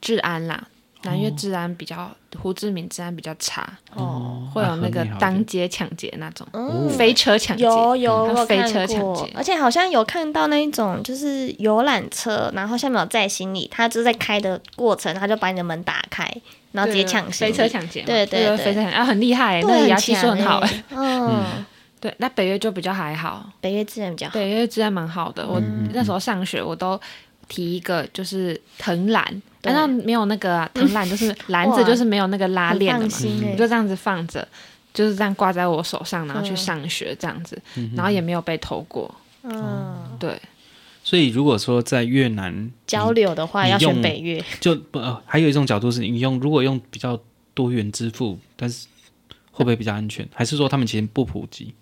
[SPEAKER 3] 治安啦，南越治安比较，胡志明治安比较差，
[SPEAKER 2] 哦，
[SPEAKER 3] 会有那个
[SPEAKER 1] 啊和你好一点
[SPEAKER 3] 当街抢劫那种，
[SPEAKER 2] 嗯
[SPEAKER 1] 哦
[SPEAKER 3] 飞车抢劫，
[SPEAKER 2] 有有
[SPEAKER 3] 嗯
[SPEAKER 2] 我有
[SPEAKER 3] 飞
[SPEAKER 2] 看
[SPEAKER 3] 车抢
[SPEAKER 2] 过
[SPEAKER 3] 劫，
[SPEAKER 2] 而且好像有看到那一种就是游览车，然后下面有载行李，他就在开的过程，他就把你的门打开，然后直接抢行
[SPEAKER 3] 飞
[SPEAKER 2] 李，
[SPEAKER 3] 车抢劫嘛，
[SPEAKER 2] 对对
[SPEAKER 3] 就是
[SPEAKER 2] 对
[SPEAKER 3] 飞车抢劫啊，很厉害欸，
[SPEAKER 2] 对
[SPEAKER 3] 那个
[SPEAKER 2] 很
[SPEAKER 3] 牙技术
[SPEAKER 2] 强
[SPEAKER 3] 很好
[SPEAKER 2] 欸
[SPEAKER 3] 哎，
[SPEAKER 2] 嗯，
[SPEAKER 3] 对，那北越就比较还好，
[SPEAKER 2] 北越自然比较好，
[SPEAKER 1] 嗯
[SPEAKER 3] 北越治安蛮好的，我那时候上学我都提一个就是藤篮。难道没有那个啊藤篮，就是篮子，
[SPEAKER 2] 哇
[SPEAKER 3] 就是没有那个拉链的
[SPEAKER 2] 很
[SPEAKER 3] 嘛
[SPEAKER 2] 放？心
[SPEAKER 3] 我
[SPEAKER 2] 哎、
[SPEAKER 3] 嗯就这样子放着，就是这样挂在我手上，然后去
[SPEAKER 2] 嗯
[SPEAKER 3] 上学这样子，
[SPEAKER 1] 嗯哦哼
[SPEAKER 3] 然后也没有被偷过。
[SPEAKER 2] 嗯，
[SPEAKER 3] 对，
[SPEAKER 1] 所以如果说在越南
[SPEAKER 2] 交流的话
[SPEAKER 1] 你
[SPEAKER 2] 要选
[SPEAKER 1] 用
[SPEAKER 2] 北越，
[SPEAKER 1] 就不、呃，还有一种角度是你用如果用比较多元支付，但是会不会比较安全？还是说他们其实不普及？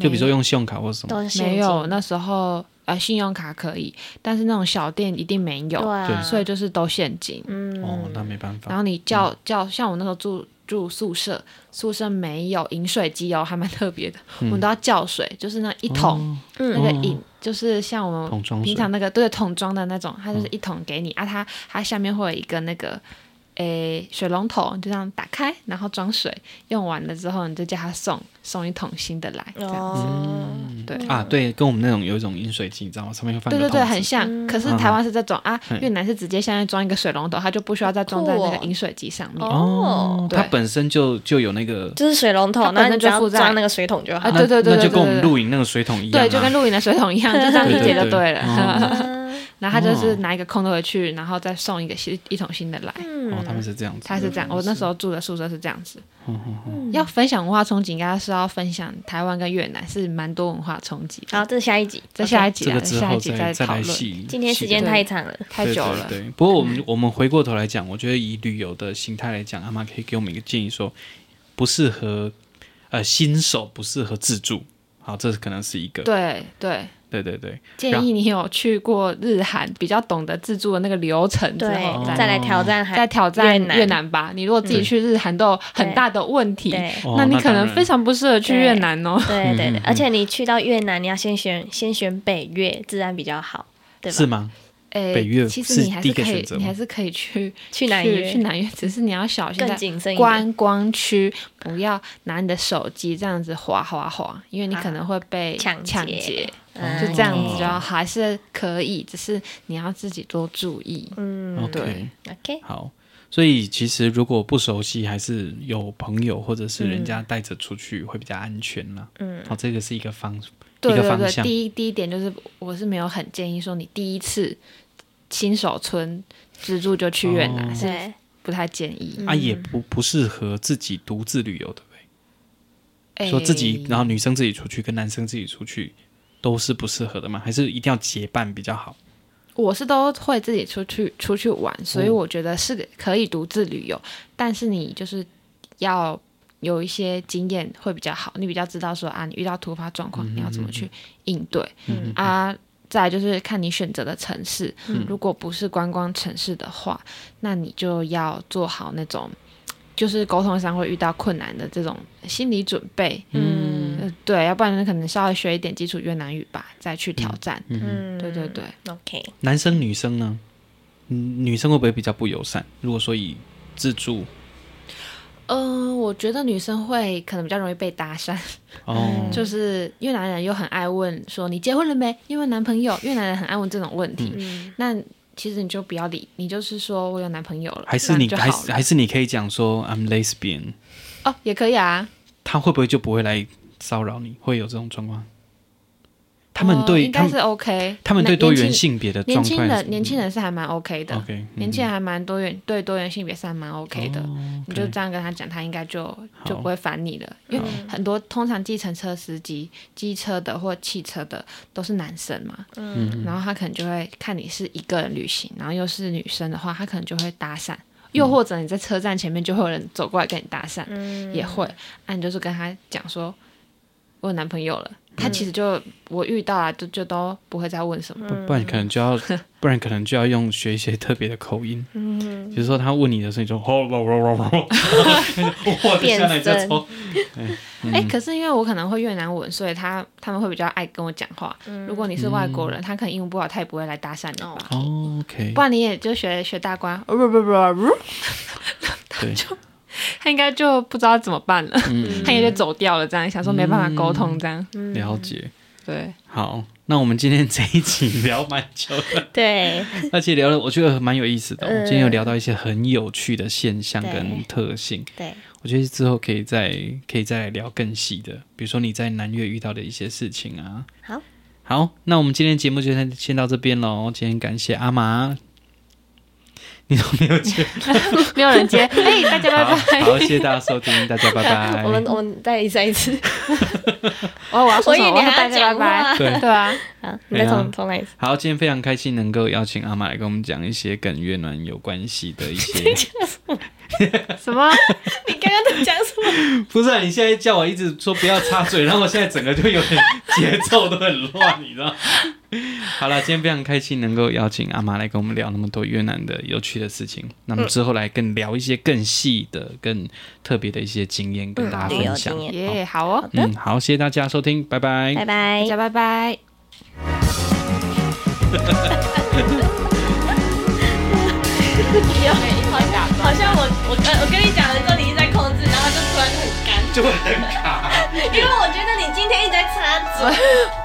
[SPEAKER 1] 就比如说用信用卡或者什么？
[SPEAKER 2] 都是现
[SPEAKER 3] 没
[SPEAKER 2] 金
[SPEAKER 3] 有，那时候呃，信用卡可以，但是那种小店一定没
[SPEAKER 2] 对
[SPEAKER 3] 有，
[SPEAKER 2] 啊，
[SPEAKER 3] 所以就是都现金。
[SPEAKER 2] 嗯，
[SPEAKER 1] 哦，那没办法
[SPEAKER 3] 然。后你叫、叫，像我那时候住住宿舍，宿舍没有饮水机哦，还蛮特别的，
[SPEAKER 1] 嗯
[SPEAKER 3] 我们都要叫水，就是那一桶、
[SPEAKER 2] 嗯
[SPEAKER 3] 那个饮，就是像我们
[SPEAKER 1] 哦桶装水嗯
[SPEAKER 3] 平常那个对桶装的那种，它就是一桶给你、啊它，它下面会有一个那个。诶，水龙头你就这样打开，然后装水，用完了之后你就叫他送送一桶新的来，这样、
[SPEAKER 2] 哦，
[SPEAKER 3] 对。
[SPEAKER 1] 啊，对，跟我们那种有一种饮水机，你知道吗？上面会放一
[SPEAKER 3] 对
[SPEAKER 1] 个
[SPEAKER 3] 对对，
[SPEAKER 1] 桶子嗯
[SPEAKER 3] 很像。
[SPEAKER 2] 嗯
[SPEAKER 3] 可是台湾是这种啊，越南是直接现在装一个水龙头，它就不需要再装在那
[SPEAKER 2] 酷
[SPEAKER 3] 个
[SPEAKER 2] 哦
[SPEAKER 3] 饮水机上面。
[SPEAKER 1] 哦，它
[SPEAKER 3] 对
[SPEAKER 1] 本身就就有那个，
[SPEAKER 2] 就是水龙头，
[SPEAKER 3] 它
[SPEAKER 2] 然
[SPEAKER 3] 本
[SPEAKER 2] 后
[SPEAKER 3] 身
[SPEAKER 2] 你只
[SPEAKER 3] 就
[SPEAKER 2] 要
[SPEAKER 3] 附在
[SPEAKER 2] 装那个水桶就好了。
[SPEAKER 3] 啊
[SPEAKER 1] 那
[SPEAKER 3] 对对对
[SPEAKER 1] 那就
[SPEAKER 3] 对
[SPEAKER 1] 跟我们
[SPEAKER 3] 对
[SPEAKER 1] 露营那个水桶一样啊，
[SPEAKER 3] 对，就跟露营的水桶一样，就这样
[SPEAKER 1] 对
[SPEAKER 3] 去
[SPEAKER 1] 对
[SPEAKER 3] 接
[SPEAKER 1] 对
[SPEAKER 3] 就对
[SPEAKER 1] 哦
[SPEAKER 3] 了。
[SPEAKER 2] 嗯
[SPEAKER 3] 然后他就是拿一个空的回去，然后再送一个新一桶新的来。
[SPEAKER 1] 哦，他们是这样子，
[SPEAKER 3] 他是这样，我那时候住的宿舍是这样子。要分享文化冲击，应该是要分享台湾跟越南是蛮多文化冲击的。
[SPEAKER 2] 好，这是下一集，
[SPEAKER 3] 在下一集
[SPEAKER 1] 这
[SPEAKER 3] 啊，
[SPEAKER 1] 个之
[SPEAKER 3] 下
[SPEAKER 1] 后
[SPEAKER 3] 一集
[SPEAKER 1] 再
[SPEAKER 3] 讨
[SPEAKER 1] 来
[SPEAKER 3] 论，
[SPEAKER 1] 细，
[SPEAKER 2] 今天时间
[SPEAKER 1] 细
[SPEAKER 2] 太长了，
[SPEAKER 3] 太久了。
[SPEAKER 1] 对对对，不过我们我们回过头来讲，我觉得以旅游的形态来讲，阿妈可以给我们一个建议说，不适合呃新手不适合自助。好，这可能是一个，
[SPEAKER 3] 对对，
[SPEAKER 1] 对对对
[SPEAKER 3] 建议你有去过日韩，比较懂得自助的那个流程之
[SPEAKER 2] 对
[SPEAKER 3] 后，，
[SPEAKER 2] 再
[SPEAKER 3] 再
[SPEAKER 1] 哦
[SPEAKER 2] 来挑战
[SPEAKER 3] 再
[SPEAKER 2] 海，
[SPEAKER 3] 挑战
[SPEAKER 2] 越南
[SPEAKER 3] 越南吧。你如果自己去日韩都有很大的问 (laughs) 题，
[SPEAKER 2] 对
[SPEAKER 1] 哦
[SPEAKER 3] 那你
[SPEAKER 1] 那
[SPEAKER 3] 可
[SPEAKER 1] 当
[SPEAKER 3] 能
[SPEAKER 1] 然
[SPEAKER 3] 非常不适合去越南哦。
[SPEAKER 2] 对对
[SPEAKER 1] 嗯
[SPEAKER 2] 对
[SPEAKER 1] 嗯，
[SPEAKER 2] 而且你去到越南，你要先选先选北越，自然比较好，对
[SPEAKER 1] 是
[SPEAKER 2] 吧？
[SPEAKER 1] 吗？
[SPEAKER 3] 诶
[SPEAKER 1] 北越
[SPEAKER 3] 呃其
[SPEAKER 1] 是
[SPEAKER 3] 实你还
[SPEAKER 1] 第一
[SPEAKER 3] 是
[SPEAKER 1] 个
[SPEAKER 3] 可
[SPEAKER 1] 选
[SPEAKER 3] 以
[SPEAKER 1] 择，
[SPEAKER 3] 你
[SPEAKER 1] 吗
[SPEAKER 3] 还是可以去
[SPEAKER 2] (laughs) 去南
[SPEAKER 3] 去
[SPEAKER 2] 越
[SPEAKER 3] 南越，只是你要小心
[SPEAKER 2] 更
[SPEAKER 3] 在
[SPEAKER 2] 谨慎一点，
[SPEAKER 3] 观光区不要拿你的手机这样子滑滑滑，因为你可能会被
[SPEAKER 2] 啊抢
[SPEAKER 3] 抢
[SPEAKER 2] 劫
[SPEAKER 3] 劫，
[SPEAKER 2] 嗯
[SPEAKER 3] 就这样子
[SPEAKER 1] 哦
[SPEAKER 3] 就还是可以，只是你要自己多注意。哦
[SPEAKER 2] 嗯
[SPEAKER 1] OK，
[SPEAKER 2] ，OK，
[SPEAKER 1] 好。所以其实如果不熟悉，还是有朋友或者是人
[SPEAKER 3] 嗯
[SPEAKER 1] 家带着出去会比较安全啦。嗯，好，这个是一个方
[SPEAKER 3] 对
[SPEAKER 1] 一个
[SPEAKER 3] 对
[SPEAKER 1] 方
[SPEAKER 3] 对，
[SPEAKER 1] 向
[SPEAKER 3] 第一第一点就是，我是没有很建议说你第一次新手村自助就去越南，
[SPEAKER 1] 哦
[SPEAKER 3] 是
[SPEAKER 2] 对，
[SPEAKER 3] 不太建议。
[SPEAKER 2] 嗯
[SPEAKER 1] 啊，也不不适合自己独自旅游，对不对？
[SPEAKER 3] 哎
[SPEAKER 1] 说自己，然后女生自己出去跟男生自己出去都是不适合的吗？还是一定要结伴比较好？
[SPEAKER 3] 我是都会自己出去出去玩，所以
[SPEAKER 2] 嗯
[SPEAKER 3] 我觉得是可以独自旅游，但是你就是要有一些经验会比较好，你比较知道说啊，你遇到突发状
[SPEAKER 2] 嗯
[SPEAKER 3] 况你要怎么去应对、啊。再来就是看你选择的城市，
[SPEAKER 2] 嗯
[SPEAKER 3] 如果不是观光城市的话，那你就要做好那种就是沟通上会遇到困难的这种心理准备。
[SPEAKER 2] 嗯
[SPEAKER 3] 呃对，要不然可能稍微学一点基础越南语吧，再去挑战。
[SPEAKER 2] 嗯，
[SPEAKER 3] 对对对。
[SPEAKER 2] ，OK，
[SPEAKER 1] 男生女生呢？嗯女生会不会比较不友善？如果说以自助
[SPEAKER 3] 嗯，我觉得女生会可能比较容易被搭讪，
[SPEAKER 1] 哦，
[SPEAKER 3] 嗯就是越南人又很爱问说你结婚了没，你有没有男朋友？越南人很爱问这种问题。 (laughs)
[SPEAKER 2] 嗯
[SPEAKER 3] 那其实你就不要理，你就是说我有男朋友了，
[SPEAKER 1] 还是
[SPEAKER 3] 这样
[SPEAKER 1] 你
[SPEAKER 3] 就
[SPEAKER 1] 还
[SPEAKER 3] 好
[SPEAKER 1] 是
[SPEAKER 3] 了
[SPEAKER 1] 还是你可以讲说 I'm lesbian，
[SPEAKER 3] 哦，也可以啊。
[SPEAKER 1] 他会不会就不会来骚扰你？会有这种状况？他
[SPEAKER 3] 哦
[SPEAKER 1] 们对、
[SPEAKER 3] 应
[SPEAKER 1] 他
[SPEAKER 3] 该是
[SPEAKER 1] 们
[SPEAKER 3] OK，
[SPEAKER 1] 他们
[SPEAKER 3] 那
[SPEAKER 1] 对多
[SPEAKER 3] 年
[SPEAKER 1] 元
[SPEAKER 3] 轻
[SPEAKER 1] 性别的
[SPEAKER 3] 年
[SPEAKER 1] 状
[SPEAKER 3] 轻
[SPEAKER 1] 况嗯哦
[SPEAKER 3] 人年轻人是还蛮 OK 的，
[SPEAKER 1] OK 嗯
[SPEAKER 3] 年轻人还蛮多元，对多元性别是还蛮 OK
[SPEAKER 1] 哦
[SPEAKER 3] 的。你就这样跟他讲，他应该就就不会烦你了，因为很多通常计程车司机、机车的或汽车的都是男生嘛，嗯，然后他可能就会看你是一个人旅行，然后又是女生的话，他可能就会搭讪，又或者你在车站前面就会有人走过来跟你搭讪，也会，啊那、你就是跟他讲说，我有男朋友了，他其实就、我遇到啊，就就都不会再问什么，
[SPEAKER 1] 不然可能就要，
[SPEAKER 3] 嗯
[SPEAKER 1] (laughs) 不然可能就要用学一些特别的口音，
[SPEAKER 3] 嗯
[SPEAKER 1] 比如说他问你的时候，你就吼吼吼吼吼，
[SPEAKER 3] (laughs)
[SPEAKER 1] 我
[SPEAKER 2] 变
[SPEAKER 1] 下来就
[SPEAKER 2] 身
[SPEAKER 1] 抽，
[SPEAKER 3] 哎、可是因为我可能会越南文，所以他他们会比较爱跟我讲话。如果你是外国人，他可能英文不好，他也不会来搭讪你吧。
[SPEAKER 1] 哦 OK，
[SPEAKER 3] 不然你也就学学大官，呃不不不不，不
[SPEAKER 1] 对，
[SPEAKER 3] (laughs) 他应该就不知道怎么办了，他也就走掉了，这样想说没办法沟通这样。
[SPEAKER 1] 了解。
[SPEAKER 3] 对，
[SPEAKER 1] 好，那我们今天这一集聊蛮久的，
[SPEAKER 2] 对，
[SPEAKER 1] 而且聊了我觉得蛮有意思的哦、我们今天有
[SPEAKER 2] 嗯
[SPEAKER 1] 聊到一些很有趣的现象
[SPEAKER 2] 对
[SPEAKER 3] 嗯
[SPEAKER 1] 跟特性，
[SPEAKER 2] 对，
[SPEAKER 1] 我觉得之后可以再可以再来聊更细的，比如说你在南越遇到的一些事情啊。
[SPEAKER 2] 好，
[SPEAKER 1] 好，那我们今天节目就先先到这边喽。今天感谢阿玛，你都没有接。
[SPEAKER 3] 没有人 (laughs) 接，哎，大家拜
[SPEAKER 1] 好，
[SPEAKER 3] 拜。
[SPEAKER 1] 好，谢谢大家收听，大家拜拜。
[SPEAKER 2] (laughs) 我们我们再再一
[SPEAKER 3] (laughs)
[SPEAKER 2] 次，
[SPEAKER 3] 哦，我要说
[SPEAKER 2] 我以
[SPEAKER 3] 什
[SPEAKER 2] 为
[SPEAKER 3] 么？
[SPEAKER 2] 你
[SPEAKER 3] 我要说
[SPEAKER 2] 还
[SPEAKER 3] 大
[SPEAKER 2] 要
[SPEAKER 3] 家
[SPEAKER 2] 讲
[SPEAKER 3] 拜
[SPEAKER 2] 话。
[SPEAKER 1] 对
[SPEAKER 3] 拜。对啊，
[SPEAKER 2] 啊，你再
[SPEAKER 1] 哎呀
[SPEAKER 2] 重重来一次。 (laughs)
[SPEAKER 1] 好，今天非常开心能够邀请阿玛来跟我们讲一些跟越南有关系的一些，
[SPEAKER 3] 什 (laughs) 么？
[SPEAKER 2] 你刚刚在讲什么？
[SPEAKER 1] 不是、啊、你现在叫我一直说不要插嘴，然后我现在整个就有点 (laughs) 节奏都很乱，你知道？好了，今天非常开心能够邀请阿妈来跟我们聊那么多越南的有趣的事情，那么之后来更聊一些更细的、更特别的一些经验跟大家
[SPEAKER 2] 旅游
[SPEAKER 1] 分享
[SPEAKER 2] 经。验，
[SPEAKER 3] 耶，好哦，
[SPEAKER 1] 嗯，好，谢谢大家收听，拜拜。
[SPEAKER 2] 拜
[SPEAKER 3] 大
[SPEAKER 2] 拜。
[SPEAKER 3] 家拜拜。
[SPEAKER 2] 好像我我跟我跟你讲了之后，你一直在控制，然后就突然很干，
[SPEAKER 1] 就会很卡。
[SPEAKER 2] 因为我觉得你今天一直在插嘴，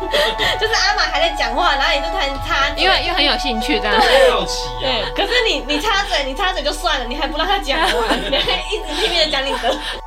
[SPEAKER 2] (laughs) 就是阿玛还在讲话，然后你就突然插嘴，
[SPEAKER 3] 因为因为很有兴趣这样。
[SPEAKER 1] 好奇
[SPEAKER 2] 啊
[SPEAKER 3] (laughs)
[SPEAKER 2] 对，可是你你插嘴，你插嘴就算了，你还不让他讲完，你还一直拼命的讲你的。